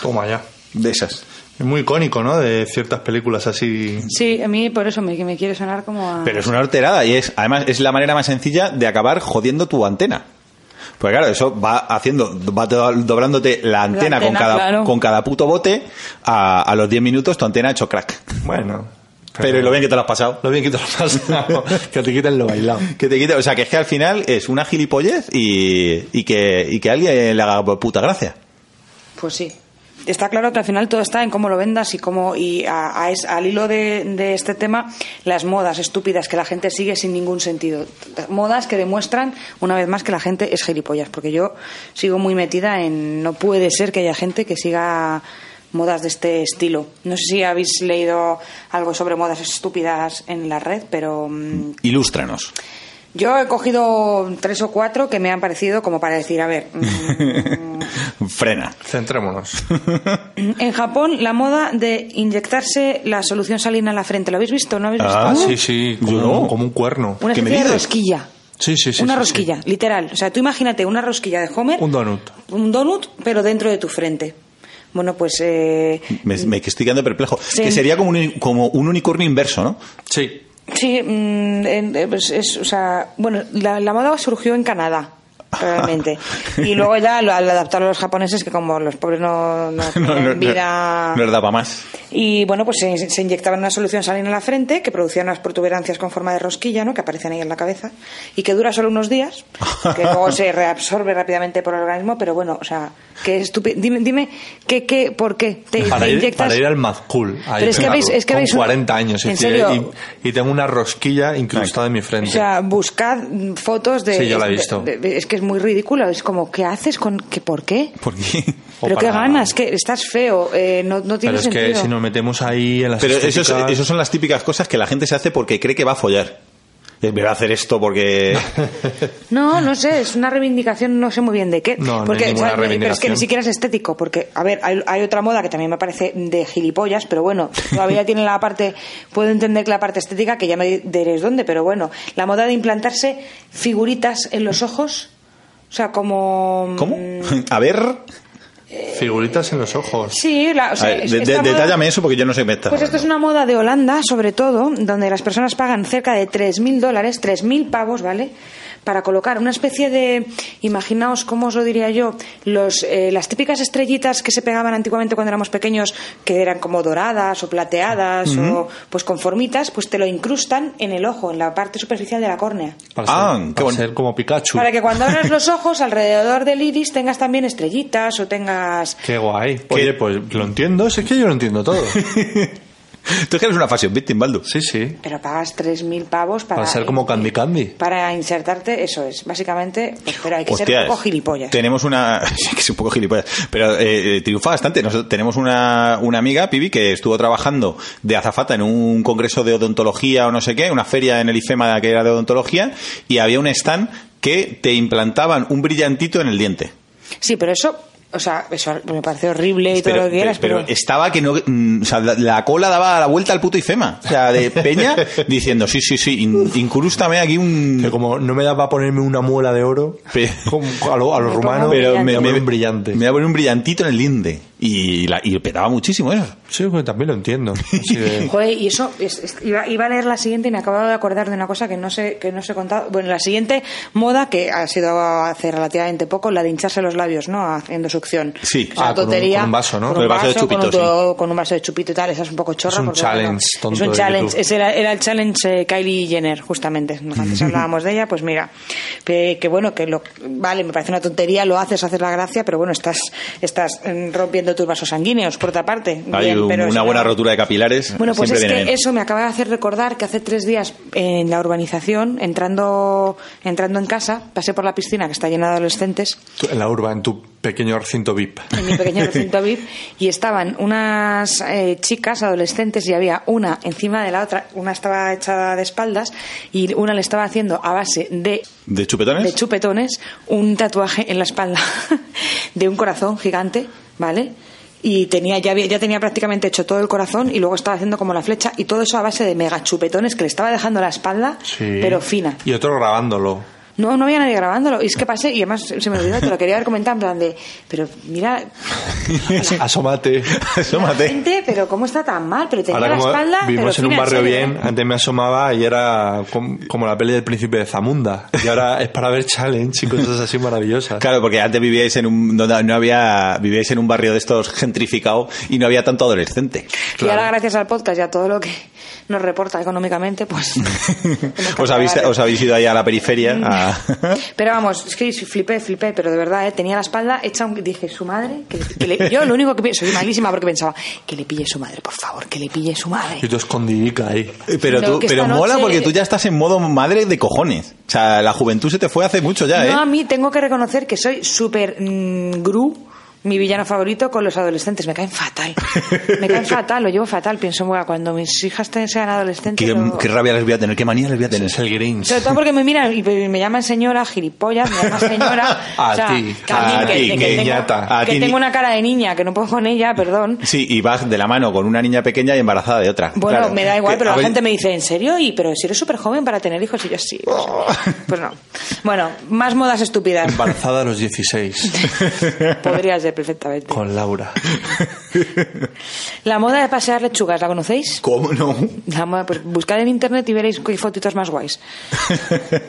S4: Toma ya.
S2: de esas.
S4: Es muy icónico, ¿no? De ciertas películas así.
S3: Sí, a mí por eso me, que me quiere sonar como a...
S2: Pero es una horterada y es, además, es la manera más sencilla de acabar jodiendo tu antena. Pues claro, eso va haciendo, va do- doblándote la antena, con,
S3: antena,
S2: cada,
S3: claro.
S2: con cada puto bote. A, a los 10 minutos tu antena ha hecho crack.
S4: Bueno.
S2: Pero, y lo bien que te lo has pasado.
S4: Lo bien que te lo has pasado. que te quiten lo bailado.
S2: Que te quita, o sea, que es que al final es una gilipollez y, y que, y que a alguien le haga puta gracia.
S3: Pues sí. Está claro que al final todo está en cómo lo vendas y cómo y a- a es- al hilo de, de este tema las modas estúpidas que la gente sigue sin ningún sentido, modas que demuestran una vez más que la gente es gilipollas, porque yo sigo muy metida en no puede ser que haya gente que siga modas de este estilo. No sé si habéis leído algo sobre modas estúpidas en la red, pero mm,
S2: Ilústranos.
S3: Yo he cogido tres o cuatro que me han parecido como para decir, a ver, mm,
S2: Frena.
S4: Centrémonos.
S3: en Japón la moda de inyectarse la solución salina en la frente, ¿lo habéis visto? ¿No habéis visto?
S2: Ah,
S4: Ah, sí, sí, como,
S2: Yo no.
S4: como un cuerno.
S3: Una
S2: ¿qué me
S3: especie de
S2: dices?
S3: rosquilla.
S4: Sí, sí, sí.
S3: una
S4: sí,
S3: rosquilla, literal. O sea, tú imagínate una rosquilla de Homer.
S4: Un donut.
S3: Un donut, pero dentro de tu frente. Bueno, pues eh,
S2: Me, me estoy quedando perplejo.
S3: Sí.
S2: Que sería como un, como un unicornio inverso, ¿no?
S4: Sí. Sí.
S3: sí, mm, en- eh, pues es, o sea, bueno, la, la moda surgió en Canadá. Realmente. Y luego ya lo, al adaptarlo a los japoneses, que como los pobres no, no
S2: No,
S3: tenían
S2: no, no,
S3: vida.
S2: no les daba más.
S3: Y bueno, pues se, se inyectaban una solución salina en la frente que producía unas protuberancias con forma de rosquilla, ¿no? Que aparecen ahí en la cabeza y que dura solo unos días, que luego se reabsorbe rápidamente por el organismo, pero bueno, o sea, qué estúpido. Dime, dime, ¿qué, qué, ¿por qué te,
S4: Para
S3: te
S4: ir,
S3: Eh, inyectas?
S4: para ir al Mad Cool. ahí,
S3: Pero es que
S4: claro,
S3: veis- es que
S4: con
S3: veis una-
S4: 40 años.
S3: ¿En
S4: es decir,
S3: serio?
S4: Y, y tengo una rosquilla incrustada en mi frente.
S3: O sea, buscad mm, fotos de.
S4: Sí, yo la he
S3: de-
S4: visto.
S3: de- de- es que es muy ridículo. Es como, ¿qué haces con.? ¿Qué, ¿Por qué?
S2: ¿Por qué?
S4: O
S3: ¿Pero qué
S4: para-
S3: ganas? que ¿Estás feo? eh, no, no tiene
S4: Pero es
S3: sentido.
S4: que si nos metemos ahí en las
S2: Pero eso, es-
S4: estéticas-
S2: eso son las típicas cosas que la gente se hace porque cree que va a follar. Eh, Me va a hacer esto porque...
S3: No, no sé, es una reivindicación, no sé muy bien de qué.
S4: No, no hay
S3: porque,
S4: ninguna
S3: o sea, Pero es que
S4: reivindicación.
S3: ni siquiera es estético, porque, a ver, hay, hay otra moda que también me parece de gilipollas, pero bueno, todavía tiene la parte, puedo entender que la parte estética, que ya me diréis dónde, pero bueno, la moda de implantarse figuritas en los ojos, o sea, como...
S2: ¿Cómo?
S3: mm,
S2: A ver...
S4: eh, Figuritas en los ojos.
S3: Sí, la, o sea,
S2: A ver,
S3: es-
S2: de-
S3: esta
S2: de-
S3: moda-
S2: detállame eso porque yo no sé qué me estás
S3: Pues esto es
S2: hablando.
S3: una moda de Holanda, sobre todo, donde las personas pagan cerca de 3.000 dólares, 3.000 pavos, ¿vale? Para colocar una especie de, imaginaos, ¿cómo os lo diría yo? Los, eh, las típicas estrellitas que se pegaban antiguamente cuando éramos pequeños, que eran como doradas o plateadas o pues conformitas, pues te lo incrustan en el ojo, en la parte superficial de la córnea.
S4: Para
S2: Ah,
S4: ser,
S2: qué
S4: para
S2: bueno.
S4: ser como Pikachu.
S3: Para que cuando abras los ojos, alrededor del iris tengas también estrellitas o tengas...
S4: Qué guay. Oye, pues lo entiendo. Si es que yo lo entiendo todo.
S2: Tú es que eres una fashion victim, Baldu.
S4: Sí, sí.
S3: Pero pagas 3.000 pavos para...
S4: Para ser como Candy Candy.
S3: Para insertarte, eso es, básicamente, pues, pero hay que ser
S2: Hostias,
S3: un poco gilipollas.
S2: Tenemos una. sí, que es un poco gilipollas. Pero eh, eh, triunfa bastante. Nos- tenemos una, una amiga, Pibi, que estuvo trabajando de azafata en un congreso de odontología o no sé qué, una feria en el IFEMA que era de odontología, y había un stand que te implantaban un brillantito en el diente.
S3: Sí, pero eso, o sea, eso me parece horrible y todo lo que quieras, pero,
S2: pero estaba que no. mm, o sea, la, la cola daba la vuelta al puto IFEMA. O sea, de Peña diciendo, sí, sí, sí, in- incrústame aquí
S4: Que
S2: un.
S4: como no me da para ponerme una muela de oro
S2: Pe-
S4: como a, lo- a los
S3: Me
S4: rumanos,
S3: pongo
S2: Pero me,
S4: me,
S2: me-
S4: un brillante.
S2: me voy a poner un brillantito en el diente. Y, la, y petaba muchísimo eso.
S4: Sí, pues también lo entiendo. Así de-
S3: Joder, y eso, es- es- iba, iba a leer la siguiente y me acabo de acordar de una cosa que no sé que no sé contado. Bueno, la siguiente moda que ha sido hace relativamente poco, la de hincharse los labios, ¿no? Haciendo succión.
S2: Sí.
S3: o sea,
S4: Ah, con un-
S3: tontería.
S4: con un vaso, ¿no?
S3: Con
S2: Con
S3: un
S2: el vaso de
S3: vaso, con,
S2: chupito,
S3: otro- con un vaso de chupito y tal, esa es un poco chorra.
S4: Es un
S3: porque,
S4: challenge tonto
S3: es
S4: de
S3: un challenge.
S4: YouTube.
S3: Ese era, era el challenge eh, Kylie Jenner, justamente. Antes hablábamos de ella, pues mira, que, que bueno, que lo, vale, me parece una tontería, lo haces, haces la gracia, pero bueno, estás, estás mm, rompiendo tus vasos sanguíneos, por otra parte.
S2: Hay
S3: Bien,
S2: un-
S3: pero si
S2: una
S3: no-
S2: buena rotura de capilares.
S3: bueno, pues
S2: siempre
S3: es
S2: viene
S3: que
S2: bien.
S3: eso me acaba de hacer recordar que hace tres días en la urbanización, entrando, entrando en casa, pasé por la piscina que está llena de adolescentes,
S4: tú- en la urba, en tu pequeño recinto VIP.
S3: en mi pequeño recinto VIP, y estaban unas eh, chicas adolescentes y había una encima de la otra, una estaba echada de espaldas y una le estaba haciendo a base de
S2: ¿De chupetones?
S3: de chupetones un tatuaje en la espalda de un corazón gigante, ¿vale? Y tenía, ya, había- ya tenía prácticamente hecho todo el corazón y luego estaba haciendo como la flecha y todo eso a base de mega chupetones que le estaba dejando la espalda,
S4: Sí.
S3: pero fina.
S4: Y otro grabándolo.
S3: No, no había nadie grabándolo. Y es que pasé y además se me olvidó, te lo quería haber comentado en plan de, pero mira,
S4: Asómate.
S3: la
S2: Asómate.
S3: gente, pero cómo está tan mal, pero tenía
S4: Ahora
S3: la
S4: como
S3: espalda.
S4: vivimos
S3: pero
S4: en un
S3: fina,
S4: barrio
S3: serio,
S4: bien,
S3: ¿eh?
S4: antes me asomaba y era com- como la peli del príncipe de Zamunda. Y ahora es para ver challenge y cosas así maravillosas.
S2: Claro, porque antes vivíais en un donde no había vivíais en un barrio de estos gentrificado y no había tanto adolescente.
S3: Y
S4: Claro.
S3: ahora, gracias al podcast y a todo lo que nos reporta económicamente, pues. hemos
S2: Os habéis,
S3: acabado.
S2: os habéis ido ahí a la periferia. a-
S3: Pero vamos, es que flipé, flipé, pero de verdad, ¿eh? tenía la espalda hecha un... Dije, su madre, que le- que le- yo lo único que... pi- Soy malísima porque pensaba, que le pille su madre, por favor, que le pille su madre.
S4: Y tú escondidica ahí.
S2: Eh, Pero,
S3: Lo
S2: tú,
S3: que
S2: pero
S3: esta
S2: mola
S3: noche-
S2: porque tú ya estás en modo madre de cojones. O sea, la juventud se te fue hace mucho ya,
S3: No, a
S2: ¿eh?
S3: mí tengo que reconocer que soy súper mm, gru mi villano favorito con los adolescentes. Me caen fatal. Me caen fatal, lo llevo fatal. Pienso, bueno, cuando mis hijas te- sean adolescentes.
S2: ¿Qué,
S3: lo-
S2: qué rabia les voy a tener, qué manía les voy a tener.
S4: Es el Grinch.
S3: Sobre todo porque me miran y me llaman señora, gilipollas, me llaman señora.
S4: A
S3: o sea,
S4: ti,
S3: que a
S2: a
S3: mí, que-
S2: ti,
S3: que
S2: que
S3: tengo-
S4: ñata,
S2: a
S3: que
S2: ti ni-
S3: tengo una cara de niña, que no puedo con ella, perdón.
S2: Sí, y vas de la mano con una niña pequeña y embarazada de otra.
S3: Bueno,
S2: Claro,
S3: me da igual,
S2: que
S3: pero
S2: a
S3: la
S2: ver-
S3: gente me dice, ¿en serio? Y pero si eres súper joven para tener hijos, y yo sí. Pues,
S2: Oh.
S3: pues no. Bueno, más modas estúpidas.
S4: Embarazada a los 16.
S3: Podría ser perfectamente.
S4: Con Laura.
S3: La moda de pasear lechugas, ¿la conocéis?
S2: ¿Cómo no?
S3: La moda, pues buscad en internet y veréis qué fotitos más guays.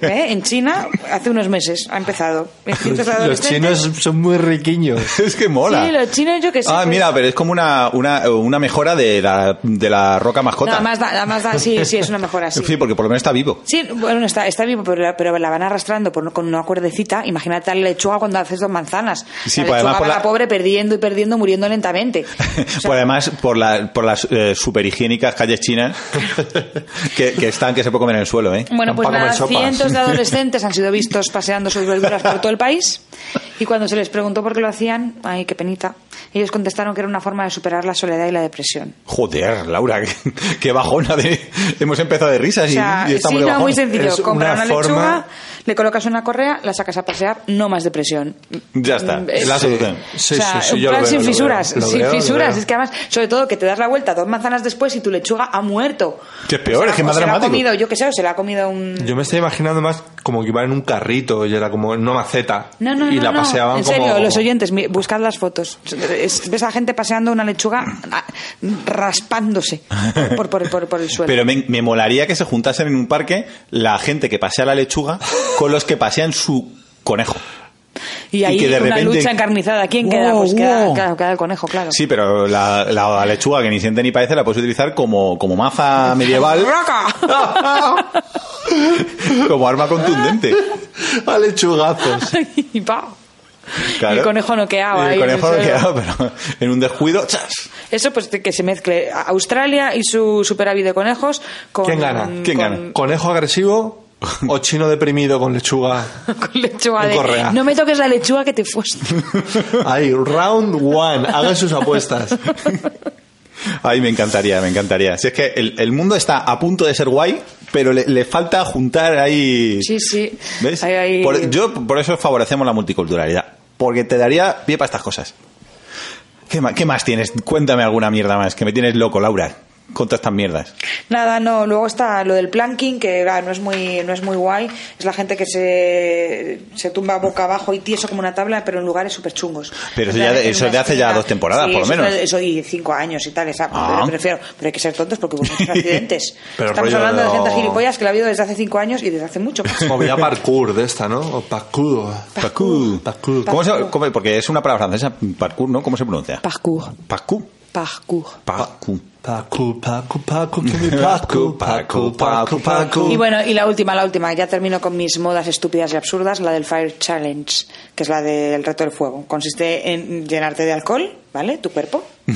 S3: ¿Eh? En China, hace unos meses, ha empezado. Los,
S4: Los chinos son muy riquiños.
S2: Es que mola.
S3: Sí, los chinos, yo que sé.
S2: Ah,
S3: pues-
S2: mira, pero es como una, una, una mejora de la, de la roca mascota.
S3: No, además da, además da- sí, sí, es una mejora, sí.
S2: Sí, porque por lo menos está vivo.
S3: Sí, bueno, está, está vivo, pero la, pero la van arrastrando por, con una cuerdecita. Imagínate a la lechuga cuando haces dos manzanas.
S2: Sí,
S3: la
S2: pues además
S3: lechuga
S2: por
S3: va
S2: la-
S3: la pobre perdiendo y perdiendo, muriendo lentamente. O sea,
S2: Por además, por, la, por las eh, superhigiénicas calles chinas que, que están, que se puede comer en el suelo, ¿eh?
S3: Bueno, pues
S4: Tampoco
S3: nada,
S4: me sopas.
S3: cientos de adolescentes han sido vistos paseando sus verduras por todo el país y cuando se les preguntó por qué lo hacían, ay, qué penita, ellos contestaron que era una forma de superar la soledad y la depresión.
S2: Joder, Laura, qué, qué bajona de... Hemos empezado de risas
S3: O
S2: y-
S3: sea,
S2: y, estamos
S3: sí,
S2: de
S3: no,
S2: bajón.
S3: muy sencillo.
S4: Es
S3: Comprar
S4: una
S3: una,
S4: forma-
S3: lechuga, le colocas una correa, la sacas a pasear, no más depresión.
S2: Ya está,
S3: Mm,
S2: es la solución.
S4: Sí,
S3: o sea,
S4: sí, sí,
S3: un
S4: yo lo
S3: plan
S4: veo,
S3: sin
S4: lo veo,
S3: fisuras,
S4: lo
S3: sin
S4: veo, lo
S3: fisuras.
S4: veo.
S3: Es que además, sobre todo, que te das la vuelta dos manzanas después y tu lechuga ha muerto.
S2: Que es peor,
S3: O sea,
S2: es que es más
S3: o se la ha
S2: dramático.
S3: comido, yo qué sé, o se la ha comido un...
S4: Yo me estoy imaginando más como que iba en un carrito y era como en una maceta.
S3: No, no,
S4: y
S3: no,
S4: la
S3: no.
S4: paseaban
S3: en
S4: como.
S3: serio, los oyentes, mi- buscad las fotos. Es- ves a gente paseando una lechuga ah, raspándose por, por, por, por el suelo.
S2: Pero me, me molaría que se juntasen en un parque la gente que pasea la lechuga con los que pasean su conejo.
S3: y ahí
S2: y que de
S3: una
S2: repente-
S3: lucha encarnizada. ¿Quién queda?
S2: Wow,
S3: Pues queda,
S2: wow.
S3: claro, queda el conejo, claro.
S2: Sí, pero la, la lechuga que ni siente ni parece la puedes utilizar como, como maza medieval,
S3: ¡Raca!
S2: como arma contundente.
S4: A lechugazos.
S3: y pa.
S2: Claro.
S3: Y el conejo noqueaba.
S2: Y
S3: ahí
S2: el
S3: en
S2: conejo
S3: el
S2: no
S3: suelo.
S2: quedaba, pero en un descuido, ¡chas!
S3: Eso pues que se mezcle Australia y su superávit de conejos con...
S4: ¿Quién gana?
S2: ¿Quién
S3: con-
S2: gana?
S4: ¿Conejo agresivo o chino deprimido con lechuga?
S3: con lechuga
S4: En
S3: de...
S4: Correa.
S3: No me toques la lechuga que te fuiste.
S4: Ahí, round one. Hagan sus apuestas.
S2: Ay, me encantaría, me encantaría. Si es que el, el mundo está a punto de ser guay, pero le, le falta juntar ahí...
S3: Sí, sí.
S2: ¿Ves?
S3: Ahí, ahí.
S2: Por- yo por eso favorecemos la multiculturalidad, porque te daría pie para estas cosas. ¿Qué más, ¿Qué más tienes? Cuéntame alguna mierda más, que me tienes loco, Laura. Con todas estas mierdas.
S3: Nada, no, luego está lo del planking, que ah, no es muy no es muy guay. Es la gente que se, se tumba boca abajo y tieso como una tabla, pero en lugares súper chungos.
S2: Pero eso ya de- eso de hace ya dos temporadas, por lo menos.
S3: Eso y cinco años y tal, esa-
S2: Ah.
S3: pero prefiero. Pero hay que ser tontos porque hubo muchos accidentes.
S4: Pero
S3: Estamos
S4: rollo
S3: hablando de gente
S4: de-
S3: gilipollas que la ha habido desde hace cinco años y desde hace mucho. más.
S4: Movía parkour de esta, ¿no? O parkour.
S2: Parkour.
S4: Parkour.
S2: ¿Cómo se- cómo- porque es una palabra francesa, parkour, ¿no? ¿Cómo se pronuncia?
S3: Parkour,
S2: Parkour.
S3: parkour.
S2: Parkour.
S4: Parkour, parkour, parkour, give me parkour, parkour, parkour, parkour.
S3: Y bueno, y la última, la última, ya termino con mis modas estúpidas y absurdas, la del Fire Challenge, que es la del reto del fuego. Consiste en llenarte de alcohol, ¿vale? Tu cuerpo. Y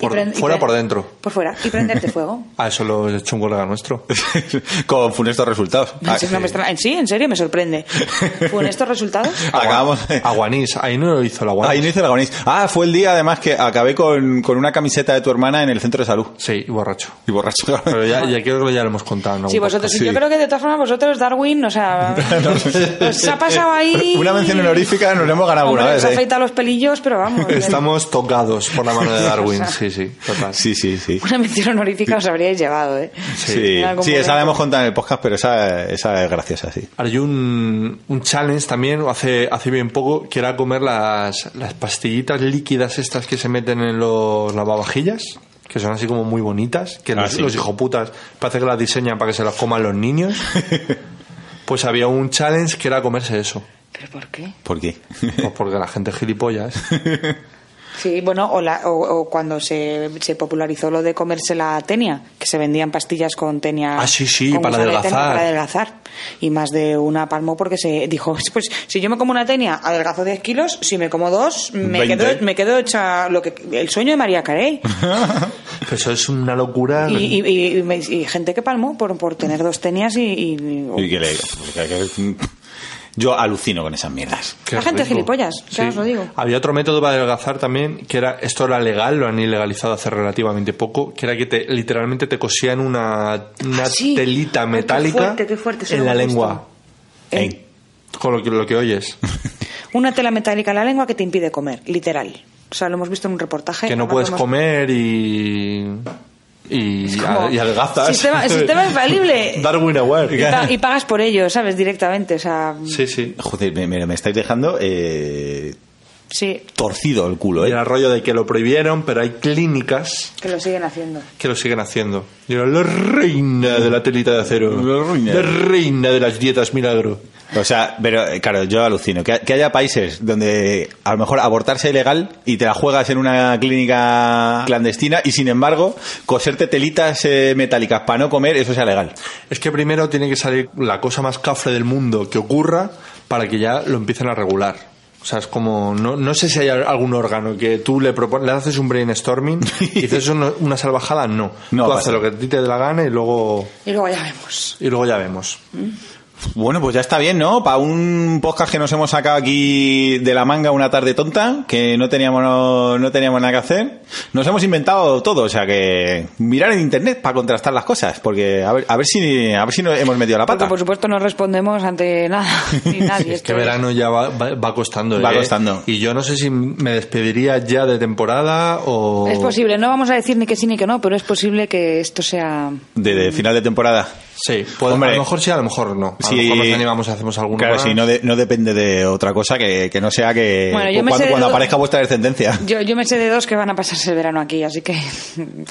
S4: Por-
S3: prend- y
S4: fuera
S3: prend-
S4: por dentro.
S3: Por fuera, y prenderte fuego.
S4: Ah, eso lo he hecho un colega nuestro.
S2: Con funestos resultados. Ah,
S3: No sé, Ah, no me extraña- en sí, en serio, me sorprende. ¿Fueron estos resultados?
S2: Ah, Acabamos.
S4: Aguanís, ahí no lo hizo la guanís.
S2: Ahí no hice la agonista. Ah, fue el día además que acabé con, con una camiseta de tu hermana en el centro de salud.
S4: Sí, borracho.
S2: Y borracho.
S4: Pero ya, ya creo que ya lo hemos contado. ¿no?
S3: Sí, vosotros,
S2: pues, sí.
S3: yo creo que de todas formas vosotros, Darwin, o sea, os Pues ha pasado ahí...
S2: Una mención honorífica nos la hemos ganado
S3: Hombre,
S2: una
S3: os
S2: vez.
S3: ha
S2: ¿eh?
S3: afeitado los pelillos, pero vamos. bien.
S4: Estamos tocados por la mano de Darwin. Sí, sí, total.
S2: Sí, sí, sí.
S3: Una mención honorífica os habríais llevado, ¿eh?
S2: Sí,
S3: En algún
S2: Sí, esa
S3: momento.
S2: la hemos contado en el podcast, pero esa, esa es graciosa, sí.
S4: Hay un, un challenge también, hace, hace bien poco, que era comer las, las pastillitas líquidas estas que se meten en los lavavajillas, que son así como muy bonitas, que
S2: Ah,
S4: los,
S2: sí.
S4: los hijoputas parece que las diseñan para que se las coman los niños. Pues había un challenge que era comerse eso.
S3: ¿Pero por qué?
S2: ¿Por qué?
S4: Pues porque la gente es gilipollas.
S3: Sí, bueno, o, la- o- o cuando se, se popularizó lo de comerse la tenia, que se vendían pastillas con tenia.
S4: Ah, sí, sí,
S3: con
S4: para
S3: gusano de tenia
S4: adelgazar.
S3: Para adelgazar. Y más de una palmó porque se dijo, pues si yo me como una tenia, adelgazo 10 kilos, si me como dos, me,
S2: Veinte.
S3: quedo, me quedo hecha lo que, el sueño de María Carey.
S4: Pero eso es una locura.
S3: y, y- y- y me- oh, y gente que palmó por, por tener dos tenias y... y-
S2: Y que le- que- que- Yo alucino con esas mierdas.
S4: Qué
S3: La gente es gilipollas, ya os lo digo.
S4: Había otro método para adelgazar también, que era, esto era legal, lo han ilegalizado hace relativamente poco, que era que te, literalmente te cosían una, una
S3: Ah, sí.
S4: telita
S3: Ay, qué
S4: metálica
S3: fuerte, qué fuerte, eso
S4: en
S3: no
S4: la
S3: me gusta.
S4: lengua,
S3: Eh.
S2: Ey.
S4: con lo que, lo que oyes,
S3: Una tela metálica en la lengua que te impide comer, literal. O sea, lo hemos visto en un reportaje.
S4: que no
S3: ahora
S4: puedes
S3: hemos-
S4: comer y... Y,
S3: como-
S4: y adelgazas.
S3: Sistema- sistema infalible.
S4: Darwin
S3: Y,
S4: Aware.
S3: pa- y pagas por ello, ¿sabes? Directamente. O sea, mm,
S4: Sí, sí.
S2: Joder, me, me- me estáis dejando eh,
S3: sí,
S2: torcido el culo,
S4: Y
S2: ¿eh?
S4: el rollo de que lo prohibieron, pero hay clínicas
S3: que lo siguen haciendo.
S4: que lo siguen haciendo. Y era la reina de la telita de acero.
S2: La reina.
S4: La reina de las dietas milagro.
S2: O sea, pero eh, claro, yo alucino. Que, que haya países donde a lo mejor abortar sea ilegal y te la juegas en una clínica clandestina y sin embargo coserte telitas eh, metálicas para no comer, eso sea legal.
S4: Es que primero tiene que salir la cosa más cafre del mundo que ocurra para que ya lo empiecen a regular. O sea, es como, no, no sé si hay algún órgano que tú le propones, le haces un brainstorming y dices "Eso no- una salvajada, no.
S2: No
S4: tú
S2: pasa.
S4: haces lo que a ti te dé la gana y luego,
S3: Y luego ya vemos.
S4: y luego ya vemos.
S2: Bueno, pues ya está bien, ¿no? Para un podcast que nos hemos sacado aquí de la manga una tarde tonta, que no teníamos, no, no teníamos nada que hacer, nos hemos inventado todo, o sea que mirar en internet para contrastar las cosas, porque a ver, a ver si a ver si nos hemos metido la
S3: Porque,
S2: pata.
S3: por supuesto, no respondemos ante nada, ni nadie.
S4: Es
S3: Esto
S4: que
S3: es-
S4: verano ya va, va- va costando.
S2: Va
S4: ¿eh?
S2: costando.
S4: Y yo no sé si me despediría ya de temporada o...
S3: Es posible, no vamos a decir ni que sí ni que no, pero es posible que esto sea.
S2: De, de final de temporada.
S4: Sí, puede-
S2: Hombre.
S4: a lo mejor sí, a lo mejor no. A
S2: Si-
S4: lo mejor nos animamos y hacemos alguno
S2: Claro,
S4: más.
S2: si no, de- no depende de otra cosa que, que no sea que
S3: Bueno, yo me
S2: cuando,
S3: sé de
S2: cuando
S3: dos-
S2: aparezca vuestra descendencia.
S3: Yo, yo me sé de dos que van a pasarse el verano aquí, así que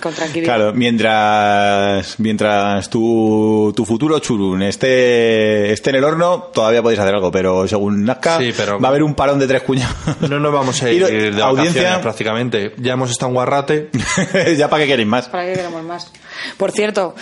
S3: con tranquilidad.
S2: Claro, mientras mientras tu, tu futuro churun esté esté en el horno, todavía podéis hacer algo, pero según Nazca
S4: Sí, pero-
S2: va a haber un parón de tres cuñados.
S4: No nos vamos a
S2: Y
S4: ir
S2: lo-
S4: de vacaciones
S2: audiencia,
S4: prácticamente. Ya hemos estado en Guarrate.
S2: ya para qué queréis más.
S3: ¿Para qué queremos más? Por cierto,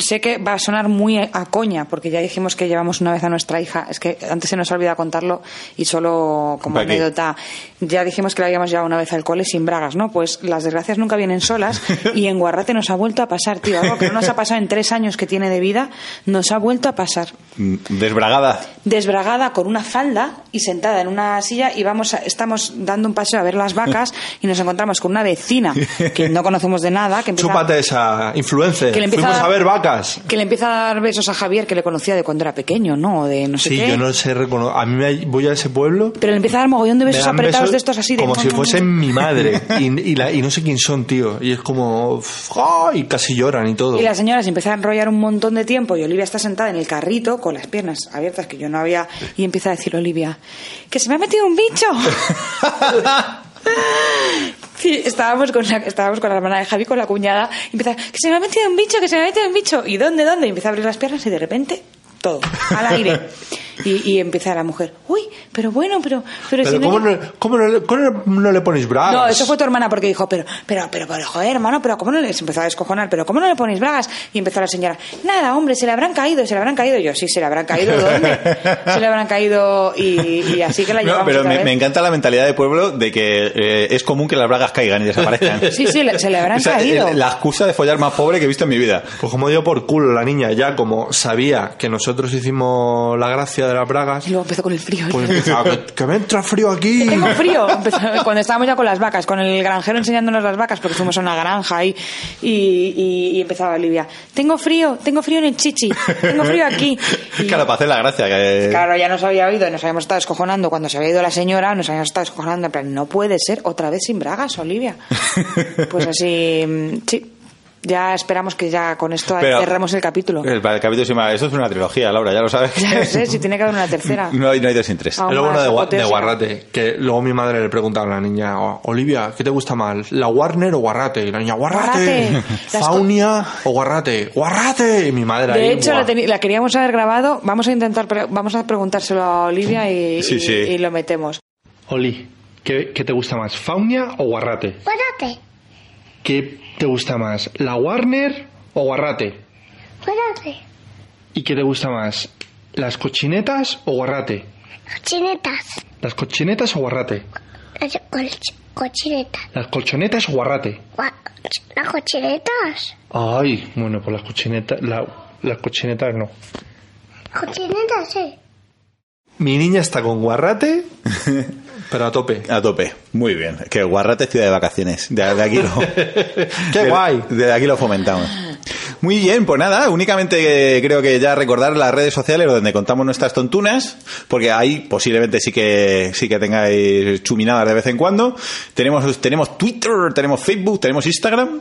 S3: sé que va a sonar muy a coña, porque ya dijimos que llevamos una vez a nuestra hija. Es que antes se nos ha olvidado contarlo y solo como
S2: ¿Para qué?
S3: anécdota. Ya dijimos que la habíamos llevado una vez al cole sin bragas, ¿no? Pues las desgracias nunca vienen solas y en Guarrate nos ha vuelto a pasar, tío. Algo que no nos ha pasado en tres años que tiene de vida, nos ha vuelto a pasar
S2: Mm, Desbragada.
S3: desbragada con una falda y sentada en una silla y vamos a- estamos dando un paseo a ver las vacas y nos encontramos con una vecina que no conocemos de nada que empieza,
S4: Chúpate esa influencer.
S3: que le empieza
S4: Fuimos
S3: a-
S4: a ver vacas.
S3: que le empieza a dar besos a Javier que le conocía de cuando era pequeño no de no sé
S4: Sí,
S3: qué
S4: yo no sé reconocer. A mí me voy a ese pueblo.
S3: pero le empieza a dar mogollón de
S4: me
S3: besos
S4: dan
S3: apretados
S4: besos
S3: de estos así de
S4: Como si fuesen mi madre. Y, y la- y no sé quién son, tío. Y es como. uf, ¡ay! casi lloran y todo.
S3: Y la señora se empieza a enrollar un montón de tiempo y Olivia está sentada en el carrito con las piernas abiertas que yo no había y empieza a decir Olivia que se me ha metido un bicho. Sí, estábamos con, la, estábamos con la hermana de Javi, con la cuñada, y empieza, que se me ha metido un bicho, que se me ha metido un bicho. ¿Y dónde, dónde? Y empieza a abrir las piernas y de repente, todo, al aire. Y, y empieza la mujer, uy, pero bueno, pero... Pero,
S4: Pero
S3: si
S4: ¿cómo,
S3: yo-".
S4: no, cómo no le, cómo no le pones
S2: Ah,
S4: bragas?
S3: No, eso fue tu hermana porque dijo, pero, pero, pero, pero, joder, hermano, pero ¿cómo no le... Se empezó a descojonar, pero ¿cómo no le ponéis bragas? Y empezó la señora, nada, hombre, se le habrán caído, se le habrán caído. Y yo, sí, se le habrán caído, ¿dónde? Se le habrán caído y, y así que la
S2: No,
S3: llevamos
S2: pero
S3: otra
S2: me,
S3: vez.
S2: me encanta la mentalidad de pueblo de que eh, es común que las bragas caigan y desaparezcan.
S3: Sí, sí, le- se le habrán
S2: Esa-
S3: caído.
S2: eh, La excusa de follar más pobre que he visto en mi vida.
S4: Pues como dio por culo la niña, ya como sabía que nosotros hicimos la gracia de las bragas,
S3: Y luego empezó con el frío.
S4: pues empezaba, que, que me entra frío aquí.
S3: Que tengo frío. Empezó- Cuando estábamos ya con las vacas, con el granjero enseñándonos las vacas, porque fuimos a una granja ahí, y, y- y empezaba Olivia. Tengo frío, tengo frío en el chichi, tengo frío aquí. Y-
S2: Claro, para hacer la gracia. Que... eh,
S3: Claro, ya nos había oído, nos habíamos estado escojonando. Cuando se había ido la señora, nos habíamos estado escojonando. En plan, no puede ser otra vez sin bragas, Olivia. Pues así, mm, sí. Ya esperamos que ya con esto
S2: Pero-
S3: cerremos el capítulo.
S2: Eh, Para el capítulo se llama- Eso es una trilogía, Laura, ya lo sabes.
S3: Ya no sé si tiene que haber una tercera.
S2: No hay, no hay dos sin tres.
S3: Ah.
S4: Es lo bueno
S3: Vamos
S4: de,
S3: a
S4: Gua-
S3: Zapoteos
S4: de
S3: y-
S4: Guarrate, que luego mi madre le preguntaba a la niña, "O- Olivia, ¿qué te gusta más? ¿La Warner o Guarrate? Y la niña, Guarrate.
S3: Guarrate. Las co-
S4: Faunia o Guarrate. Guarrate. Y mi
S3: De
S4: madre ahí,
S3: hecho,
S4: "Buah".
S3: la, teni- la queríamos haber grabado. Vamos a intentar, pre- vamos a preguntárselo a Olivia y,
S2: Sí,
S3: y-
S2: sí.
S3: y lo metemos.
S6: Oli, ¿qué, qué te gusta más, Faunia o Guarrate?
S7: Guardate,
S6: ¿Qué te gusta más, la Warner o Guarrate?
S7: guardate.
S6: ¿Y qué te gusta más, las cochinetas o Guarrate?
S7: Cochinetas.
S6: ¿Las cochinetas o Guarrate?
S7: Las coch- cochinetas.
S6: ¿Las colchonetas o Guarrate?
S7: Gua- Las cochinetas.
S6: Ay, bueno, pues las cochinetas, la- las cochinetas no.
S7: Cochinetas, sí.
S4: Mi niña está con guarrate, pero a tope.
S2: A tope, muy bien. Que Guarrate es ciudad de vacaciones. De, de aquí lo.
S4: ¡Qué
S2: de-
S4: guay!
S2: De aquí lo fomentamos. Muy bien, pues nada, únicamente eh, creo que ya recordar las redes sociales donde contamos nuestras tontunas, porque ahí posiblemente sí que sí que tengáis chuminadas de vez en cuando. Tenemos tenemos Twitter, tenemos Facebook, tenemos Instagram.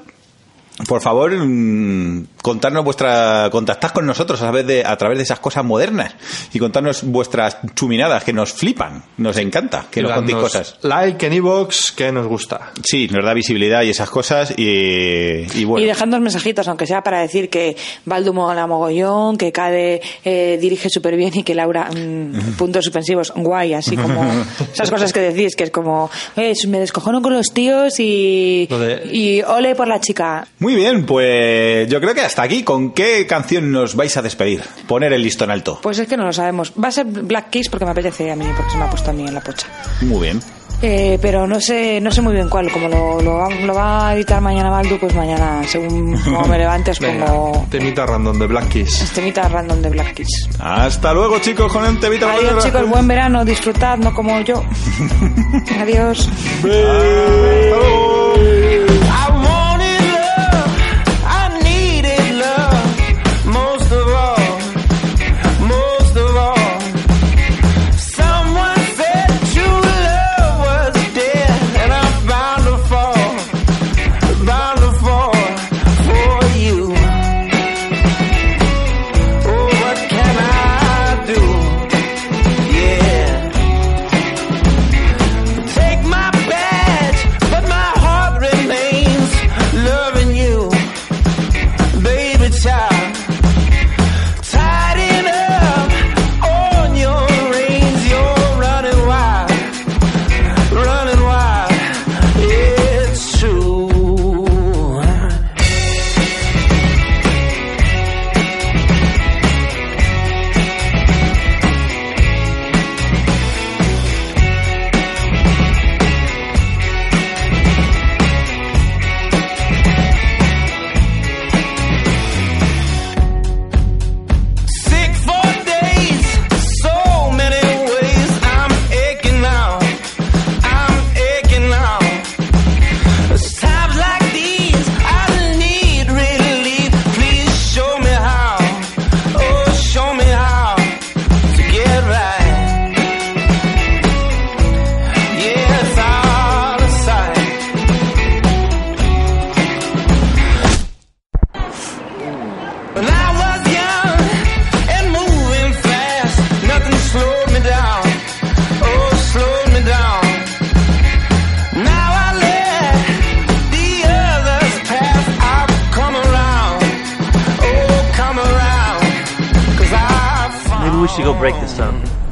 S2: Por favor, mm, contarnos vuestra, contactad con nosotros a través de a través de esas cosas modernas y contarnos vuestras chuminadas que nos flipan, nos encanta que nos contéis
S4: Dadnos
S2: cosas.
S4: Like en iVoox, que nos gusta.
S2: Sí, nos da visibilidad y esas cosas y, y bueno.
S3: Y dejando mensajitos, aunque sea para decir que Baldu mola mogollón, que Cade eh, dirige súper bien y que Laura, mm, puntos suspensivos, guay, así como esas cosas que decís, que es como, eh, me descojono con los tíos y,
S4: Lo de-
S3: y ole por la chica.
S2: Muy bien, pues yo creo que hasta aquí. ¿Con qué canción nos vais a despedir? Poner el listón alto.
S3: Pues es que no lo sabemos. Va a ser Black Kiss porque me apetece a mí, porque se me ha puesto a mí en la pocha.
S2: Muy bien.
S3: Eh, pero no sé, no sé muy bien cuál. Como lo, lo, va- lo va a editar mañana Baldu, pues mañana, según como me levantes,
S4: Venga,
S3: como
S4: temita random de Black Keys.
S3: temita random de Black Kiss.
S2: Hasta luego, chicos, con el tevita.
S3: Adiós chicos, buen verano, disfrutad, no como yo. Adiós.
S2: Hasta luego.
S5: I wanted love, I needed love, most of all, most of all. Someone said true love was dead, and I'm bound to fall, bound to fall for you. Oh, what can I do? Yeah. Take my badge, but my heart remains loving you, baby child. Tied it up on your reins, you're running wild, running wild. It's true. Sick for days, so many ways. I'm aching now, I'm aching now. It's times like these, I need relief. Please show me how, oh, show me how to get right. Yeah, it's out of sight. When I was young and moving fast, nothing slowed me down. Oh, slowed me down. Now I let the others pass. I've come around. Oh, come around. Cause I found.
S8: Maybe we should go break this up.